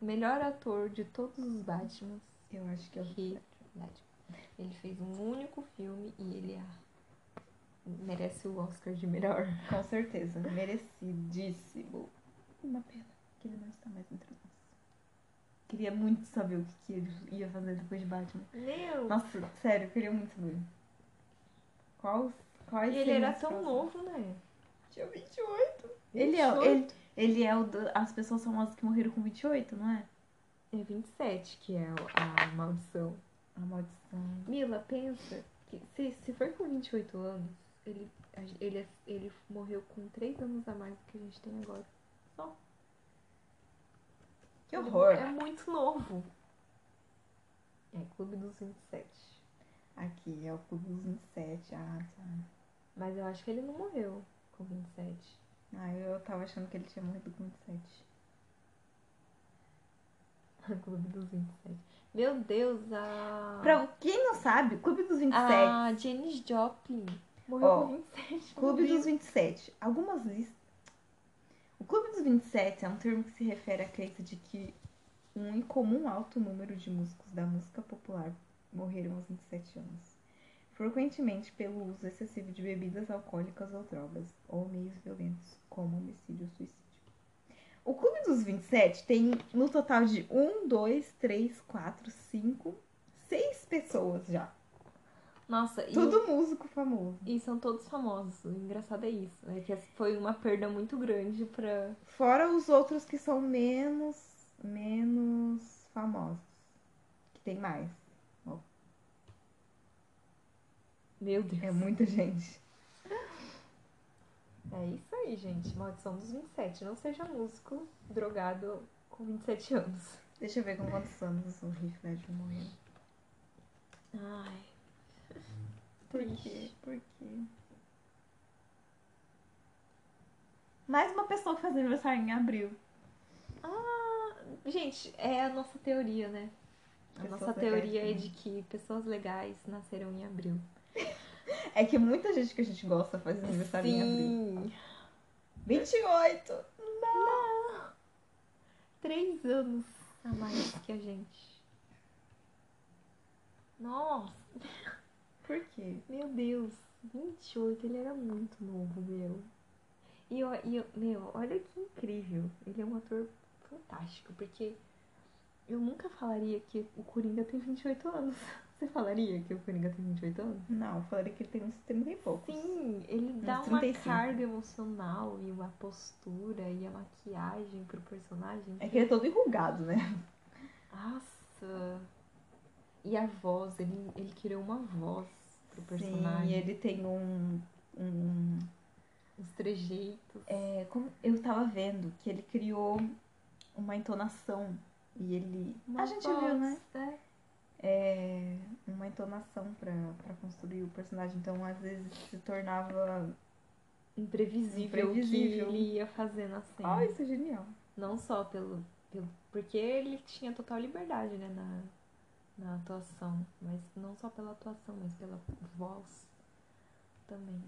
[SPEAKER 1] Melhor ator de todos os Batmans.
[SPEAKER 2] Eu acho que é o Heath
[SPEAKER 1] Heath
[SPEAKER 2] Ledger.
[SPEAKER 1] Ledger. Ele fez um único filme e ele ah, merece o Oscar de melhor.
[SPEAKER 2] Com certeza. Merecidíssimo. Uma pena que ele não está mais entre nós. Queria muito saber o que, que ele ia fazer depois de Batman.
[SPEAKER 1] Meu!
[SPEAKER 2] Nossa, sério, eu queria muito saber. Qual, quais
[SPEAKER 1] E ele era
[SPEAKER 2] seriam
[SPEAKER 1] tão
[SPEAKER 2] as próximas?
[SPEAKER 1] novo, né?
[SPEAKER 2] Tinha 28. Ele é,
[SPEAKER 1] 28.
[SPEAKER 2] ele, ele é o do, as pessoas famosas que morreram com 28, não é?
[SPEAKER 1] É 27 que é o- a maldição.
[SPEAKER 2] A maldição.
[SPEAKER 1] Mila, pensa que se, se for com 28 anos, ele, a gen- ele, ele morreu com 3 anos a mais do que a gente tem agora.
[SPEAKER 2] Que
[SPEAKER 1] Ele
[SPEAKER 2] horror.
[SPEAKER 1] É muito novo. É Clube dos 27.
[SPEAKER 2] Aqui é o Clube dos 27. Ah, tá.
[SPEAKER 1] Mas eu acho que ele não morreu com 27.
[SPEAKER 2] Ah, eu tava achando que ele tinha morrido com 27.
[SPEAKER 1] Clube dos 27. Meu Deus, a.
[SPEAKER 2] Pra quem não sabe, Clube dos 27.
[SPEAKER 1] A Janis Joplin morreu
[SPEAKER 2] Ó,
[SPEAKER 1] com 27.
[SPEAKER 2] Clube
[SPEAKER 1] meu
[SPEAKER 2] dos 27. Algumas listas. O Clube dos 27 é um termo que se refere à crença de que um incomum alto número de músicos da música popular morreram aos 27 anos. Frequentemente pelo uso excessivo de bebidas alcoólicas ou drogas, ou meios violentos, como homicídio ou suicídio. O Clube dos 27 tem no total de 1, 2, 3, 4, 5, 6 pessoas já.
[SPEAKER 1] Deus. Nossa, e,
[SPEAKER 2] Tudo músico famoso.
[SPEAKER 1] e são todos famosos. O engraçado é isso. É que foi uma perda muito grande pra.
[SPEAKER 2] Fora os outros que são menos, menos famosos. Que tem mais.
[SPEAKER 1] Meu Deus.
[SPEAKER 2] É muita gente.
[SPEAKER 1] É isso aí, gente. Maldição dos 27. Não seja músico drogado com 27 anos.
[SPEAKER 2] Deixa eu ver com quantos anos o Heath Ledger morreu.
[SPEAKER 1] Ai.
[SPEAKER 2] Por quê? Por quê? Mais uma pessoa que faz aniversário em abril.
[SPEAKER 1] Gente, é a nossa teoria, né? A
[SPEAKER 2] Pessoas
[SPEAKER 1] nossa
[SPEAKER 2] legais
[SPEAKER 1] teoria é
[SPEAKER 2] também.
[SPEAKER 1] de que pessoas legais nasceram em abril.
[SPEAKER 2] É que muita gente que a gente gosta faz aniversário em abril.
[SPEAKER 1] Sim.
[SPEAKER 2] 28!
[SPEAKER 1] Três anos a mais que a gente. Nossa,
[SPEAKER 2] Por quê?
[SPEAKER 1] meu Deus. 28, ele era muito novo, meu. E, eu, e eu- meu, olha que incrível. Ele é um ator fantástico, porque eu nunca falaria que o Coringa tem 28 anos. Você falaria que o Coringa tem 28 anos?
[SPEAKER 2] Não, eu falei que ele tem uns 30 e poucos. É,
[SPEAKER 1] Sim, ele dá
[SPEAKER 2] Uns
[SPEAKER 1] uma
[SPEAKER 2] 35.
[SPEAKER 1] carga emocional e uma postura e a maquiagem pro personagem.
[SPEAKER 2] É que ele é todo enrugado, né?
[SPEAKER 1] Nossa! E a voz, ele, ele criou uma voz pro
[SPEAKER 2] Sim,
[SPEAKER 1] personagem.
[SPEAKER 2] ele tem um. um
[SPEAKER 1] Os trejeitos.
[SPEAKER 2] é, como- eu tava vendo que ele criou uma entonação. E ele.
[SPEAKER 1] Uma
[SPEAKER 2] a gente
[SPEAKER 1] voz,
[SPEAKER 2] viu, né?
[SPEAKER 1] é.
[SPEAKER 2] É, uma entonação pra, pra construir o personagem. Então, às vezes, se tornava. assim,
[SPEAKER 1] Imprevisível, o que
[SPEAKER 2] Imprevisível.
[SPEAKER 1] ele ia fazer na cena.
[SPEAKER 2] Ah, isso é genial.
[SPEAKER 1] Não só pelo, pelo. Porque ele tinha total liberdade, né, na, na atuação. Mas não só pela atuação, mas pela voz também.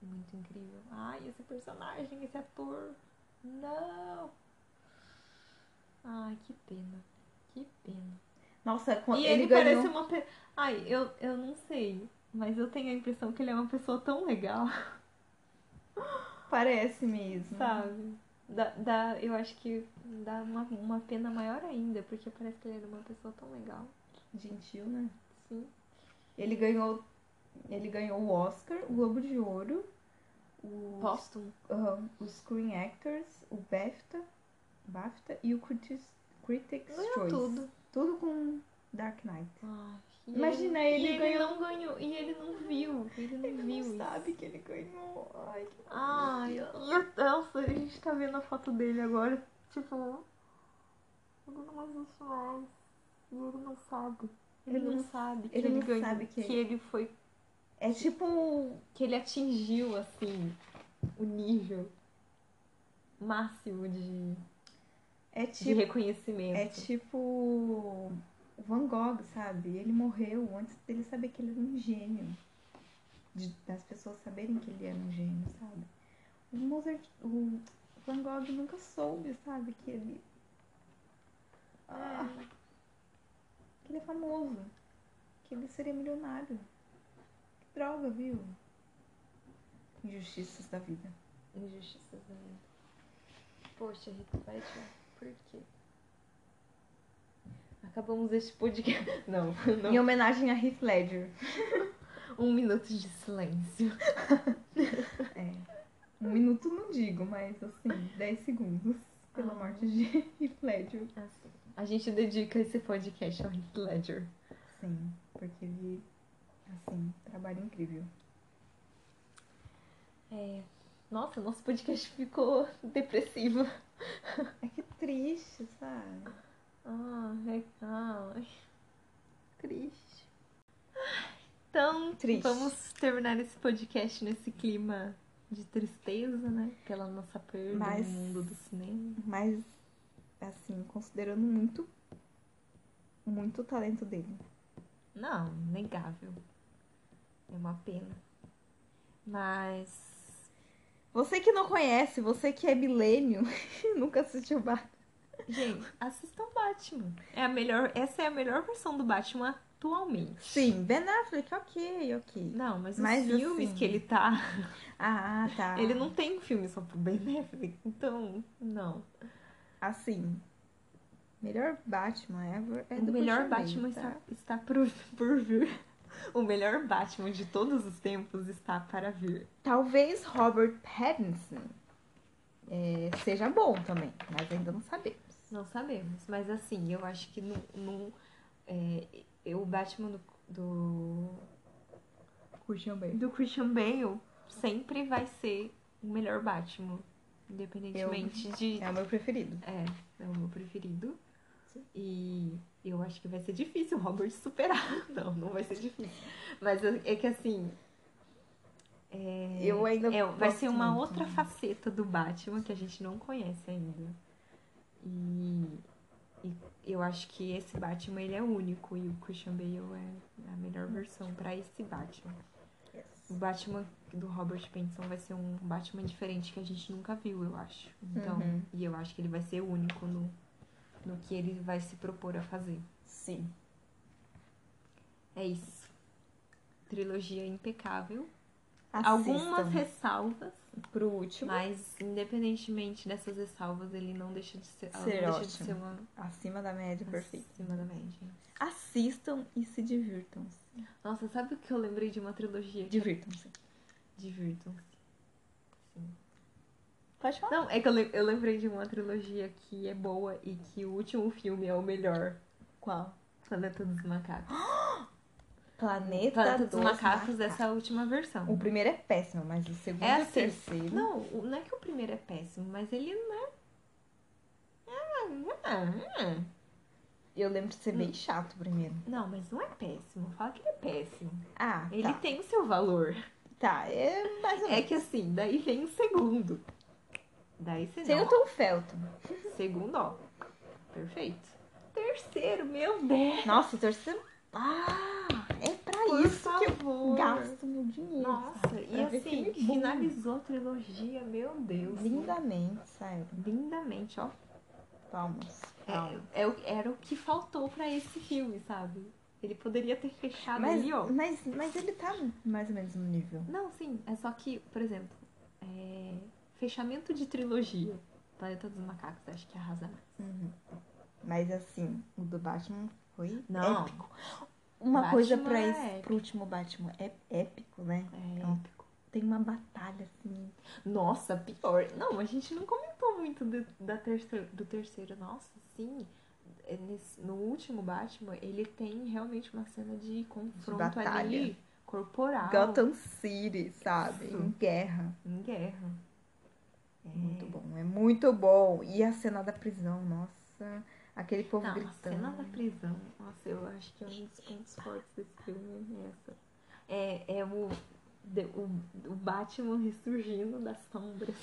[SPEAKER 1] Muito incrível. Ai, esse personagem, esse ator. Não! Ai, que pena. Que pena.
[SPEAKER 2] Nossa, quando
[SPEAKER 1] E
[SPEAKER 2] ele,
[SPEAKER 1] ele,
[SPEAKER 2] ganhou.
[SPEAKER 1] parece uma. Pe... Ai, eu, eu não sei. Mas eu tenho a impressão que ele é uma pessoa tão legal, um
[SPEAKER 2] Parece mesmo.
[SPEAKER 1] sabe? Dá, dá, eu acho que dá uma, uma pena maior ainda, porque parece que ele era uma pessoa tão legal. assim.
[SPEAKER 2] Gentil, né?
[SPEAKER 1] Sim.
[SPEAKER 2] Ele ganhou. Ele ganhou o Oscar, o Globo de Ouro, o,
[SPEAKER 1] Póstumo.
[SPEAKER 2] aham, o Screen Actors, o BAFTA, BAFTA e o Critics, Critics
[SPEAKER 1] Ganhou
[SPEAKER 2] Choice.
[SPEAKER 1] tudo.
[SPEAKER 2] Tudo com Dark Knight.
[SPEAKER 1] Ai, e
[SPEAKER 2] Imagina,
[SPEAKER 1] e
[SPEAKER 2] ele ganhou-
[SPEAKER 1] não ganhou. E ele não viu. Ele não
[SPEAKER 2] Ele
[SPEAKER 1] viu.
[SPEAKER 2] não
[SPEAKER 1] isso.
[SPEAKER 2] sabe que ele ganhou. Ai, que
[SPEAKER 1] Ai, e- nossa, a gente tá vendo a foto dele agora. Tipo. Ele não existe mais. E ele não sabe. Ele,
[SPEAKER 2] Ele
[SPEAKER 1] não,
[SPEAKER 2] não-
[SPEAKER 1] sabe que
[SPEAKER 2] ele
[SPEAKER 1] ele,
[SPEAKER 2] não
[SPEAKER 1] ganhou.
[SPEAKER 2] sabe que-
[SPEAKER 1] que ele foi
[SPEAKER 2] É tipo.
[SPEAKER 1] que ele atingiu, assim, o nível máximo de,
[SPEAKER 2] É
[SPEAKER 1] de
[SPEAKER 2] tipo.
[SPEAKER 1] reconhecimento.
[SPEAKER 2] É tipo. o Van Gogh, sabe? Ele morreu antes dele saber que ele era um gênio. De- das pessoas saberem que ele era um gênio, sabe? O Mozart. O Van Gogh nunca soube, sabe? Que ele. Ah, que ele é famoso. Que ele seria milionário. Que droga, viu? Injustiças da vida.
[SPEAKER 1] Injustiças da vida. Poxa, Rita, vai te... Por quê? Acabamos este podcast... Não, não.
[SPEAKER 2] Em homenagem a Heath Ledger.
[SPEAKER 1] Um minuto de silêncio.
[SPEAKER 2] Um minuto não digo, mas assim, 10 segundos pela
[SPEAKER 1] Ah.
[SPEAKER 2] morte de Heath Ledger.
[SPEAKER 1] Assim, a gente dedica esse podcast ao Heath Ledger.
[SPEAKER 2] Sim, porque ele, assim, trabalho incrível.
[SPEAKER 1] É... Nossa, nosso podcast ficou depressivo.
[SPEAKER 2] É que triste, sabe?
[SPEAKER 1] Ah, legal. Ai, Triste. Então,
[SPEAKER 2] Triste.
[SPEAKER 1] vamos terminar esse podcast nesse clima de tristeza, né? Pela nossa perda
[SPEAKER 2] Mas-
[SPEAKER 1] no mundo do cinema.
[SPEAKER 2] Mas, assim, considerando muito, muito o talento dele.
[SPEAKER 1] Não, negável. É uma pena. Mas.
[SPEAKER 2] Você que não conhece, você que é milênio e nunca assistiu Batman.
[SPEAKER 1] Gente, assistam Batman. É a melhor, essa é a melhor versão do Batman atualmente.
[SPEAKER 2] Sim, Ben Affleck, ok, ok.
[SPEAKER 1] Não, mas os
[SPEAKER 2] Mas,
[SPEAKER 1] filmes
[SPEAKER 2] assim,
[SPEAKER 1] que ele tá.
[SPEAKER 2] Ah, tá.
[SPEAKER 1] Ele não tem filme só pro Ben Affleck. Então, não.
[SPEAKER 2] Assim, melhor Batman ever é
[SPEAKER 1] o
[SPEAKER 2] do
[SPEAKER 1] melhor
[SPEAKER 2] Christian
[SPEAKER 1] Batman
[SPEAKER 2] Bale, tá?
[SPEAKER 1] está, está por, por vir. O melhor Batman de todos os tempos está para vir.
[SPEAKER 2] Talvez Robert Pattinson é, seja bom também, mas ainda não sabemos.
[SPEAKER 1] Não sabemos, mas assim, eu acho que não. não é, eu- o Batman do, do,
[SPEAKER 2] Christian Bale.
[SPEAKER 1] do Christian Bale sempre vai ser o melhor Batman. Independentemente de.
[SPEAKER 2] É o meu preferido.
[SPEAKER 1] É, é o meu preferido. E eu acho que vai ser difícil o Robert superar. Não, não vai ser difícil. Mas é é que assim,
[SPEAKER 2] Eu ainda
[SPEAKER 1] É, vai
[SPEAKER 2] gosto
[SPEAKER 1] ser uma
[SPEAKER 2] muito.
[SPEAKER 1] outra faceta do Batman que a gente não conhece ainda. E, e eu acho que esse Batman ele é único e o Christian Bale é a melhor versão pra esse Batman. O Batman do Robert Pattinson vai ser um Batman diferente que a gente nunca viu, eu acho. Então,
[SPEAKER 2] Uhum.
[SPEAKER 1] e eu acho que ele vai ser único no no que ele vai se propor a fazer.
[SPEAKER 2] Sim.
[SPEAKER 1] É isso. Trilogia impecável. Algumas
[SPEAKER 2] Assistam.
[SPEAKER 1] ressalvas,
[SPEAKER 2] Pro último.
[SPEAKER 1] mas independentemente dessas ressalvas, ele não deixa de ser, ela
[SPEAKER 2] Ser
[SPEAKER 1] não deixa de
[SPEAKER 2] ótimo.
[SPEAKER 1] ser uma
[SPEAKER 2] Acima da média, perfeito.
[SPEAKER 1] acima da média.
[SPEAKER 2] Assistam e se divirtam.
[SPEAKER 1] Nossa, sabe o que eu lembrei de uma trilogia?
[SPEAKER 2] Divirtam-se.
[SPEAKER 1] Divirtam-se.
[SPEAKER 2] Pode falar?
[SPEAKER 1] Não, é que eu, lem- eu lembrei de uma trilogia que é boa e que o último filme é o melhor.
[SPEAKER 2] Qual?
[SPEAKER 1] Planeta dos Macacos.
[SPEAKER 2] Planeta,
[SPEAKER 1] Planeta dos
[SPEAKER 2] dos
[SPEAKER 1] Macacos,
[SPEAKER 2] Macacos.
[SPEAKER 1] essa é a última versão.
[SPEAKER 2] O primeiro é péssimo, mas o segundo
[SPEAKER 1] É
[SPEAKER 2] e
[SPEAKER 1] assim.
[SPEAKER 2] o terceiro.
[SPEAKER 1] Não, o- não é que o primeiro é péssimo, mas ele não é. Ah, ah, ah.
[SPEAKER 2] Eu lembro de ser bem chato o primeiro.
[SPEAKER 1] Não, mas não é péssimo. Fala que ele é péssimo.
[SPEAKER 2] Ah,
[SPEAKER 1] Ele
[SPEAKER 2] tá.
[SPEAKER 1] tem o seu valor.
[SPEAKER 2] Tá, é mais ou menos.
[SPEAKER 1] É que assim, daí vem o segundo. Daí você
[SPEAKER 2] Sem
[SPEAKER 1] não.
[SPEAKER 2] o Tom Felton.
[SPEAKER 1] Segundo, ó. Perfeito. Terceiro, meu Deus.
[SPEAKER 2] Nossa, o terceiro. Ah, é pra
[SPEAKER 1] Por
[SPEAKER 2] isso que eu
[SPEAKER 1] favor.
[SPEAKER 2] gasto meu dinheiro.
[SPEAKER 1] Nossa,
[SPEAKER 2] sabe?
[SPEAKER 1] e
[SPEAKER 2] Pra ver
[SPEAKER 1] assim,
[SPEAKER 2] filme bom.
[SPEAKER 1] finalizou a trilogia, meu Deus.
[SPEAKER 2] Lindamente, sério.
[SPEAKER 1] Lindamente, ó.
[SPEAKER 2] Palmas. palmas.
[SPEAKER 1] É, é o- era o que faltou pra esse filme, sabe? Ele poderia ter fechado
[SPEAKER 2] Mas,
[SPEAKER 1] ali, tá ó.
[SPEAKER 2] mas, mas ele tá mais ou menos no nível.
[SPEAKER 1] Não, sim, é só que, por exemplo, é, fechamento de trilogia. Planeta dos Macacos, acho que arrasaram.
[SPEAKER 2] Mas assim, o do Batman foi
[SPEAKER 1] Não.
[SPEAKER 2] épico. Uma
[SPEAKER 1] Batman
[SPEAKER 2] coisa pra
[SPEAKER 1] é
[SPEAKER 2] esse,
[SPEAKER 1] épico.
[SPEAKER 2] pro último Batman é épico, né?
[SPEAKER 1] É épico.
[SPEAKER 2] Tem uma batalha assim.
[SPEAKER 1] Nossa, pior. Não, a gente não comentou muito do, da terceiro, do terceiro. Nossa, sim. É nesse- no último Batman, ele tem realmente uma cena de confronto
[SPEAKER 2] batalha.
[SPEAKER 1] ali, corporal,
[SPEAKER 2] Gotham City, sabe?
[SPEAKER 1] Isso.
[SPEAKER 2] Em guerra.
[SPEAKER 1] em guerra.
[SPEAKER 2] Muito bom, é muito bom. E a cena da prisão, nossa. Aquele povo
[SPEAKER 1] Não, a
[SPEAKER 2] gritando.
[SPEAKER 1] cena da prisão. Nossa, eu acho que é um dos pontos fortes desse filme é essa. É, é o, de- o, o Batman ressurgindo das sombras.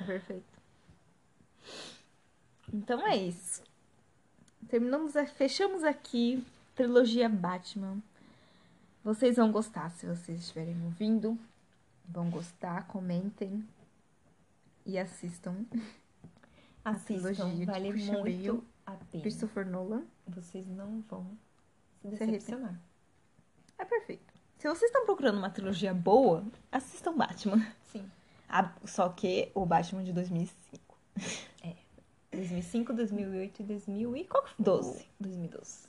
[SPEAKER 2] É perfeito. Então é isso. Terminamos, a- fechamos aqui trilogia Batman. Vocês vão gostar se vocês estiverem ouvindo. Vão gostar, comentem e assistam trilogia de
[SPEAKER 1] vale
[SPEAKER 2] Christian Bale,
[SPEAKER 1] muito a pena.
[SPEAKER 2] Christopher Nolan.
[SPEAKER 1] Vocês não vão se
[SPEAKER 2] Se arrepender.
[SPEAKER 1] decepcionar.
[SPEAKER 2] É perfeito. Se vocês estão procurando uma trilogia boa, assistam Batman.
[SPEAKER 1] Sim.
[SPEAKER 2] Ah, só que o Batman de 2005.
[SPEAKER 1] 2005, 2008 e 2000 e qual que foi?
[SPEAKER 2] 12.
[SPEAKER 1] 2012.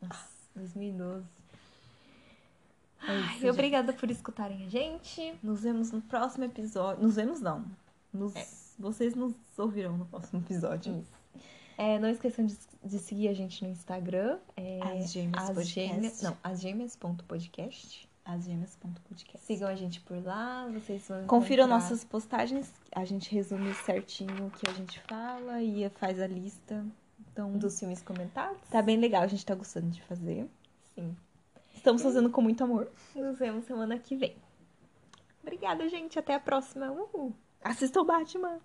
[SPEAKER 1] Nossa, 2012.
[SPEAKER 2] É
[SPEAKER 1] Ah. Ai,
[SPEAKER 2] isso, gente.
[SPEAKER 1] obrigada por escutarem a gente.
[SPEAKER 2] Nos vemos no próximo episódio. Nos vemos, não. Nos-
[SPEAKER 1] É.
[SPEAKER 2] Vocês nos ouvirão no próximo episódio.
[SPEAKER 1] É, não esqueçam de, de seguir a gente no Instagram. É,
[SPEAKER 2] As Gêmeas
[SPEAKER 1] as
[SPEAKER 2] Podcast.
[SPEAKER 1] gêmeas, não, as gêmeas.podcast.
[SPEAKER 2] As gêmeas.podcast.
[SPEAKER 1] Sigam a gente por lá, vocês vão
[SPEAKER 2] Confiram
[SPEAKER 1] encontrar-
[SPEAKER 2] nossas postagens. A gente resume certinho o que a gente fala e faz a lista. Então,
[SPEAKER 1] dos filmes comentados.
[SPEAKER 2] tá bem legal. A gente tá gostando de fazer.
[SPEAKER 1] Sim.
[SPEAKER 2] Estamos fazendo com muito amor.
[SPEAKER 1] Nos vemos semana que vem. Obrigada, gente. Até a próxima. Uhul.
[SPEAKER 2] Assista o Batman.